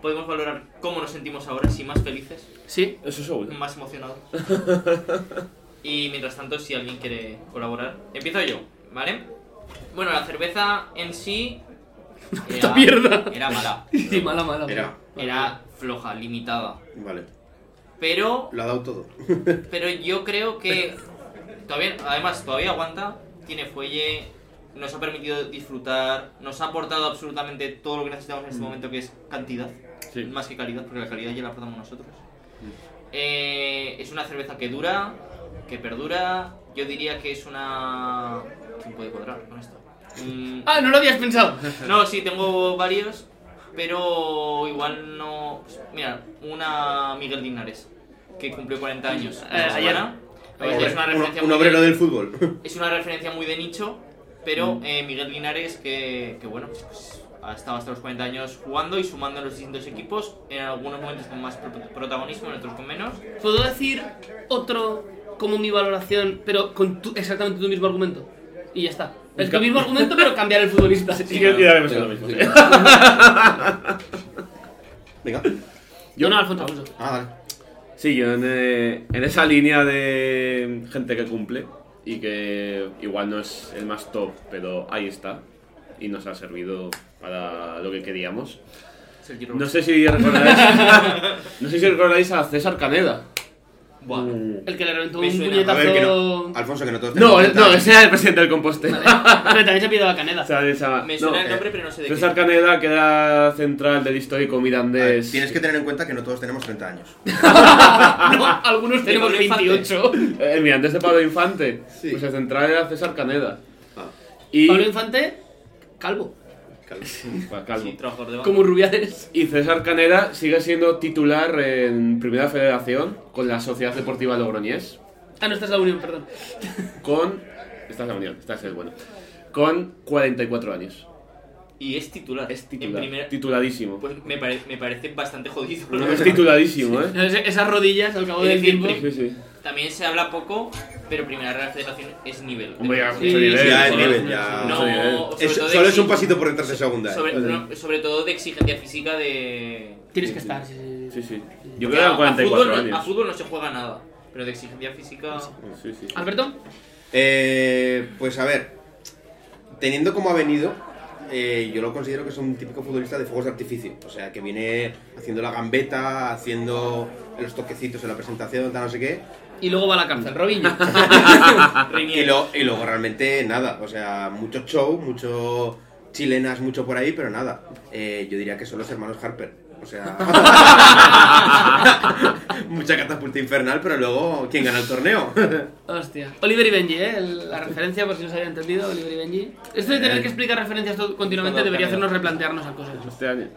Speaker 3: Podemos valorar cómo nos sentimos ahora, si más felices,
Speaker 1: sí.
Speaker 4: Eso seguro.
Speaker 3: más emocionados. y mientras tanto, si alguien quiere colaborar, empiezo yo, ¿vale? Bueno, la cerveza en sí.
Speaker 1: Puta mierda.
Speaker 3: Era mala.
Speaker 1: Sí, mala, mala.
Speaker 5: Era.
Speaker 3: Era floja, limitada.
Speaker 5: Vale.
Speaker 3: Pero,
Speaker 5: Lo ha dado todo.
Speaker 3: pero yo creo que. Todavía, además, todavía aguanta, tiene fuelle, nos ha permitido disfrutar, nos ha aportado absolutamente todo lo que necesitamos en este momento, que es cantidad.
Speaker 4: Sí.
Speaker 3: más que calidad, porque la calidad ya la aportamos nosotros. Eh, es una cerveza que dura, que perdura. Yo diría que es una. ¿Quién puede cuadrar con esto? Mm,
Speaker 1: Ah, no lo habías pensado.
Speaker 3: no, sí, tengo varios, pero igual no. Mira, una Miguel Dignares, que cumplió 40 años. esta
Speaker 1: Eh, ayer.
Speaker 3: semana. Pues Es una
Speaker 5: Un-
Speaker 3: referencia
Speaker 5: un
Speaker 3: muy
Speaker 5: obrero
Speaker 3: de-
Speaker 5: del fútbol.
Speaker 3: es una referencia muy de nicho, pero
Speaker 4: Mm.
Speaker 3: eh, Miguel Linares, que, que bueno, pues, ha estado hasta los 40 años jugando y sumando en los distintos equipos, en algunos momentos con más pro- protagonismo, en otros con menos.
Speaker 1: ¿Puedo decir otro como mi valoración, pero con tu- exactamente tu mismo argumento? Y ya está. Es tu mismo argumento, pero cambiar el futbolista.
Speaker 4: Sí, que ya vemos lo mismo.
Speaker 5: Venga.
Speaker 1: Yo no, Alfonso Alfonso.
Speaker 5: Ah, vale.
Speaker 4: Sí, yo en, eh, en esa línea de gente que cumple y que igual no es el más top, pero ahí está y nos ha servido para lo que queríamos.
Speaker 3: Sergio
Speaker 4: No
Speaker 3: Roberto.
Speaker 4: sé si recordáis, no sé si recordáis a César Caneda.
Speaker 3: Buah.
Speaker 4: Mm.
Speaker 1: El que le reventó
Speaker 3: Me
Speaker 1: un
Speaker 3: suena.
Speaker 5: A
Speaker 1: puñetazo.
Speaker 5: ver, que no. Alfonso, que no todos
Speaker 4: No,
Speaker 5: tenemos
Speaker 4: no,
Speaker 5: cuenta.
Speaker 4: ese era el presidente del Compostela.
Speaker 1: Pero también se ha pillado la canela.
Speaker 4: O sea, de esa-
Speaker 3: Me
Speaker 4: no,
Speaker 3: suena el
Speaker 5: eh,
Speaker 3: nombre, pero no sé de qué.
Speaker 4: César Caneda que era central del histórico
Speaker 5: A ver,
Speaker 4: mirandés.
Speaker 3: Ah,
Speaker 5: Tienes que tener en cuenta que no todos tenemos 30 años.
Speaker 1: No, algunos tenemos
Speaker 3: Pablo Infante.
Speaker 1: 28.
Speaker 4: Eh, el mirandés de Pablo Infante.
Speaker 5: Sí.
Speaker 4: Pues el central era César Caneda.
Speaker 5: Ah,
Speaker 4: Y
Speaker 1: Pablo Infante, calvo.
Speaker 5: calma.
Speaker 4: Bueno, calvo.
Speaker 3: Sí, trabajador de banca.
Speaker 1: Como Rubiales.
Speaker 4: Y César Caneda sigue siendo titular en Primera Federación con la Sociedad Deportiva Logroñés.
Speaker 1: Ah, no, esta es la unión, perdón.
Speaker 4: Con. Esta es la unión, esta es el bueno. Con 44 años.
Speaker 3: Y es titular.
Speaker 4: Es titular.
Speaker 3: En primera-
Speaker 4: Tituladísimo.
Speaker 3: Pues me, pare- me parece bastante jodido.
Speaker 4: No, es tituladísimo, ¿eh?
Speaker 1: Es- Esas rodillas al cabo
Speaker 3: Es
Speaker 1: del
Speaker 3: decir,
Speaker 1: tiempo.
Speaker 4: Sí, sí.
Speaker 3: También se habla poco, pero Primera Real Federación es nivel.
Speaker 4: Hombre, ya,
Speaker 1: Sí,
Speaker 4: mucho nivel.
Speaker 5: ya, el
Speaker 4: joder.
Speaker 5: nivel, ya.
Speaker 3: No, eh.
Speaker 4: Mucho nivel.
Speaker 3: sobre
Speaker 5: Es-
Speaker 3: todo de
Speaker 5: solo es un
Speaker 3: exig-
Speaker 5: pasito por detrás de segunda. eh.
Speaker 3: Sobre,
Speaker 4: Vale.
Speaker 3: no, sobre todo de exigencia física de.
Speaker 1: Tienes que estar. sí, sí, sí.
Speaker 4: Sí, sí.
Speaker 3: Porque
Speaker 4: Yo creo que
Speaker 3: a-
Speaker 4: eran
Speaker 3: a
Speaker 4: 44
Speaker 3: fútbol no- A
Speaker 4: años.
Speaker 3: fútbol no se juega nada, pero de exigencia física.
Speaker 4: Sí, sí.
Speaker 1: Alberto,
Speaker 5: Eh, pues a ver, teniendo como ha venido, eh, yo lo considero que es un típico futbolista de fuegos de artificio. O sea, que viene haciendo la gambeta, haciendo los toquecitos en la presentación, tal, no sé qué.
Speaker 1: y luego va a la cárcel. Robinho.
Speaker 5: Ah, Y, lo- y luego realmente nada. O sea, mucho show, mucho chilenas, mucho por ahí, pero nada. Eh, yo diría que son los hermanos Harper. O sea, mucha catapulta infernal, pero luego, ¿quién gana el torneo?
Speaker 1: Hostia. Oliver y Benji, ¿eh? El- La referencia, por si no se había entendido, Oliver y Benji. Esto de
Speaker 3: Eh,
Speaker 1: tener que explicar referencias todo- continuamente
Speaker 3: Todo
Speaker 1: debería
Speaker 3: cambiado.
Speaker 1: hacernos replantearnos a cosas.
Speaker 4: Este año.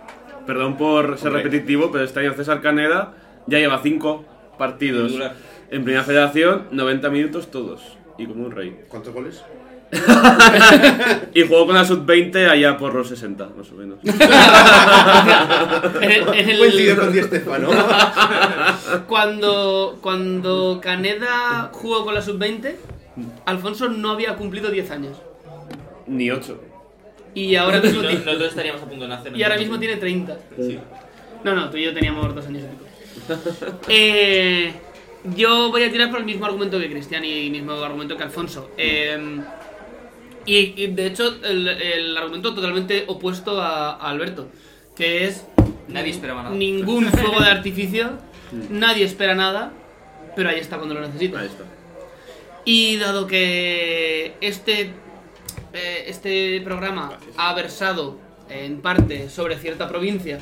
Speaker 4: Perdón por ser
Speaker 5: Hombre.
Speaker 4: repetitivo, pero este año César Caneda ya lleva 5 partidos
Speaker 3: Titular.
Speaker 4: en Primera Federación, 90 minutos todos. Y como un rey.
Speaker 5: ¿Cuántos goles?
Speaker 4: Y jugó con la sub-20 allá por los 60, más o menos.
Speaker 1: En el- en el-
Speaker 5: Coincidió con Di Stefano.
Speaker 1: cuando, cuando Caneda jugó con la sub-20,
Speaker 3: Mm.
Speaker 1: Alfonso no había cumplido 10 años.
Speaker 4: Ni 8.
Speaker 1: Y ahora mismo,
Speaker 3: No-
Speaker 1: ti-
Speaker 3: Nosotros estaríamos a punto de nacer.
Speaker 1: y ahora mismo tiene 30.
Speaker 3: Sí.
Speaker 1: No, no, tú y yo teníamos dos años y pico. Eh, yo voy a tirar por el mismo argumento que Cristian y el mismo argumento que Alfonso. Eh, y, y, de hecho, el, el argumento totalmente opuesto a, a Alberto, que es
Speaker 3: Nadie esperaba nada.
Speaker 1: ningún fuego de artificio, nadie espera nada, pero ahí está cuando lo necesita.
Speaker 4: Ahí está.
Speaker 1: Y dado que este, eh, este programa ha versado en parte sobre cierta provincia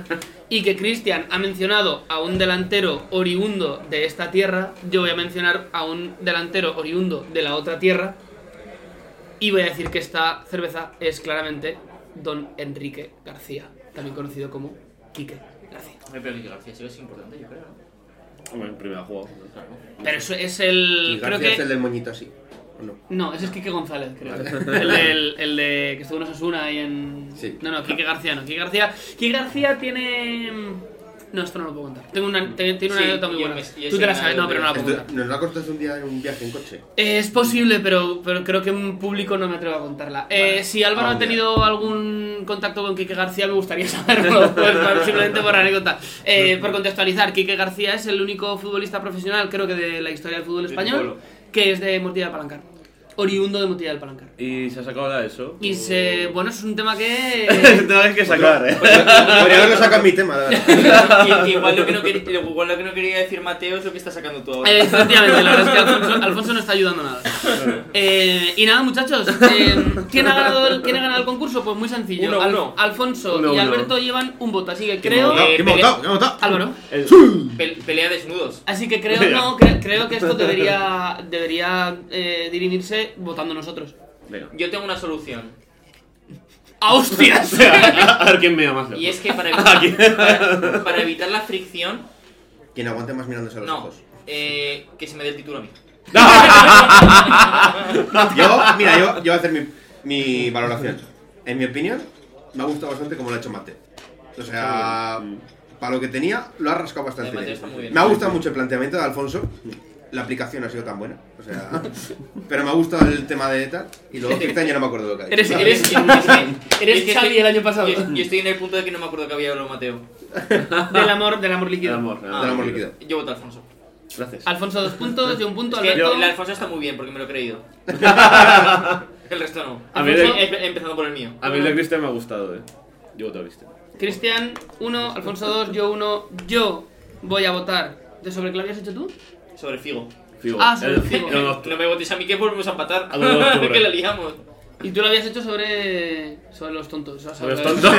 Speaker 1: y que Cristian ha mencionado a un delantero oriundo de esta tierra, yo voy a mencionar a un delantero oriundo de la otra tierra y voy a decir que esta cerveza es claramente Don Enrique García, también conocido como Quique García.
Speaker 3: Hombre, pero Enrique García sí que es importante, yo creo. ¿no?
Speaker 4: Hombre, en primera jugada.
Speaker 1: Pero eso es el...
Speaker 5: Y
Speaker 1: creo
Speaker 5: García
Speaker 1: que
Speaker 5: es el del moñito así. ¿O no?
Speaker 1: No, ese es Quique González, creo. El, del- el de que estuvo en Osasuna ahí en.
Speaker 7: Sí.
Speaker 1: No, no, Quique García, no. Quique García. Quique García tiene. No, esto no lo puedo contar. Tengo una, te- tiene una
Speaker 3: Sí,
Speaker 1: anécdota muy
Speaker 3: yo
Speaker 1: buena.
Speaker 3: me- yo
Speaker 1: Tú
Speaker 3: sé
Speaker 1: te la
Speaker 3: una
Speaker 1: sabes, no,
Speaker 3: de-
Speaker 1: pero no la puedo
Speaker 5: Esto-
Speaker 1: contar.
Speaker 5: ¿Nos la contaste un día en un viaje en coche?
Speaker 1: Eh, Es posible, pero, pero creo que en público no me atrevo a contarla. Eh, si Álvaro
Speaker 5: Ah,
Speaker 1: ha
Speaker 5: bien.
Speaker 1: tenido algún contacto con Quique García, me gustaría saberlo, pues, para- simplemente por anécdota. Eh, por contextualizar, Quique García es el único futbolista profesional, creo que de la historia del fútbol
Speaker 3: Del
Speaker 1: español,
Speaker 3: pueblo.
Speaker 1: que es de Murcia del Palancar. Oriundo de Murcia del Palancar.
Speaker 4: ¿Y se ha sacado la de eso?
Speaker 1: Y se, bueno, es un tema que...
Speaker 4: Tienes que sacar, eh.
Speaker 5: Podría haberlo sacado en mi tema, la verdad.
Speaker 3: Y- y igual, lo que no quer- igual lo que no quería decir Mateo es lo que está sacando tú ahora.
Speaker 1: Eh, Efectivamente, la verdad es que Alfonso, Alfonso no está ayudando nada. Eh, y nada, muchachos, eh, ¿quién, ha ganado el, quién ha ganado el concurso? Pues muy sencillo.
Speaker 3: Uno,
Speaker 1: Al-
Speaker 3: uno.
Speaker 1: Alfonso
Speaker 4: Uno,
Speaker 1: y
Speaker 4: uno.
Speaker 1: Alberto llevan un voto, así que creo.
Speaker 3: Eh,
Speaker 5: ¿Qué hemos
Speaker 3: pelea-
Speaker 5: votado? ¿Qué hemos votado?
Speaker 1: Álvaro.
Speaker 4: El-
Speaker 3: Pel- pelea desnudos.
Speaker 1: Así que creo, no, cre- creo que esto debería, debería eh, dirimirse votando nosotros.
Speaker 4: Venga.
Speaker 3: Yo tengo una solución.
Speaker 1: ¡A hostias!
Speaker 4: A ver quién me llama más.
Speaker 3: Y es que para evitar, para, para evitar la fricción,
Speaker 5: Quien aguante más mirándose a los
Speaker 3: no,
Speaker 5: ojos.
Speaker 3: eh, que se me dé el título a mí.
Speaker 5: Yo, mira, yo, yo voy a hacer mi, mi valoración. En mi opinión, me ha gustado bastante como lo ha hecho Mate. O sea, Mm. para lo que tenía, lo ha rascado bastante
Speaker 3: Mateo
Speaker 5: bien.
Speaker 3: está muy bien.
Speaker 5: Me ha gustado mucho el planteamiento de Alfonso. La aplicación ha sido tan buena. O sea, pero me ha gustado el tema de tal. Y luego Cristian ya no me acuerdo lo que ha dicho.
Speaker 1: Eres- eres-
Speaker 3: Es que-
Speaker 1: Eres
Speaker 3: es que
Speaker 1: Xavi
Speaker 3: estoy-
Speaker 1: el año pasado.
Speaker 3: Yo, yo estoy en el punto de que no me acuerdo que había hablado Mateo.
Speaker 1: Del amor, del amor líquido.
Speaker 4: amor, el
Speaker 5: Del amor líquido.
Speaker 3: Yo voto a Alfonso.
Speaker 4: Gracias.
Speaker 1: Alfonso dos puntos, yo un punto,
Speaker 3: Es que
Speaker 1: Alberto.
Speaker 3: el Alfonso está muy bien porque me lo he creído. el resto no.
Speaker 4: A mí
Speaker 1: Alfonso-
Speaker 4: de-
Speaker 3: Empe- Empezando por el mío.
Speaker 4: A mí el de Cristian me ha gustado, eh. Yo voto a Cristian.
Speaker 1: Cristian 1, Alfonso 2, yo 1, yo voy a votar. ¿De sobre qué lo habías hecho tú?
Speaker 3: Sobre Figo.
Speaker 4: Figo.
Speaker 1: Ah, sí,
Speaker 4: El-
Speaker 1: Figo.
Speaker 4: no, no,
Speaker 3: No me votéis a mí que volvemos a empatar.
Speaker 4: A lo de octubre.
Speaker 3: que la liamos.
Speaker 1: Y tú lo habías hecho sobre. sobre los tontos. o sea,
Speaker 4: ¿Sabes
Speaker 1: sobre-
Speaker 4: tonto?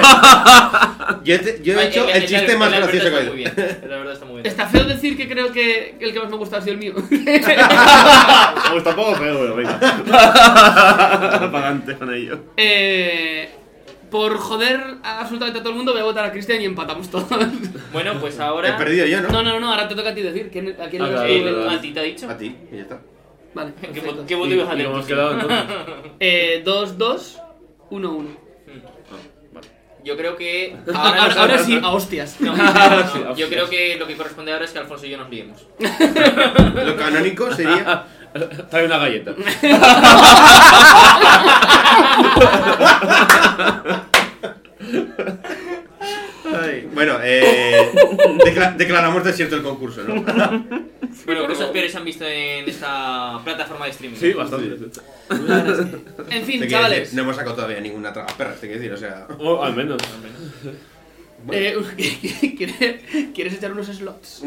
Speaker 5: Yo, he te- yo he hecho el chiste más
Speaker 3: Alberto
Speaker 5: gracioso
Speaker 3: está
Speaker 5: que ha
Speaker 3: muy
Speaker 5: ido.
Speaker 3: bien. La verdad está muy bien.
Speaker 1: Está feo decir que creo que el que más me gusta ha sido el mío.
Speaker 4: Pues tampoco feo, pero venga. Para adelante con ello.
Speaker 1: Eh, por joder a absolutamente a todo el mundo, voy a votar a Cristian y empatamos todos.
Speaker 3: Bueno, pues
Speaker 5: He
Speaker 3: ahora.
Speaker 5: perdido yo, ¿no?
Speaker 1: No, no, no, ahora te toca a ti decir. ¿quién- ¿A quién
Speaker 4: Ah,
Speaker 1: le vas a
Speaker 4: claro,
Speaker 3: Eh,
Speaker 4: claro.
Speaker 1: votar?
Speaker 3: ¿A ti te ha dicho?
Speaker 5: A ti, y ya está.
Speaker 1: Vale,
Speaker 3: ¿Qué, vo-
Speaker 1: perfecto.
Speaker 3: qué
Speaker 4: ¿Y,
Speaker 3: voto
Speaker 4: y
Speaker 3: ibas a
Speaker 4: cómo
Speaker 3: tener?
Speaker 4: hemos quedado entonces?
Speaker 1: Eh, 2, 2, 1, 1.
Speaker 4: Ah, vale.
Speaker 3: Yo creo que.
Speaker 1: Ahora,
Speaker 3: nos-
Speaker 1: ahora sí, a hostias.
Speaker 3: No, no, no.
Speaker 4: hostias.
Speaker 3: Yo creo que lo que corresponde ahora es que Alfonso y yo nos liemos.
Speaker 5: Lo canónico sería.
Speaker 4: Trae una galleta.
Speaker 5: Bueno, eh, decla- declaramos desierto el concurso, ¿no?
Speaker 3: Bueno, cosas peores se han visto en esta plataforma de streaming.
Speaker 4: Sí, bastante.
Speaker 1: En
Speaker 5: Te
Speaker 1: fin,
Speaker 5: quiero
Speaker 1: chavales.
Speaker 5: decir, no hemos sacado todavía ninguna traga perra, te quiero decir, o sea.
Speaker 4: O al menos.
Speaker 1: Eh, ¿quiere- ¿Quieres echar unos slots?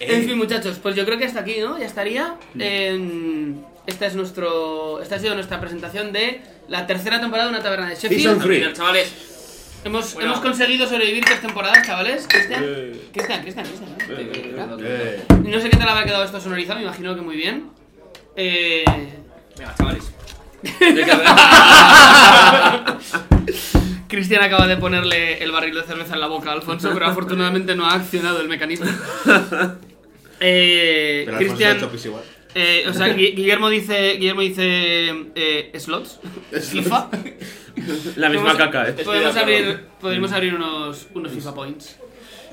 Speaker 1: en fin, muchachos, pues yo creo que hasta aquí, ¿no? Ya estaría. Eh, esta es nuestro. Esta ha sido nuestra presentación de la tercera temporada de una taberna de
Speaker 5: Season
Speaker 1: Sheffield.
Speaker 5: three.
Speaker 3: Pues Mira, chavales,
Speaker 1: Hemos,
Speaker 3: Bueno.
Speaker 1: hemos conseguido sobrevivir tres temporadas, chavales. Cristian,
Speaker 4: Eh.
Speaker 1: Cristian, Cristian, Cristian, ¿no?
Speaker 4: Eh.
Speaker 5: Eh,
Speaker 1: No sé qué tal habrá quedado esto sonorizado, me imagino que muy bien. Eh,
Speaker 3: venga, chavales.
Speaker 1: Cristian acaba de ponerle el barril de cerveza en la boca a Alfonso, pero afortunadamente no ha accionado el mecanismo. Eh,
Speaker 5: pero Alfonso
Speaker 1: Cristian,
Speaker 5: lo ha hecho pis igual.
Speaker 1: Eh, o sea, Gui- Guillermo dice, Guillermo dice eh, slots, FIFA.
Speaker 4: La misma
Speaker 1: Podemos-
Speaker 4: caca, eh.
Speaker 1: Podemos
Speaker 3: Estoy de
Speaker 1: abrir,
Speaker 3: acuerdo.
Speaker 1: podemos abrir unos, unos FIFA points.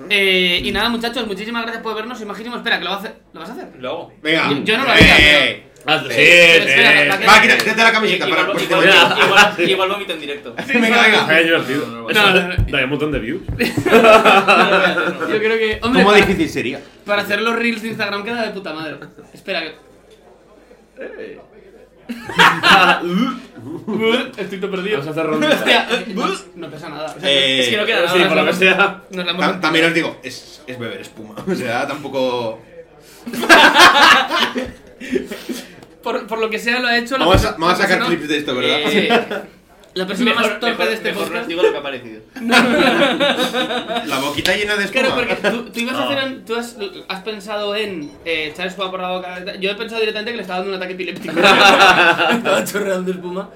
Speaker 1: Eh, y nada, muchachos, muchísimas gracias por vernos. Imagínimo, espera, que lo, va a hacer- ¿lo vas a hacer.
Speaker 3: Lo hago.
Speaker 5: Venga.
Speaker 1: Yo- yo no lo haría,
Speaker 5: Eh,
Speaker 4: Hazlo. Ah,
Speaker 1: Pero Ah,
Speaker 4: Sí,
Speaker 1: Eh, espera,
Speaker 4: sí.
Speaker 1: la-
Speaker 5: Va, quita- quítate la camiseta
Speaker 3: igual,
Speaker 5: para. por si te
Speaker 3: igual-
Speaker 5: motiva.
Speaker 3: igual- igual vomito en directo.
Speaker 5: Venga, venga.
Speaker 4: Qué divertido.
Speaker 3: No,
Speaker 4: Eso
Speaker 1: no, no.
Speaker 4: Daría un montón de views.
Speaker 1: Yo creo que. Hombre,
Speaker 5: ¿Cómo
Speaker 1: para,
Speaker 5: difícil sería?
Speaker 1: para hacer los reels de Instagram queda de puta madre. Espera, que.
Speaker 4: Eh.
Speaker 1: Estoy todo perdido.
Speaker 4: Vamos a hacer rondas.
Speaker 1: Hostia, no, no pesa nada. O sea,
Speaker 5: Eh,
Speaker 1: es que no queda nada.
Speaker 4: Sí, por lo que sea.
Speaker 1: Nos la hemos-
Speaker 5: Tam- También os digo, es, es beber espuma. O sea, tampoco.
Speaker 1: por, por lo que sea, lo ha hecho. la
Speaker 5: Vamos a,
Speaker 1: persona-
Speaker 5: vamos a
Speaker 1: la
Speaker 5: sacar
Speaker 1: persona-
Speaker 5: clips de esto, ¿verdad?
Speaker 3: Eh,
Speaker 1: La persona más torpe
Speaker 3: mejor-
Speaker 1: de este
Speaker 3: mejor no os
Speaker 1: podcast.
Speaker 3: digo lo que ha parecido.
Speaker 5: La boquita llena de espuma.
Speaker 1: Claro, porque tú, tú ibas a hacer. en- tú has, has pensado en eh, echar espuma por la boca. Yo he pensado directamente que le estaba dando un ataque epiléptico. Estaba chorreando espuma.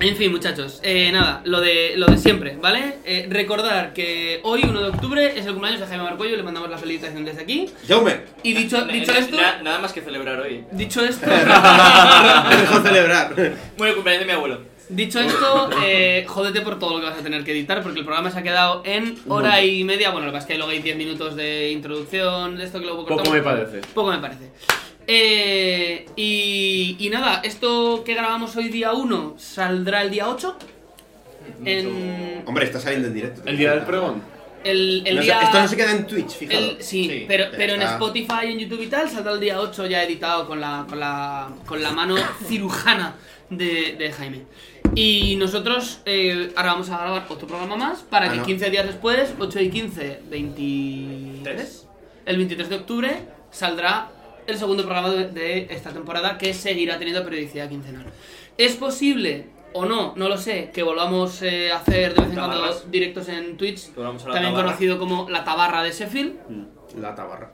Speaker 1: En fin, muchachos, eh, nada, lo de, lo de siempre, ¿vale? Eh, recordar que hoy, 1 de octubre, es el cumpleaños de Jaime Marcuello, le mandamos la felicitación desde aquí.
Speaker 5: ¡Jaume!
Speaker 1: Y dicho,
Speaker 3: Na-
Speaker 1: dicho
Speaker 3: na-
Speaker 1: esto,
Speaker 3: na- nada más que celebrar hoy.
Speaker 1: dicho esto,
Speaker 5: Me dejó celebrar.
Speaker 3: Bueno, el cumpleaños de mi abuelo.
Speaker 1: dicho esto, eh, jódete por todo lo que vas a tener que editar, porque el programa se ha quedado en hora y media. Bueno, lo que pasa es que luego hay 10 minutos de introducción, de esto que luego cortamos.
Speaker 4: Poco me parece.
Speaker 1: Poco me parece. Eh, y, y nada, esto que grabamos hoy día 1 saldrá el día 8. En
Speaker 5: Hombre, está saliendo en directo.
Speaker 4: El día del pregón.
Speaker 1: el, el
Speaker 5: No sé,
Speaker 1: día.
Speaker 5: Esto no se queda en Twitch, fíjate.
Speaker 1: el- sí,
Speaker 3: Sí,
Speaker 1: pero,
Speaker 5: ya
Speaker 1: pero en
Speaker 5: está.
Speaker 1: Spotify, en YouTube y tal, saldrá el día 8 ya editado con la, con la, con la mano cirujana de, de Jaime. Y nosotros eh, ahora vamos a grabar otro programa más para
Speaker 5: Ah,
Speaker 1: que
Speaker 5: no.
Speaker 1: 15 días después, 8 y 15, 23, el 23 de octubre, saldrá el segundo programa de, de esta temporada que seguirá teniendo periodicidad quincenal. Es posible o no, no lo sé, que volvamos eh, a hacer de vez en cuando
Speaker 3: Tabarras.
Speaker 1: directos en Twitch,
Speaker 3: Que volvamos Pues a la
Speaker 1: también
Speaker 3: tabarra.
Speaker 1: conocido como la tabarra de Sheffield
Speaker 5: La tabarra.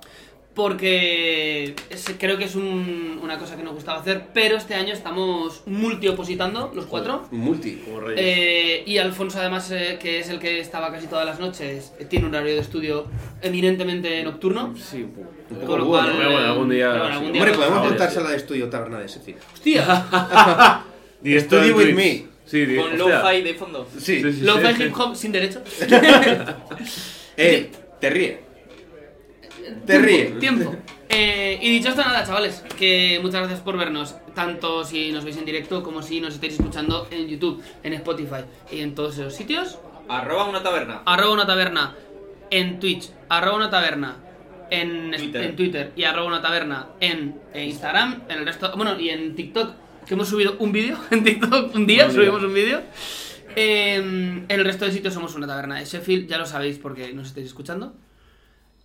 Speaker 1: porque es- creo que es un- una cosa que nos gustaba hacer, pero este año estamos multiopositando los cuatro.
Speaker 5: Multi.
Speaker 4: Como reyes.
Speaker 1: Eh, y Alfonso, además, eh, que es el que estaba casi todas las noches, eh, tiene un horario de estudio eminentemente nocturno.
Speaker 4: Sí, un poco. Un
Speaker 1: con
Speaker 4: poco
Speaker 1: lo
Speaker 4: rudo,
Speaker 1: cual,
Speaker 4: pero bueno, algún día.
Speaker 1: pero bueno, algún día
Speaker 5: Hombre,
Speaker 1: no-
Speaker 5: podemos
Speaker 4: Ahora
Speaker 5: montarse
Speaker 4: sí.
Speaker 5: la de estudio taberna de Sefira.
Speaker 1: ¡Hostia!
Speaker 4: Directo
Speaker 5: Study
Speaker 4: en
Speaker 5: with
Speaker 4: Twitch.
Speaker 5: me.
Speaker 4: Sí, di-
Speaker 3: Con
Speaker 4: hostia.
Speaker 3: lo-fi de fondo.
Speaker 5: Sí.
Speaker 4: Sí, sí,
Speaker 1: Lo
Speaker 4: sí.
Speaker 1: hip hop sin derecho.
Speaker 5: Eh, te ríe. Te ríe.
Speaker 1: Tiempo. Eh, y dicho esto, nada, chavales, que muchas gracias por vernos, tanto si nos veis en directo como si nos estáis escuchando en YouTube, en Spotify y en todos esos sitios.
Speaker 3: Arroba una taberna.
Speaker 1: arroba una taberna en Twitch, arroba una taberna en en Twitter,
Speaker 3: Twitter.
Speaker 1: y arroba una taberna en eh, Instagram, en el resto, bueno, y en TikTok, que hemos subido un vídeo en TikTok, un día
Speaker 4: Un vídeo.
Speaker 1: subimos un vídeo. Eh, en el resto de sitios somos una taberna de Sheffield, ya lo sabéis porque nos estáis escuchando.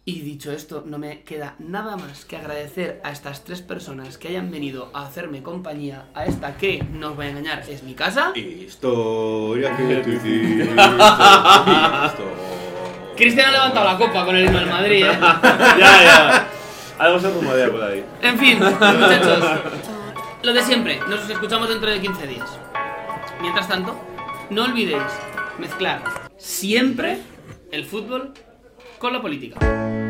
Speaker 1: Y dicho esto, no me queda nada más que agradecer a estas tres personas que hayan venido a hacerme compañía, a esta que, no os voy a engañar, es mi casa.
Speaker 5: Historia que tú hiciste. Historia.
Speaker 1: Cristian ha levantado la copa con el himno del Madrid, ¿eh?
Speaker 4: ya, ya. Algo se rumorea por ahí.
Speaker 1: En fin, muchachos, lo de siempre, nos escuchamos dentro de 15 días. Mientras tanto, no olvidéis mezclar siempre el fútbol con la política.